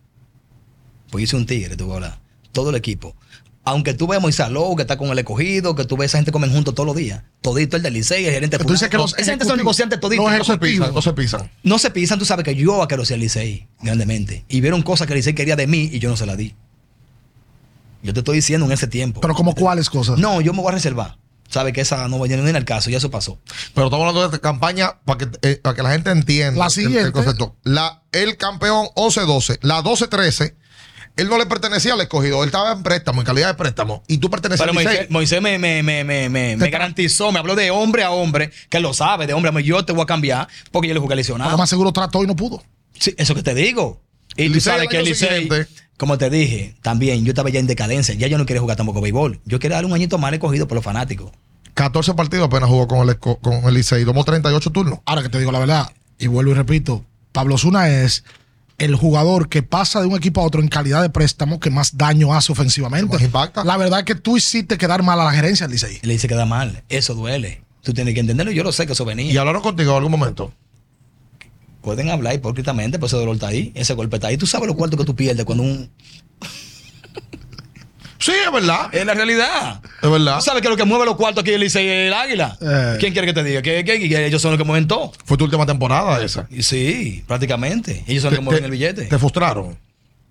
[SPEAKER 3] Pues yo soy un tigre, te voy a hablar. Todo el equipo. Aunque tú veas a Moisés Lowe, que está con el escogido, que tú ves a esa gente comen juntos todos los días. Todito el del Licey, el gerente
[SPEAKER 1] Tú dices que
[SPEAKER 3] fulano,
[SPEAKER 1] los
[SPEAKER 3] Esa gente son
[SPEAKER 1] ejecutivos-
[SPEAKER 3] negociantes toditos.
[SPEAKER 1] los
[SPEAKER 2] No se pisan,
[SPEAKER 1] Ejecutivo.
[SPEAKER 2] no se pisan.
[SPEAKER 3] No se pisan, tú sabes que yo acaricié al Licey grandemente. Y vieron cosas que el Licey quería de mí y yo no se las di. Yo te estoy diciendo en ese tiempo.
[SPEAKER 1] Pero como cuáles cosas.
[SPEAKER 3] No, yo me voy a reservar. Sabes que esa no va a venir al caso, ya eso pasó.
[SPEAKER 2] Pero estamos hablando de esta campaña para que, eh, para que la gente entienda
[SPEAKER 1] La
[SPEAKER 2] el- el,
[SPEAKER 1] siguiente.
[SPEAKER 2] concepto. La, el campeón 11-12, la 12-13, él no le pertenecía al escogido, él estaba en préstamo, en calidad de préstamo. Y tú pertenecías
[SPEAKER 3] Pero
[SPEAKER 2] al Licey.
[SPEAKER 3] Moisés, Moisés me, me- me- me- me- me garantizó, me habló de hombre a hombre, que él lo sabe, de hombre a hombre, yo te voy a cambiar porque yo le
[SPEAKER 1] Lo
[SPEAKER 3] jugué lesionado.
[SPEAKER 1] más seguro trató y no pudo.
[SPEAKER 3] Sí, eso que te digo. Y tú
[SPEAKER 2] Licey
[SPEAKER 3] sabes
[SPEAKER 2] el
[SPEAKER 3] que el
[SPEAKER 2] año
[SPEAKER 3] Licey,
[SPEAKER 2] siguiente.
[SPEAKER 3] como te dije, también yo estaba ya en decadencia, ya yo no quería jugar tampoco béisbol. Yo quería darle un añito más cogido por los fanáticos.
[SPEAKER 2] 14 partidos apenas jugó con el, Esco- con el Licey. Tomó 38 turnos.
[SPEAKER 1] Ahora que te digo la verdad, y vuelvo y repito, Pablo Zuna es el jugador que pasa de un equipo a otro en calidad de préstamo que más daño hace ofensivamente.
[SPEAKER 2] Más impacta.
[SPEAKER 1] La verdad es que tú hiciste quedar mal a la gerencia del Licey.
[SPEAKER 3] Y le dice que da mal. Eso duele. Tú tienes que entenderlo. Yo lo sé que eso venía.
[SPEAKER 2] ¿Y hablaron contigo en algún momento?
[SPEAKER 3] Pueden hablar hipócritamente, pero ese dolor está ahí. Ese golpe está ahí. Tú sabes lo cuarto que tú pierdes cuando un.
[SPEAKER 2] Sí, es verdad.
[SPEAKER 3] Es la realidad.
[SPEAKER 2] Es verdad.
[SPEAKER 3] Tú sabes que lo que mueve los cuartos aquí le dice el águila.
[SPEAKER 1] Eh.
[SPEAKER 3] ¿Quién quiere que te diga? Que, que- que ellos son los que mueven todo.
[SPEAKER 2] Fue tu última temporada esa.
[SPEAKER 3] Y sí, prácticamente. Ellos son los que mueven el billete.
[SPEAKER 2] te frustraron.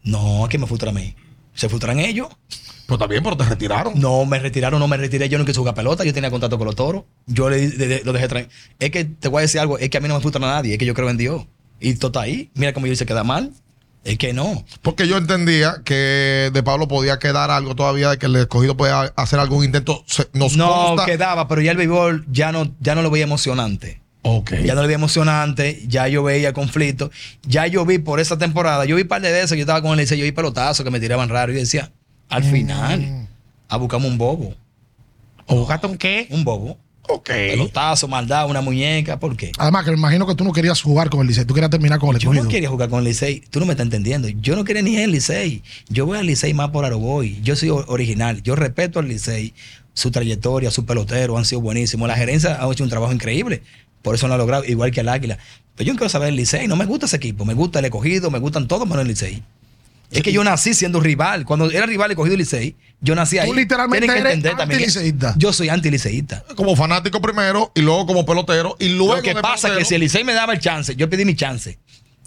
[SPEAKER 3] No, es que me frustran a mí. ¿Se frustran ellos?
[SPEAKER 2] Pues también, pero te retiraron.
[SPEAKER 3] No, me retiraron, no me retiré. Yo no quise jugar pelota. Yo tenía contacto con los toros. Yo le, de- de- lo dejé traer. Es que te voy a decir algo. Es que a mí no me frustran a nadie. Es que yo creo en Dios. Y todo está ahí. Mira cómo yo dice que da mal. Es que no.
[SPEAKER 2] Porque yo entendía que de Pablo podía quedar algo todavía, de que el escogido podía hacer algún intento. Se- Nos
[SPEAKER 3] no
[SPEAKER 2] consta-
[SPEAKER 3] quedaba, pero ya el béisbol ya no, ya no lo veía emocionante.
[SPEAKER 2] Ok.
[SPEAKER 3] Ya no lo veía emocionante, ya yo veía conflicto. Ya yo vi por esa temporada, yo vi un par de veces, yo estaba con el Licey, yo vi pelotazos que me tiraban raro y yo decía, al final, a buscarme un bobo,
[SPEAKER 2] ¿O jugaste un qué?
[SPEAKER 3] un bobo.
[SPEAKER 2] Ok.
[SPEAKER 3] Pelotazo, maldad, una muñeca, ¿por qué?
[SPEAKER 1] Además, que me imagino que tú no querías jugar con el Licey, tú querías terminar con el
[SPEAKER 3] Yo no
[SPEAKER 1] escogido.
[SPEAKER 3] quería jugar con el Licey, tú no me estás entendiendo. Yo no quería ni el Licey. Yo voy al Licey más por Aroboy. Yo soy o- original. Yo respeto al Licey, su trayectoria, sus peloteros han sido buenísimos. La gerencia ha hecho un trabajo increíble. Por eso no ha logrado, igual que el Águila. Pero yo no quiero saber el Licey. No me gusta ese equipo. Me gusta el escogido, me gustan todos menos el Licey. Es que yo nací siendo rival. Cuando era rival y cogido el Licey, yo nací ahí.
[SPEAKER 1] literalmente
[SPEAKER 3] Tienen que
[SPEAKER 1] eres
[SPEAKER 3] entender también que
[SPEAKER 1] antiliceísta.
[SPEAKER 3] Yo soy antiliceísta.
[SPEAKER 2] Como fanático primero y luego como pelotero y luego.
[SPEAKER 3] Lo que
[SPEAKER 2] de
[SPEAKER 3] pasa es que
[SPEAKER 2] pelotero,
[SPEAKER 3] si el Licey me daba el chance, yo pedí mi chance.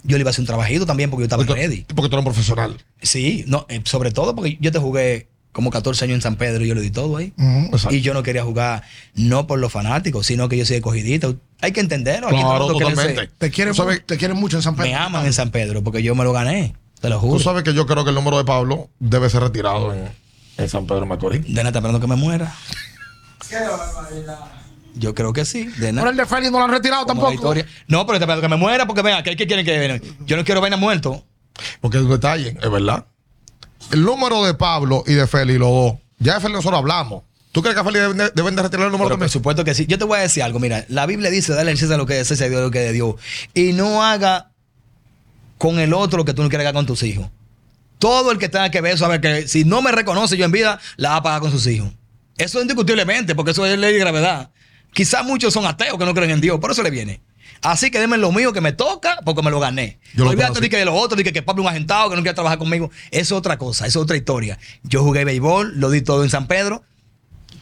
[SPEAKER 3] Yo le iba a hacer un trabajito también porque yo estaba
[SPEAKER 2] porque,
[SPEAKER 3] ready.
[SPEAKER 2] porque tú eres un profesional.
[SPEAKER 3] Sí, no, eh, sobre todo porque yo te jugué como 14 años en San Pedro y yo lo di todo ahí.
[SPEAKER 2] Exacto.
[SPEAKER 3] Y yo no quería jugar no por los fanáticos, sino que yo soy escogidito. Hay que entenderlo. Aquí todo el
[SPEAKER 2] Claro,
[SPEAKER 3] mundo quiere
[SPEAKER 2] totalmente.
[SPEAKER 3] ser-
[SPEAKER 1] Te quieren,
[SPEAKER 2] Tú sabes-
[SPEAKER 1] mu- te quieren mucho en San Pedro.
[SPEAKER 3] Me aman en San Pedro porque yo me lo gané. Te lo
[SPEAKER 2] Tú
[SPEAKER 3] juro.
[SPEAKER 2] sabes que yo creo que el número de Pablo debe ser retirado eh, en.
[SPEAKER 4] En San Pedro Macorís.
[SPEAKER 3] De nada, está esperando que me muera. Yo creo que sí. De
[SPEAKER 1] Pero
[SPEAKER 3] nada.
[SPEAKER 1] el de Félix no lo han retirado
[SPEAKER 3] Como la
[SPEAKER 1] tampoco.
[SPEAKER 3] historia. No, pero está esperando que me muera porque venga, ¿qué, qué quieren que venga? Yo no quiero vaina muerto.
[SPEAKER 2] Porque es un detalle, es verdad. El número de Pablo y de Feli, los dos. Ya de Feli nosotros hablamos. ¿Tú crees que a Feli deben de, deben de retirar el número
[SPEAKER 3] Pero pues, por
[SPEAKER 2] también?
[SPEAKER 3] supuesto que sí. Yo te voy a decir algo. Mira, la Biblia dice, dale el César lo que es César y a Dios lo que es de Dios. Y no haga con el otro lo que tú no quieres hacer con tus hijos. Todo el que tenga que ver eso, a ver, que si no me reconoce yo en vida, la va a pagar con sus hijos. Eso indiscutiblemente, porque eso es ley de gravedad. Quizás muchos son ateos que no creen en Dios, por eso le viene. Así que denme lo mío que me toca porque me lo gané.
[SPEAKER 2] Yo lo
[SPEAKER 3] Olvídate
[SPEAKER 2] conocí.
[SPEAKER 3] de que de los otros, de que, que Pablo es un agentado que no quiere trabajar conmigo. Es otra cosa, es otra historia. Yo jugué béisbol, lo di todo en San Pedro.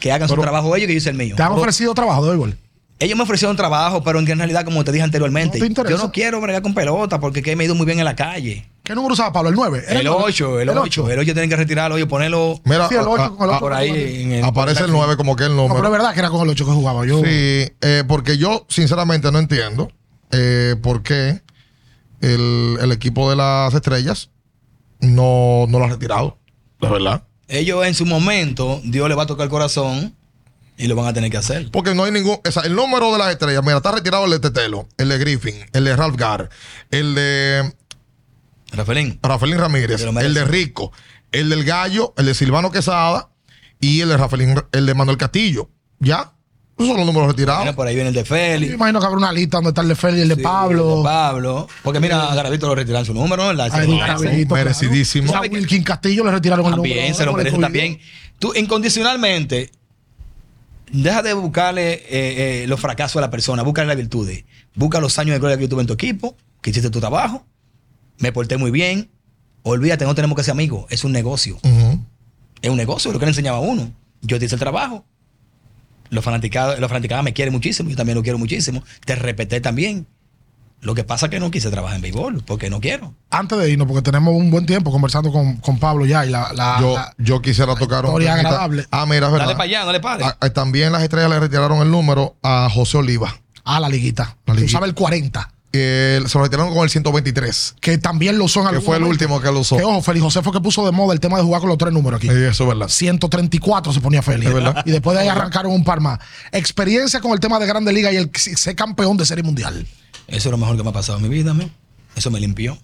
[SPEAKER 3] Que hagan su
[SPEAKER 1] Pero-
[SPEAKER 3] trabajo ellos, que yo hice el mío.
[SPEAKER 1] Te han ofrecido trabajo de béisbol.
[SPEAKER 3] Ellos me ofrecieron trabajo, pero en que en realidad, como te dije anteriormente,
[SPEAKER 1] No te interesa.
[SPEAKER 3] yo no quiero bregar con pelota porque que me he ido muy bien en la calle.
[SPEAKER 1] ¿Qué número usaba Pablo? ¿El 9?
[SPEAKER 3] El 8, el 8, el 8 tienen que retirarlo y ponerlo
[SPEAKER 2] Mira,
[SPEAKER 1] Sí, el ocho
[SPEAKER 2] a- a-
[SPEAKER 1] con el
[SPEAKER 2] a-
[SPEAKER 1] otro.
[SPEAKER 3] por ahí. En el-
[SPEAKER 2] aparece el 9 como que el
[SPEAKER 1] No, pero es
[SPEAKER 2] número.
[SPEAKER 1] verdad que era con el 8 que jugaba. Yo,
[SPEAKER 2] sí, eh, porque yo sinceramente no entiendo eh, por qué el, el equipo de las estrellas no, no lo ha retirado. La verdad.
[SPEAKER 3] Ellos en su momento, Dios le va a tocar el corazón y lo van a tener que hacer.
[SPEAKER 2] Porque no hay ningún. O sea, el número de las estrellas. Mira, está retirado el de Tetelo, el de Griffin, el de Ralph Gar, el de
[SPEAKER 3] Rafaelín,
[SPEAKER 2] Rafaelín Ramírez,
[SPEAKER 3] Te lo
[SPEAKER 2] el de
[SPEAKER 3] mereces.
[SPEAKER 2] Rico, el del Gallo, el de Silvano Quesada y el de Rafaelín, el de Manuel Castillo. ¿Ya? Esos son los números
[SPEAKER 3] mira,
[SPEAKER 2] retirados.
[SPEAKER 3] por ahí viene el de
[SPEAKER 1] yo
[SPEAKER 3] Félix.
[SPEAKER 1] imagino que habrá una lista donde está el de Félix, el de
[SPEAKER 3] sí,
[SPEAKER 1] Pablo.
[SPEAKER 3] el de Pablo. Porque mira, a Garavito lo retiran su número, ¿no? La-
[SPEAKER 1] A Edwin Cabellito,
[SPEAKER 2] merecidísimo.
[SPEAKER 1] claro. A Wilkin Castillo le retiraron el número.
[SPEAKER 3] También, se lo
[SPEAKER 1] Por el
[SPEAKER 3] merece
[SPEAKER 1] COVID.
[SPEAKER 3] también. Tú, incondicionalmente, deja de buscarle eh, eh, los fracasos a la persona, búscale las virtudes. Busca los años de gloria que yo tuve en tu equipo, que hiciste tu trabajo, me porté muy bien. Olvídate, no tenemos que ser amigos, es un negocio.
[SPEAKER 2] Ujú.
[SPEAKER 3] Es un negocio, es lo que le enseñaba a uno. Yo te hice el trabajo. Los fanaticados, los fanaticados me quieren muchísimo, yo también lo quiero muchísimo. Te respeté también. Lo que pasa es que no quise trabajar en béisbol, porque no quiero.
[SPEAKER 1] Antes de irnos, porque tenemos un buen tiempo conversando con, con Pablo ya. Y la, la-
[SPEAKER 2] Yo,
[SPEAKER 1] la-
[SPEAKER 2] yo quisiera tocar un
[SPEAKER 1] pues, historia
[SPEAKER 2] temita.
[SPEAKER 1] agradable.
[SPEAKER 2] Ah, mira, es
[SPEAKER 3] Dale
[SPEAKER 2] verdad.
[SPEAKER 3] para allá, no le pares.
[SPEAKER 2] Ah, ah, también las estrellas le retiraron el número a José Oliva.
[SPEAKER 1] a ah, la liguita.
[SPEAKER 2] La liguita.
[SPEAKER 1] Usaba el 40,
[SPEAKER 2] Eh, se lo retiraron con el 123.
[SPEAKER 1] que también lo son
[SPEAKER 2] Que
[SPEAKER 1] algunos
[SPEAKER 2] fue el
[SPEAKER 1] momentos.
[SPEAKER 2] último que lo usó.
[SPEAKER 1] Que ojo, Félix José fue que puso de moda el tema de jugar con los tres números aquí.
[SPEAKER 2] Eh, Eso es verdad.
[SPEAKER 1] 134 se ponía Félix.
[SPEAKER 2] Es verdad.
[SPEAKER 1] Y después de ahí arrancaron un par más. Experiencia con el tema de Grande Liga y el ser campeón de Serie Mundial.
[SPEAKER 3] Eso es lo mejor que me ha pasado en mi vida, man. Eso me limpió.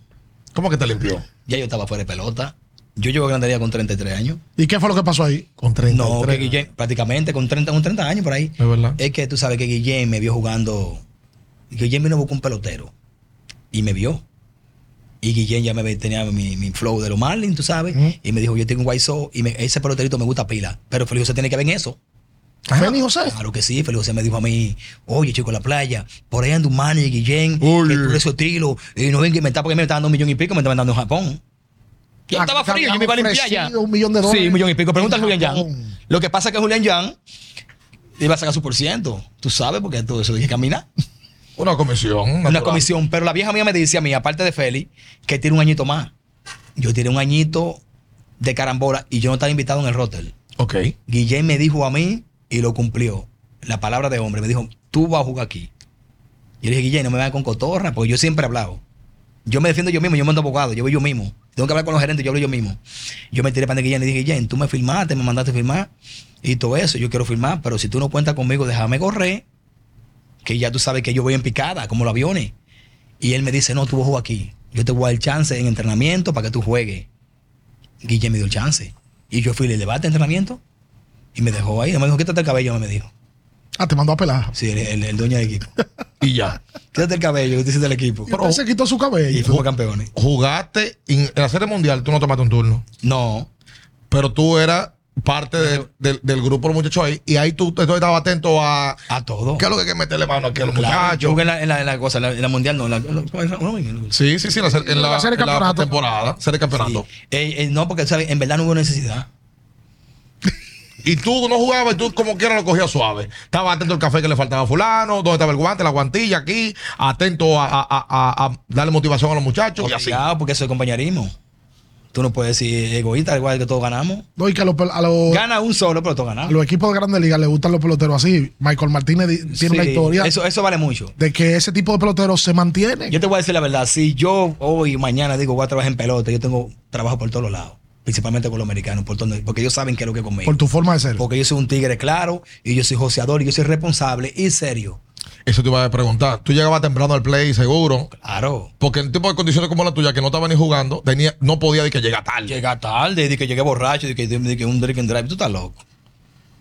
[SPEAKER 2] ¿Cómo que te limpió?
[SPEAKER 3] Ya yo estaba fuera de pelota. Yo llevo a Grandería con 33 años.
[SPEAKER 1] ¿Y qué fue lo que pasó ahí?
[SPEAKER 2] Con 30.
[SPEAKER 3] No, que Guillén, prácticamente con 30, con 30 años por ahí.
[SPEAKER 2] Es verdad.
[SPEAKER 3] Es que tú sabes que Guillén me vio jugando. Guillén vino a buscar un pelotero. Y me vio. Y Guillén ya me ve- tenía mi, mi flow de los Marlins, tú sabes. Y me dijo, yo tengo un guayso y me- ese peloterito me gusta pila. Pero Felipe José tiene que ver en eso.
[SPEAKER 1] Félix Ah, José.
[SPEAKER 3] Claro que sí, Felipe José me dijo a mí, oye, chico, en la playa, por ahí anda un man y Guillén,
[SPEAKER 2] Uy.
[SPEAKER 3] que tú eres su estilo, y no ven que me está, porque me está dando un millón y pico, me estaban dando en Japón. Yo
[SPEAKER 1] Ah,
[SPEAKER 3] estaba
[SPEAKER 1] que te
[SPEAKER 3] frío, yo
[SPEAKER 1] habían
[SPEAKER 3] me iba a limpiar
[SPEAKER 1] ofrecido
[SPEAKER 3] ya.
[SPEAKER 1] un millón de dólares
[SPEAKER 3] Sí, un millón y pico. Pregunta a
[SPEAKER 1] en
[SPEAKER 3] Julián
[SPEAKER 1] Japón.
[SPEAKER 3] Yang. Lo que pasa es que Julián Yang iba a sacar su por ciento. Tú sabes, porque todo eso hay que caminar.
[SPEAKER 2] Una comisión.
[SPEAKER 3] Una
[SPEAKER 2] natural.
[SPEAKER 3] comisión. Pero la vieja mía me decía a mí, aparte de Feli, que tiene un añito más. Yo tiré un añito de carambola y yo no estaba invitado en el Rotel.
[SPEAKER 2] Ok.
[SPEAKER 3] Guillén me dijo a mí y lo cumplió. La palabra de hombre. Me dijo, tú vas a jugar aquí. Yo le dije, Guillén, no me vengas con cotorra, porque yo siempre he hablado. Yo me defiendo yo mismo, yo mando abogado, yo voy yo mismo. Tengo que hablar con los gerentes, yo hablo yo mismo. Yo me tiré para Guillén y le dije, Guillén, tú me firmaste, me mandaste firmar y todo eso. Yo quiero firmar, pero si tú no cuentas conmigo, déjame correr, que ya tú sabes que yo voy en picada, como los aviones. Y él me dice, no, tú vas a jugar aquí. Yo te voy a dar chance en entrenamiento para que tú juegues. Guillén me dio el chance. Y yo fui, le debate entrenamiento y me dejó ahí. Me dijo, quítate el cabello, me dijo.
[SPEAKER 1] Ah, te mandó a pelar.
[SPEAKER 3] Sí, el, el- el dueño del equipo.
[SPEAKER 2] Y ya.
[SPEAKER 3] Quítate el cabello, que tú hiciste el equipo.
[SPEAKER 1] Y usted se quitó su
[SPEAKER 3] Y
[SPEAKER 1] cabello.
[SPEAKER 3] fuimos campeones.
[SPEAKER 2] Jugaste en en la Serie Mundial, tú no tomaste un turno.
[SPEAKER 3] No,
[SPEAKER 2] Pero tú eras parte del, del- del grupo de los muchachos ahí. Y ahí tú, tú estabas atento a.
[SPEAKER 3] A todo.
[SPEAKER 2] ¿Qué es lo que hay que meterle mano aquí a los
[SPEAKER 3] Claro,
[SPEAKER 2] muchachos?
[SPEAKER 3] yo jugué en la, en la- en la cosa, en la, en la mundial no. en la- en la-
[SPEAKER 2] Sí, sí, sí, en la, en la-
[SPEAKER 1] La serie
[SPEAKER 2] en la
[SPEAKER 1] campeonato.
[SPEAKER 2] temporada, serie campeonato.
[SPEAKER 3] Eh, eh, no, porque ¿sabes? en verdad no hubo necesidad.
[SPEAKER 2] Y tú no jugabas y tú como quiera lo cogías suave. Estaba atento al café que le faltaba a fulano, dónde estaba el guante, la guantilla aquí, atento a, a- a- a- a darle motivación a los muchachos y así.
[SPEAKER 3] Obligado, porque eso es compañerismo. Tú no puedes decir egoísta, al igual que todos ganamos.
[SPEAKER 1] No, y que a los, pel- a los-
[SPEAKER 3] Gana un solo, pero todos
[SPEAKER 1] a
[SPEAKER 3] ganamos.
[SPEAKER 1] Ah. los equipos de grandes ligas les gustan los peloteros así. Michael Martínez di- tiene una
[SPEAKER 3] Sí,
[SPEAKER 1] historia
[SPEAKER 3] Eso, eso vale mucho.
[SPEAKER 1] de que ese tipo de peloteros se mantiene.
[SPEAKER 3] Yo te voy a decir la verdad. Si yo hoy y mañana digo voy a trabajar en pelota, yo tengo trabajo por todos los lados. Principalmente con los americanos, por donde- porque ellos saben qué es lo que es conmigo.
[SPEAKER 1] por tu forma de ser.
[SPEAKER 3] Porque yo soy un tigre claro, y yo soy joseador, y yo soy responsable y serio.
[SPEAKER 2] Eso te iba a preguntar. Tú llegabas temprano al play, seguro.
[SPEAKER 3] Claro.
[SPEAKER 2] Porque en tipo de condiciones como la tuya, que no estaba ni jugando, tenía, no podía de que llega tarde.
[SPEAKER 3] Llega tarde, de que llegué borracho, de que, de que un drink and drive. Tú estás loco.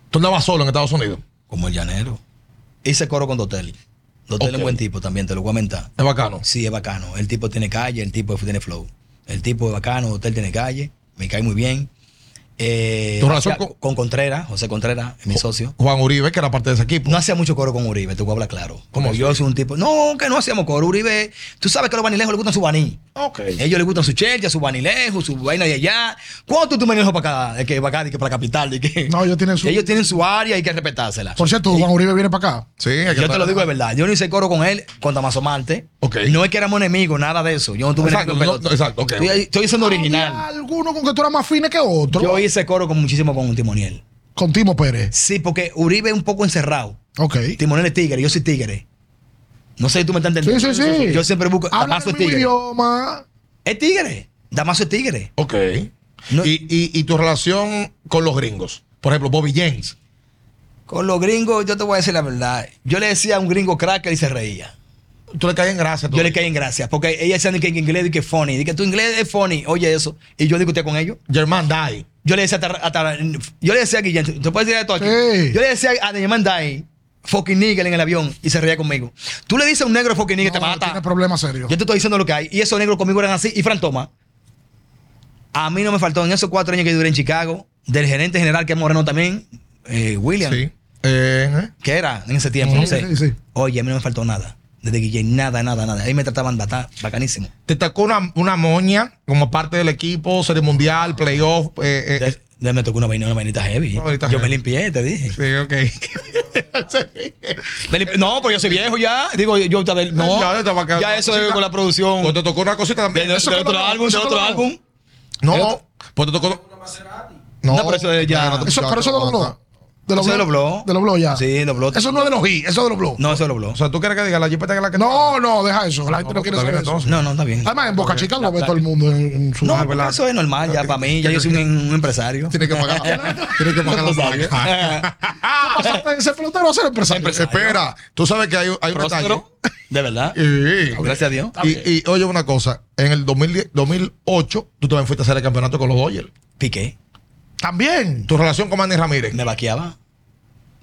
[SPEAKER 2] Tú andabas solo en Estados Unidos.
[SPEAKER 3] Como el llanero. Hice coro con Dotelli. Dotelli es
[SPEAKER 2] Ok.
[SPEAKER 3] un buen tipo también, te lo voy a mentar.
[SPEAKER 2] Es bacano.
[SPEAKER 3] Sí, es bacano. El tipo tiene calle, el tipo tiene flow. El tipo es bacano, Hotel tiene calle, me cae muy bien. Eh,
[SPEAKER 2] ¿Tu relación
[SPEAKER 3] hacía-
[SPEAKER 2] con-
[SPEAKER 3] con, Contreras, José Contreras, es mi socio.
[SPEAKER 2] Juan Uribe, que era parte de ese equipo.
[SPEAKER 3] No hacía mucho coro con Uribe, te voy a hablar claro.
[SPEAKER 2] ¿Cómo
[SPEAKER 3] Como yo soy un tipo. No, que no hacíamos coro. Uribe, tú sabes que a los vanilejos les gustan su baní.
[SPEAKER 4] Ok.
[SPEAKER 3] Ellos les gustan su chelcha, su vanilejo, su vaina de allá. ¿Cuánto tú manejas para acá? De que para acá, de que para la capital, de que.
[SPEAKER 1] No, ellos tienen su-
[SPEAKER 3] Ellos tienen su área y hay que respetársela.
[SPEAKER 1] Por cierto, Juan Uribe viene para acá.
[SPEAKER 2] Sí, hay que
[SPEAKER 3] Yo te lo
[SPEAKER 2] tra-
[SPEAKER 3] digo de verdad. Yo no hice coro con él con Damaso Marte.
[SPEAKER 2] Ok.
[SPEAKER 3] No es que éramos enemigos, nada de eso. Yo no tuve
[SPEAKER 2] Exacto,
[SPEAKER 3] ningún
[SPEAKER 2] no,
[SPEAKER 3] pelota.
[SPEAKER 2] no, exacto, ok,
[SPEAKER 3] Estoy,
[SPEAKER 2] ok.
[SPEAKER 3] estoy siendo
[SPEAKER 1] Había
[SPEAKER 3] original.
[SPEAKER 1] alguno con que tú eras más fine que otro.
[SPEAKER 3] Yo hice coro con muchísimo con un Timoniel.
[SPEAKER 1] Con Timo Pérez.
[SPEAKER 3] Sí, porque Uribe es un poco encerrado.
[SPEAKER 1] Ok.
[SPEAKER 3] Timoniel es tigre, yo soy tigre. No sé si tú me estás
[SPEAKER 1] Sí,
[SPEAKER 3] entendiendo.
[SPEAKER 1] sí, sí.
[SPEAKER 3] Yo siempre busco.
[SPEAKER 1] Habla
[SPEAKER 3] Damaso
[SPEAKER 1] el
[SPEAKER 3] es
[SPEAKER 1] mismo
[SPEAKER 3] tigre.
[SPEAKER 1] idioma.
[SPEAKER 3] Es tigre. Damaso es tigre.
[SPEAKER 2] Ok.
[SPEAKER 3] No-
[SPEAKER 2] Y, y- y tu relación con los gringos. Por ejemplo, Bobby James.
[SPEAKER 3] Con los gringos, yo te voy a decir la verdad. Yo le decía a un gringo cracker y se reía.
[SPEAKER 2] Tú le caes en gracia. tú.
[SPEAKER 3] Yo le caí en gracia. Porque ella decía que en inglés di que funny. Dice que tu inglés es funny. Oye, eso. Y yo discutía con ellos.
[SPEAKER 2] Germán Dye.
[SPEAKER 3] Yo le decía a, Tar- a Tar- yo le decía a Guillén, ¿te puedes decir esto aquí?
[SPEAKER 1] Sí.
[SPEAKER 3] Yo le decía a Daniel Dai, fucking nigger en el avión, y se reía conmigo. Tú le dices a un negro fucking nigger,
[SPEAKER 1] No,
[SPEAKER 3] te
[SPEAKER 1] Tiene
[SPEAKER 3] mata.
[SPEAKER 1] problemas serios.
[SPEAKER 3] Yo te estoy diciendo lo que hay. Y esos negros conmigo eran así. Y Fran Toma, a mí no me faltó en esos cuatro años que yo duré en Chicago, del gerente general que es moreno también, eh, William,
[SPEAKER 2] Sí. Eh,
[SPEAKER 3] que era en ese tiempo,
[SPEAKER 1] Sí,
[SPEAKER 3] no sé.
[SPEAKER 1] sí, sí.
[SPEAKER 3] Oye, a mí no me faltó nada. Desde Guillén, nada, nada, nada. Ahí me trataban bata- bacanísimo.
[SPEAKER 2] Te tocó una, una moña como parte del equipo, serie mundial, playoff. eh, eh,
[SPEAKER 3] De- de- me tocó una vaina- una vainita heavy.
[SPEAKER 2] Una vainita
[SPEAKER 3] yo
[SPEAKER 2] heavy.
[SPEAKER 3] me limpié, te dije.
[SPEAKER 2] Sí, ok.
[SPEAKER 3] Me limpi- No, porque yo soy viejo ya. Digo, yo otra vez. No,
[SPEAKER 2] Ya, te va a
[SPEAKER 3] ya,
[SPEAKER 2] quedar una
[SPEAKER 3] eso
[SPEAKER 2] cosita.
[SPEAKER 3] es con la producción.
[SPEAKER 2] Pues te tocó una cosita
[SPEAKER 3] De,
[SPEAKER 2] también.
[SPEAKER 3] de-
[SPEAKER 2] Eso
[SPEAKER 3] de
[SPEAKER 2] que
[SPEAKER 3] otro
[SPEAKER 2] no-
[SPEAKER 3] álbum, de
[SPEAKER 2] eso que
[SPEAKER 3] otro
[SPEAKER 2] no-
[SPEAKER 3] álbum.
[SPEAKER 2] No, pues te tocó.
[SPEAKER 3] No, pero eso es ya-
[SPEAKER 2] te
[SPEAKER 1] Eso,
[SPEAKER 2] escuchaba,
[SPEAKER 1] pero eso
[SPEAKER 2] te
[SPEAKER 1] de los blogs.
[SPEAKER 2] tocaba.
[SPEAKER 1] De los
[SPEAKER 3] Eso de los
[SPEAKER 1] blogs.
[SPEAKER 3] blogs.
[SPEAKER 1] De los blogs ya.
[SPEAKER 3] Sí, los blogs.
[SPEAKER 1] Eso no es de los hits, eso es de los blogs.
[SPEAKER 3] No, eso lo habló.
[SPEAKER 2] O sea, ¿tú quieres que diga la jipeta que es la que
[SPEAKER 1] No, no, deja eso. La gente no,
[SPEAKER 2] pues
[SPEAKER 1] quiere
[SPEAKER 2] está
[SPEAKER 1] saber
[SPEAKER 2] bien,
[SPEAKER 1] eso.
[SPEAKER 2] entonces.
[SPEAKER 3] No, no, está bien.
[SPEAKER 1] Además, en Boca Chica lo ve todo el mundo en, en su
[SPEAKER 3] No,
[SPEAKER 1] Ah,
[SPEAKER 3] porque eso es normal ya para mí. Ya yo soy un, un empresario.
[SPEAKER 2] Tiene que pagar. Tiene que pagar la
[SPEAKER 3] Tú sabes.
[SPEAKER 2] paga.
[SPEAKER 1] pasaste de ser pelotero a ser empresario.
[SPEAKER 2] Ah, pues, eh, Espera, tú sabes que hay, hay un detalle.
[SPEAKER 3] Próspero, De verdad.
[SPEAKER 2] Sí.
[SPEAKER 3] Gracias a Dios.
[SPEAKER 2] Y, y oye una cosa, en el 2010, 2008 tú también fuiste a hacer el campeonato con los Dodgers.
[SPEAKER 3] Piqué.
[SPEAKER 1] También.
[SPEAKER 2] Tu relación con Manny Ramírez.
[SPEAKER 3] Me vaqueaba.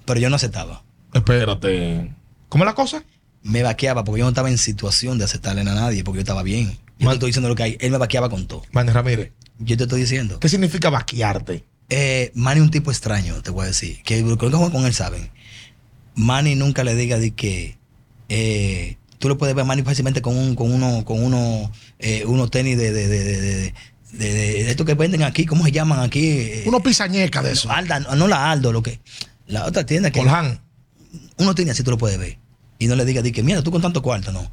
[SPEAKER 3] Pero yo no aceptaba.
[SPEAKER 4] Espérate.
[SPEAKER 2] ¿Cómo es la cosa?
[SPEAKER 3] Me vaqueaba porque yo no estaba en situación de aceptarle a nadie porque yo estaba bien. Yo
[SPEAKER 2] Man-
[SPEAKER 3] te estoy diciendo lo que hay. Él me vaqueaba con todo.
[SPEAKER 2] Manny Ramírez.
[SPEAKER 3] Yo te estoy diciendo.
[SPEAKER 2] ¿Qué significa vaquearte?
[SPEAKER 3] Eh, Manny es un tipo extraño, te voy a decir. Que creo que juegan con él saben. Manny nunca le diga de que eh, tú lo puedes ver a Manny fácilmente con un, con uno, con uno, eh, unos tenis de, de, de, de, de- de- de- de esto que venden aquí, ¿cómo se llaman aquí? Eh,
[SPEAKER 1] Uno pisañeca de eso.
[SPEAKER 3] Alda, no no la Aldo, lo que. La otra tienda que
[SPEAKER 2] Colhan.
[SPEAKER 3] uno tiene así, tú lo puedes ver. Y no le digas, di que mira, tú con tanto cuarto, no.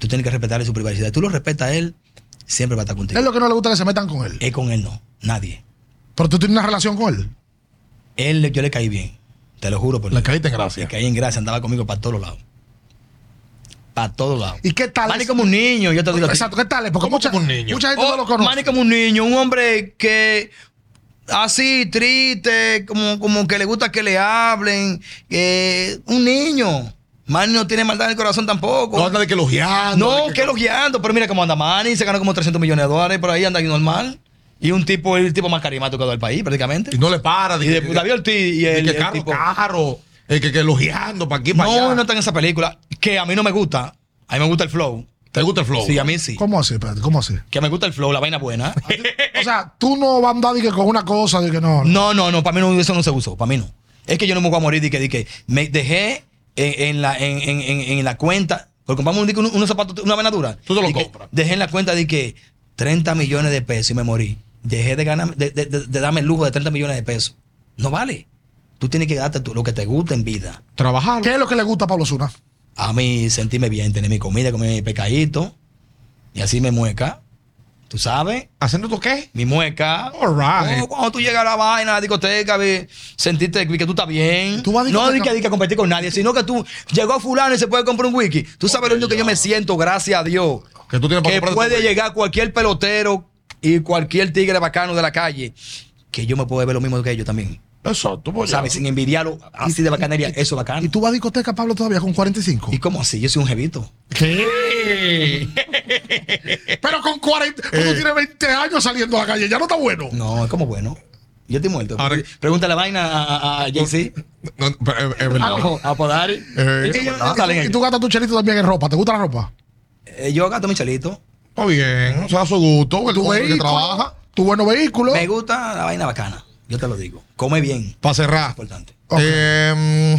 [SPEAKER 3] Tú tienes que respetarle su privacidad. Tú lo respetas a él, siempre va a estar contigo.
[SPEAKER 1] Es lo que no le gusta que se metan con él.
[SPEAKER 3] Es con él, no. Nadie.
[SPEAKER 1] Pero tú tienes una relación con él.
[SPEAKER 3] Él, yo le caí bien. Te lo juro por
[SPEAKER 2] Le
[SPEAKER 3] Dios.
[SPEAKER 2] caíste en
[SPEAKER 3] Que
[SPEAKER 2] gracia.
[SPEAKER 3] caí en gracia, andaba conmigo para todos lados. Para todos lados.
[SPEAKER 1] ¿Y qué tal?
[SPEAKER 3] Manny
[SPEAKER 1] es-
[SPEAKER 3] como un niño, yo te digo. a ti.
[SPEAKER 1] Exacto, ¿qué tal? es? Porque
[SPEAKER 2] ¿Cómo
[SPEAKER 1] mucha,
[SPEAKER 2] como un niño?
[SPEAKER 1] mucha gente
[SPEAKER 3] Oh,
[SPEAKER 1] no lo conoce.
[SPEAKER 3] Manny como un niño, un hombre que así, triste, como, como que le gusta que le hablen. que un niño. Manny no tiene maldad en el corazón tampoco.
[SPEAKER 2] No anda de que elogiando.
[SPEAKER 3] No,
[SPEAKER 2] de
[SPEAKER 3] que lo guiando, pero mira cómo anda Manny, se ganó como 300 millones de dólares, por ahí anda ahí normal. Y un tipo, el tipo más carismático del país, prácticamente.
[SPEAKER 2] Y no le para. de
[SPEAKER 3] Y de,
[SPEAKER 2] que-
[SPEAKER 3] David Ortiz y
[SPEAKER 2] de
[SPEAKER 3] el,
[SPEAKER 2] que
[SPEAKER 3] el
[SPEAKER 2] carro,
[SPEAKER 3] tipo.
[SPEAKER 2] carro. eh, que, que elogiando para aquí, para
[SPEAKER 3] No,
[SPEAKER 2] allá.
[SPEAKER 3] no está en esa película, que a mí no me gusta. A mí me gusta el flow.
[SPEAKER 4] ¿Te gusta el
[SPEAKER 2] Oh.
[SPEAKER 4] flow?
[SPEAKER 3] Sí, a mí sí.
[SPEAKER 1] ¿Cómo así? Espérate, ¿cómo así?
[SPEAKER 3] Que me gusta el flow, la vaina buena.
[SPEAKER 1] O sea, tú no vas a andar de que con una cosa de que no.
[SPEAKER 3] No, no, no, para mí no, eso no se usó, para mí no. Es que yo no me voy a morir de que, de que me dejé en, en la, en, en- en- en la cuenta, porque compramos un, de que uno- unos zapatos, una vaina dura.
[SPEAKER 4] Tú te lo
[SPEAKER 3] De que
[SPEAKER 4] compras.
[SPEAKER 3] Dejé en la cuenta de que 30 millones de pesos y me morí. Dejé de ganar, de, de- de- de darme el lujo de 30 millones de pesos. No vale. Tú tienes que darte tú lo que te gusta en vida.
[SPEAKER 2] Trabajar.
[SPEAKER 1] ¿Qué es lo que le gusta a Pablo Zuna?
[SPEAKER 3] A mí sentirme bien, tener mi comida, comer mi pecadito y así me mueca. ¿Tú sabes?
[SPEAKER 2] ¿Haciendo tu qué?
[SPEAKER 3] mi mueca.
[SPEAKER 2] All right.
[SPEAKER 3] Oh, cuando tú llegas a la vaina, a la discoteca, vi- sentiste que tú estás bien.
[SPEAKER 1] Tú vas a
[SPEAKER 3] no di
[SPEAKER 1] discoteca-
[SPEAKER 3] que, di que competir con nadie, sino que tú llegó fulano y se puede comprar un wiki. Tú sabes lo único que yo me siento, gracias a Dios.
[SPEAKER 2] Que tú tienes para
[SPEAKER 3] Que
[SPEAKER 2] comprarte tu
[SPEAKER 3] puede
[SPEAKER 2] wiki.
[SPEAKER 3] llegar cualquier pelotero y cualquier tigre bacano de la calle. Que yo me puedo ver lo mismo que ellos también.
[SPEAKER 4] Exacto, pues ya.
[SPEAKER 3] ¿Sabes? Sin envidiarlo así de bacanería. Eso es
[SPEAKER 1] ¿Y
[SPEAKER 3] bacano.
[SPEAKER 1] tú vas a discoteca, Pablo, todavía con 45?
[SPEAKER 3] ¿Y cómo así? Yo soy un jevito.
[SPEAKER 4] ¿Qué?
[SPEAKER 1] Pero con 40, cuando
[SPEAKER 3] Eh.
[SPEAKER 1] tiene 20 años saliendo a la calle, ya no está bueno.
[SPEAKER 3] No, es como bueno. Yo estoy muerto.
[SPEAKER 2] Ahora-
[SPEAKER 3] Pregunta la vaina a, a, a JC.
[SPEAKER 2] No, pero es- es verdad.
[SPEAKER 3] A Podar.
[SPEAKER 2] Eh,
[SPEAKER 1] Y, y-
[SPEAKER 3] Ah, salen
[SPEAKER 1] y
[SPEAKER 3] ellos.
[SPEAKER 1] tú gastas tu chelito también en ropa. ¿Te gusta la ropa?
[SPEAKER 3] Eh, Yo gato mi chelito.
[SPEAKER 2] Está bien. O sea, a su gusto. El
[SPEAKER 1] Tu
[SPEAKER 2] hombre que
[SPEAKER 1] vehículo.
[SPEAKER 2] trabaja.
[SPEAKER 1] Tu bueno vehículo.
[SPEAKER 3] Me gusta la vaina bacana. Yo te lo digo. Come bien.
[SPEAKER 2] Para cerrar.
[SPEAKER 3] Importante.
[SPEAKER 1] Ok.
[SPEAKER 3] Em,
[SPEAKER 2] Eh,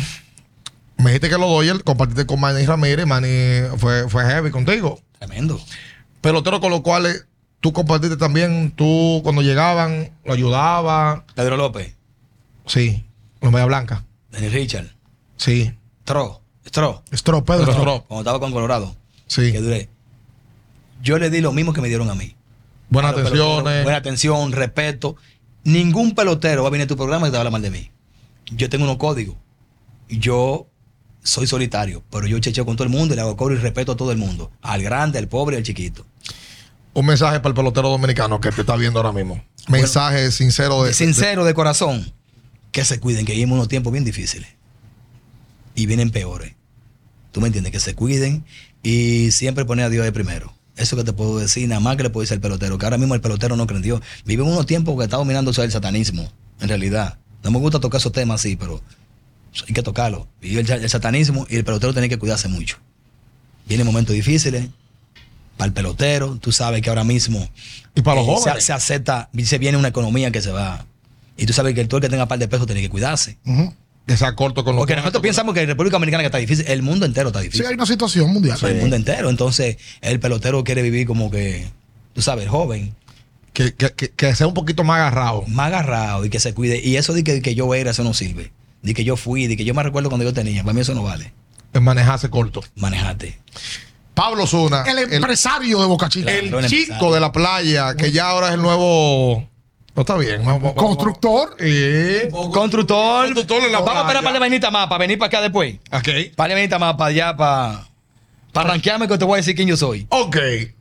[SPEAKER 2] me dijiste que lo doy, el- compartiste con Manny Ramírez. Manny fue, fue heavy contigo.
[SPEAKER 3] Tremendo.
[SPEAKER 2] Pelotero con los cuales tú compartiste también. Tú, cuando llegaban, lo ayudabas.
[SPEAKER 3] Pedro López.
[SPEAKER 2] Sí. Los Media Blanca.
[SPEAKER 3] Daniel Richard.
[SPEAKER 2] Sí.
[SPEAKER 3] Tro. Tro.
[SPEAKER 1] Stro, Pedro.
[SPEAKER 2] Pedro
[SPEAKER 1] Stro.
[SPEAKER 2] Strop.
[SPEAKER 3] Cuando estaba con Colorado.
[SPEAKER 2] Sí.
[SPEAKER 3] Que duré. Yo le di lo mismo que me dieron a mí.
[SPEAKER 2] Buenas
[SPEAKER 3] Los peloteros, Buena
[SPEAKER 2] atenciones.
[SPEAKER 3] atención, respeto. Ningún pelotero va a venir a tu programa y te va a hablar mal de mí. Yo tengo unos códigos. Yo soy solitario, pero yo checheo con todo el mundo y le hago cobro y respeto a todo el mundo. Al grande, al pobre y al chiquito.
[SPEAKER 2] Un mensaje para el pelotero dominicano que te está viendo ahora mismo. Mensaje sincero eh, de.
[SPEAKER 3] sincero de corazón, que se cuiden, que vivimos unos tiempos bien difíciles. Y vienen peores. ¿Tú me entiendes? Que se cuiden y siempre poner a Dios de primero. Eso que te puedo decir, nada más que le puedo decir al pelotero, que ahora mismo el pelotero no cree en Dios. Vivimos unos tiempos que está dominando el satanismo, en realidad. No me gusta tocar esos temas así, pero hay que tocarlo. Vive el, el satanismo y el pelotero tiene que cuidarse mucho. Vienen momentos difíciles para el pelotero. Tú sabes que ahora mismo
[SPEAKER 2] y para los
[SPEAKER 3] eh, se-
[SPEAKER 2] jóvenes.
[SPEAKER 3] Se, acepta, se viene una economía que se va. Y tú sabes que el todo el que tenga par de pesos tiene que cuidarse.
[SPEAKER 1] Ujú.
[SPEAKER 2] que sea corto con los
[SPEAKER 3] Porque nosotros pensamos que República Dominicana que está difícil, el mundo entero está
[SPEAKER 1] Sí,
[SPEAKER 3] difícil.
[SPEAKER 1] hay una situación mundial.
[SPEAKER 3] El mundo entero. Entonces, el pelotero quiere vivir como que, tú sabes, joven,
[SPEAKER 2] que, que, que- que sea un poquito más agarrado.
[SPEAKER 3] más agarrado y que se cuide. Y eso de que, que yo era, eso no sirve. De que yo fui, de que yo me recuerdo cuando yo tenía. Para mí eso no vale.
[SPEAKER 2] En manejarse corto.
[SPEAKER 3] Manejate.
[SPEAKER 2] Pablo Zuna,
[SPEAKER 1] El empresario de Boca Chica.
[SPEAKER 3] Claro.
[SPEAKER 2] el
[SPEAKER 3] Perdón,
[SPEAKER 2] chico
[SPEAKER 3] empresario.
[SPEAKER 2] de la playa, que ya ahora es el nuevo. No está bien. vamos- vamos-
[SPEAKER 1] Constructor.
[SPEAKER 2] Eh,
[SPEAKER 3] Constructor.
[SPEAKER 2] Constructor en la
[SPEAKER 3] Vamos a
[SPEAKER 2] playa.
[SPEAKER 3] esperar para la vainita más, para venir para acá después.
[SPEAKER 2] Ok.
[SPEAKER 3] Para la vainita más, para allá, para. Para ranquearme que te voy a decir quién yo soy.
[SPEAKER 2] Ok.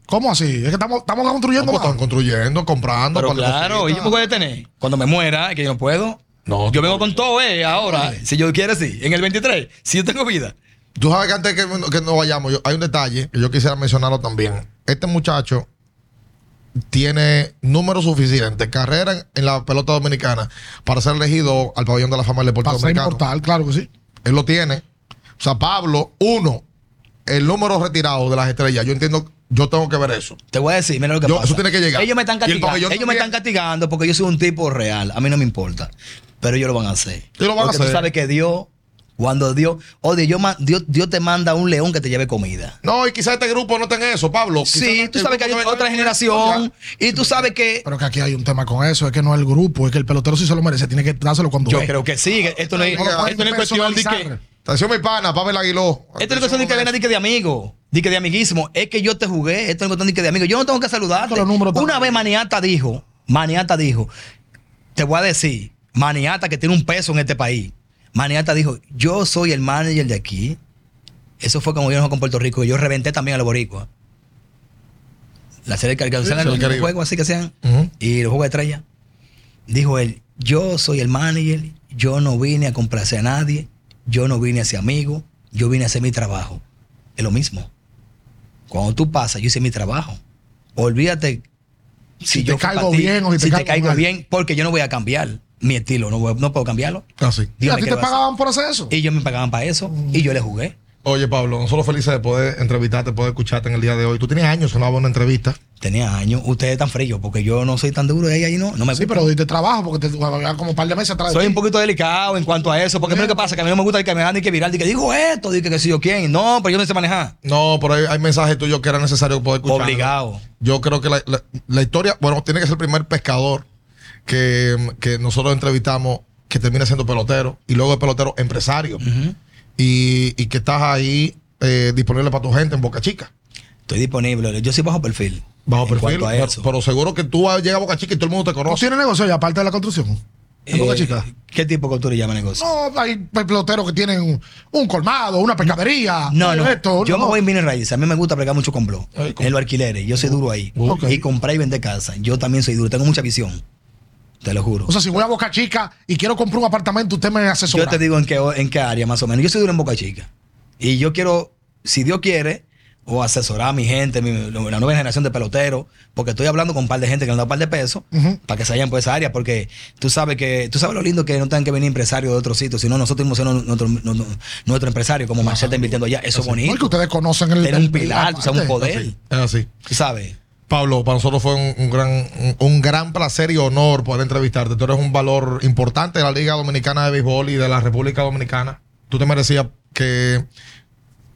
[SPEAKER 1] ¿Cómo así? Es que estamos, estamos
[SPEAKER 2] No,
[SPEAKER 1] construyendo.
[SPEAKER 2] pues, están
[SPEAKER 1] más.
[SPEAKER 2] construyendo, comprando.
[SPEAKER 3] Pero
[SPEAKER 2] para la
[SPEAKER 3] claro, ¿y
[SPEAKER 2] cosita.
[SPEAKER 3] yo me voy a detener? Cuando me muera, que yo no puedo.
[SPEAKER 2] No,
[SPEAKER 3] yo vengo con todo, eh, ahora. Si yo quiero, sí. En el 23, si yo tengo vida.
[SPEAKER 2] Tú sabes que antes que, que no vayamos, yo- hay un detalle que yo quisiera mencionarlo también. Este muchacho tiene número suficiente, carrera en, en la pelota dominicana para ser elegido al pabellón de la fama del deporte
[SPEAKER 1] Para ser
[SPEAKER 2] dominicano.
[SPEAKER 1] inmortal, claro que sí.
[SPEAKER 2] Él lo tiene. O sea, Pablo, uno, el número retirado de las estrellas. Yo entiendo, yo tengo que ver eso.
[SPEAKER 3] Te voy a decir, mira lo que
[SPEAKER 2] Yo-
[SPEAKER 3] pasa.
[SPEAKER 2] eso tiene que llegar.
[SPEAKER 3] Ellos me
[SPEAKER 2] Y
[SPEAKER 3] están
[SPEAKER 2] el
[SPEAKER 3] castigando.
[SPEAKER 2] pabellón
[SPEAKER 3] Ellos me
[SPEAKER 2] también.
[SPEAKER 3] están castigando porque yo soy un tipo real. A mí no me importa. Pero ellos lo van a hacer.
[SPEAKER 2] Y lo van a
[SPEAKER 3] Porque
[SPEAKER 2] hacer.
[SPEAKER 3] tú sabes que Dios, cuando Dios, oye, yo ma- Dios, Dios te manda un león que te lleve comida.
[SPEAKER 2] No, y quizás este grupo no tenga eso, Pablo.
[SPEAKER 3] Sí,
[SPEAKER 2] Quizás
[SPEAKER 3] tú
[SPEAKER 2] el
[SPEAKER 3] sabes que hay
[SPEAKER 2] grupo
[SPEAKER 3] otra
[SPEAKER 2] venga-
[SPEAKER 3] generación. Y tú sabes que
[SPEAKER 1] Pero que aquí hay un tema con eso. Es que no es el grupo. Es que el pelotero sí se lo merece. Tiene que dárselo cuando
[SPEAKER 3] yo
[SPEAKER 1] es.
[SPEAKER 3] creo que sí. que Esto no es,
[SPEAKER 2] No lo pueden
[SPEAKER 3] esto no es cuestión de que.
[SPEAKER 1] personalizar.
[SPEAKER 2] Atención, mi pana, Pablo Aguiló.
[SPEAKER 3] Esto no es cuestión de que venga de que de amigo, de que de amiguismo. Es que yo te jugué, esto no es cuestión de que de amigo. Yo no tengo que saludarte.
[SPEAKER 1] Los números
[SPEAKER 3] Una
[SPEAKER 1] también.
[SPEAKER 3] vez Maniata dijo, Maniata dijo, te voy a decir, Maniata que tiene un peso en este país. Maniata dijo, yo soy el manager de aquí. Eso fue como yo nos con Puerto Rico. Yo reventé también a los boricuas. La serie que
[SPEAKER 2] serie
[SPEAKER 3] alcanzaron
[SPEAKER 2] Caribe.
[SPEAKER 3] los juegos así que sean.
[SPEAKER 2] Ujú.
[SPEAKER 3] Y los juegos de estrella. Dijo él, yo soy el manager, yo no vine a complacer a nadie, yo no vine a ser amigo, yo vine a hacer mi trabajo. Es lo mismo. Cuando tú pasas, yo hice mi trabajo. Olvídate
[SPEAKER 1] Si te
[SPEAKER 3] fui pa'
[SPEAKER 1] caigo
[SPEAKER 3] ti,
[SPEAKER 1] bien o si te caigo mal.
[SPEAKER 3] bien, porque yo no voy a cambiar mi estilo, no, voy- no puedo cambiarlo.
[SPEAKER 2] Ah, sí.
[SPEAKER 1] ¿Y a
[SPEAKER 3] Dígame
[SPEAKER 1] ti
[SPEAKER 3] qué
[SPEAKER 1] te
[SPEAKER 3] le va a hacer.
[SPEAKER 1] pagaban por hacer eso?
[SPEAKER 3] Y ellos me pagaban para eso y yo le jugué.
[SPEAKER 2] Oye, Pablo, nosotros felices de poder entrevistarte, poder escucharte en el día de hoy. Tú tienes años que no hago una entrevista.
[SPEAKER 3] Tenía años. Ustedes están fríos porque yo no soy tan duro y ahí, ahí no, no me
[SPEAKER 1] Sí, pero diste trabajo porque te, como un par de meses atrás. de
[SPEAKER 3] Soy un
[SPEAKER 1] ti.
[SPEAKER 3] poquito delicado en cuanto a eso, porque mira lo que pasa, que a mí no me gusta el que me ande y que viral, y que digo esto, di que qué sé yo quién. No, pero yo no sé manejar.
[SPEAKER 2] No, pero hay, hay mensajes tuyos que era necesario poder escuchar.
[SPEAKER 3] Obligado.
[SPEAKER 2] Yo creo que la, la- la historia, bueno, tiene que ser el primer pescador que, que nosotros entrevistamos que termina siendo pelotero y luego de pelotero empresario. y, y que estás ahí eh, disponible para tu gente en Boca Chica.
[SPEAKER 3] Estoy disponible. Yo soy bajo perfil.
[SPEAKER 2] Bajo
[SPEAKER 3] en
[SPEAKER 2] perfil.
[SPEAKER 3] cuanto a
[SPEAKER 2] Pero,
[SPEAKER 3] eso.
[SPEAKER 2] pero seguro que tú llegas a Boca Chica y todo el mundo te
[SPEAKER 1] ¿Tú
[SPEAKER 2] conoce.
[SPEAKER 1] tienes negocio ya, aparte de la construcción? En Boca
[SPEAKER 3] Eh,
[SPEAKER 1] Chica.
[SPEAKER 3] ¿Qué tipo de cultura llama negocio?
[SPEAKER 1] No, hay peloteros que tienen un, un colmado, una pescadería.
[SPEAKER 3] No,
[SPEAKER 1] un
[SPEAKER 3] no.
[SPEAKER 1] esto,
[SPEAKER 3] yo
[SPEAKER 1] no.
[SPEAKER 3] me voy en bienes raíces. A mí me gusta pegar mucho con blog.
[SPEAKER 2] Ay, con-
[SPEAKER 3] En los alquileres. Yo soy duro ahí.
[SPEAKER 1] Ok.
[SPEAKER 3] Y comprar y vender casa. Yo también soy duro. Tengo mucha visión. Te lo juro.
[SPEAKER 1] O sea, si voy a Boca Chica y quiero comprar un apartamento, usted me asesora.
[SPEAKER 3] yo te digo en qué, en qué área más o menos. Yo soy duro en Boca Chica. Y yo quiero, si Dios quiere, o asesorar a mi gente, mi- la nueva generación de peloteros, porque estoy hablando con un par de gente que le han dado un par de pesos
[SPEAKER 1] Ujú.
[SPEAKER 3] para que se vayan por esa área, porque tú sabes que tú sabes lo lindo que no tengan que venir empresarios de otro sitio, sino nosotros mismos somos nuestro, nuestro, nuestro empresario, como Marcel está invirtiendo allá. Eso es
[SPEAKER 1] No, es que
[SPEAKER 3] bonito.
[SPEAKER 1] ustedes conocen el,
[SPEAKER 3] Tener
[SPEAKER 1] el-
[SPEAKER 3] un pilar,
[SPEAKER 1] la
[SPEAKER 3] o sea, un
[SPEAKER 1] parte.
[SPEAKER 3] poder.
[SPEAKER 2] Es así.
[SPEAKER 3] Tú sabes.
[SPEAKER 2] Pablo, para nosotros fue un, un gran, un, un gran placer y honor poder entrevistarte. Tú eres un valor importante de la Liga Dominicana de Béisbol y de la República Dominicana. Tú te merecías que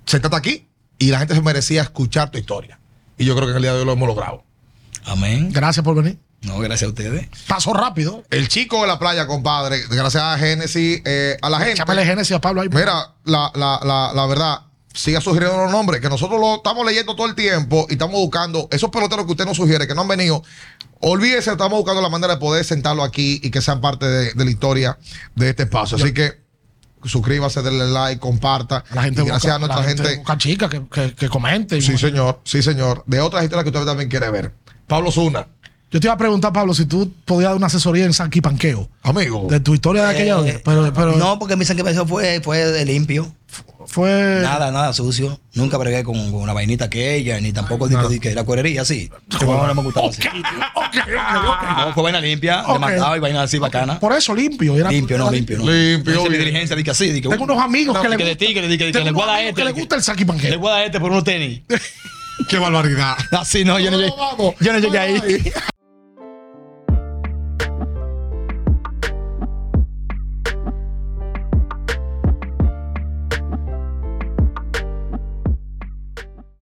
[SPEAKER 2] sentarte aquí y la gente se merecía escuchar tu historia. Y yo creo que en el día de hoy lo hemos logrado.
[SPEAKER 3] Amén.
[SPEAKER 1] Gracias por venir.
[SPEAKER 3] No, gracias a ustedes.
[SPEAKER 1] Paso rápido.
[SPEAKER 2] El chico de la playa, compadre, gracias a Génesis, eh, a la gente.
[SPEAKER 1] Échame el Génesis a Pablo ahí.
[SPEAKER 2] Mira, la, la, la, la verdad, siga sugiriendo los nombres, que nosotros lo estamos leyendo todo el tiempo y estamos buscando esos peloteros que usted nos sugiere, que no han venido. Olvídese, estamos buscando la manera de poder sentarlo aquí y que sean parte de, de la historia de este espacio. Así que suscríbase, denle like, comparta.
[SPEAKER 1] A la gente
[SPEAKER 2] Y gracias
[SPEAKER 1] de Boca-
[SPEAKER 2] a nuestra
[SPEAKER 1] la
[SPEAKER 2] gente.
[SPEAKER 1] de Boca Chica que, que, que comente.
[SPEAKER 2] Sí, señor, sí, señor. De otras historias que usted también quiere ver. Pablo Zuna,
[SPEAKER 1] Yo te iba a preguntar, Pablo, si tú podías dar una asesoría en Sanqui Panqueo.
[SPEAKER 2] amigo.
[SPEAKER 1] De tu historia de aquella
[SPEAKER 3] Eh,
[SPEAKER 1] vez. Ah, Pero, pero
[SPEAKER 3] no, porque me dicen que eso fue, fue de limpio.
[SPEAKER 1] fue.
[SPEAKER 3] Nada, nada sucio. Nunca bregué con, con una vainita aquella, ni tampoco di- di que era cuerería, sí. Que bueno, no me gustaba así. No, fue vaina limpia,
[SPEAKER 1] Ok.
[SPEAKER 3] de mandado y vaina así bacana.
[SPEAKER 1] Por eso limpio. Era,
[SPEAKER 3] Limpio, no,
[SPEAKER 1] era-
[SPEAKER 3] limpio. No.
[SPEAKER 2] Limpio,
[SPEAKER 3] Hice mi
[SPEAKER 2] bien.
[SPEAKER 3] diligencia, di que así, di que.
[SPEAKER 1] Tengo unos amigos que,
[SPEAKER 3] di
[SPEAKER 1] le
[SPEAKER 3] que de
[SPEAKER 1] gusta-
[SPEAKER 3] tigre, di que, di que
[SPEAKER 1] tengo
[SPEAKER 3] le
[SPEAKER 1] unos
[SPEAKER 3] guarda a
[SPEAKER 1] amigos
[SPEAKER 3] este.
[SPEAKER 1] que le
[SPEAKER 3] di que-
[SPEAKER 1] gusta el Sanqui
[SPEAKER 3] Le
[SPEAKER 1] Panqueo.
[SPEAKER 3] guarda a este por unos tenis.
[SPEAKER 2] Qué barbaridad.
[SPEAKER 3] Así no, yo no
[SPEAKER 2] No,
[SPEAKER 3] llegué.
[SPEAKER 2] vamos.
[SPEAKER 3] Yo no llegué ahí.
[SPEAKER 2] Ay.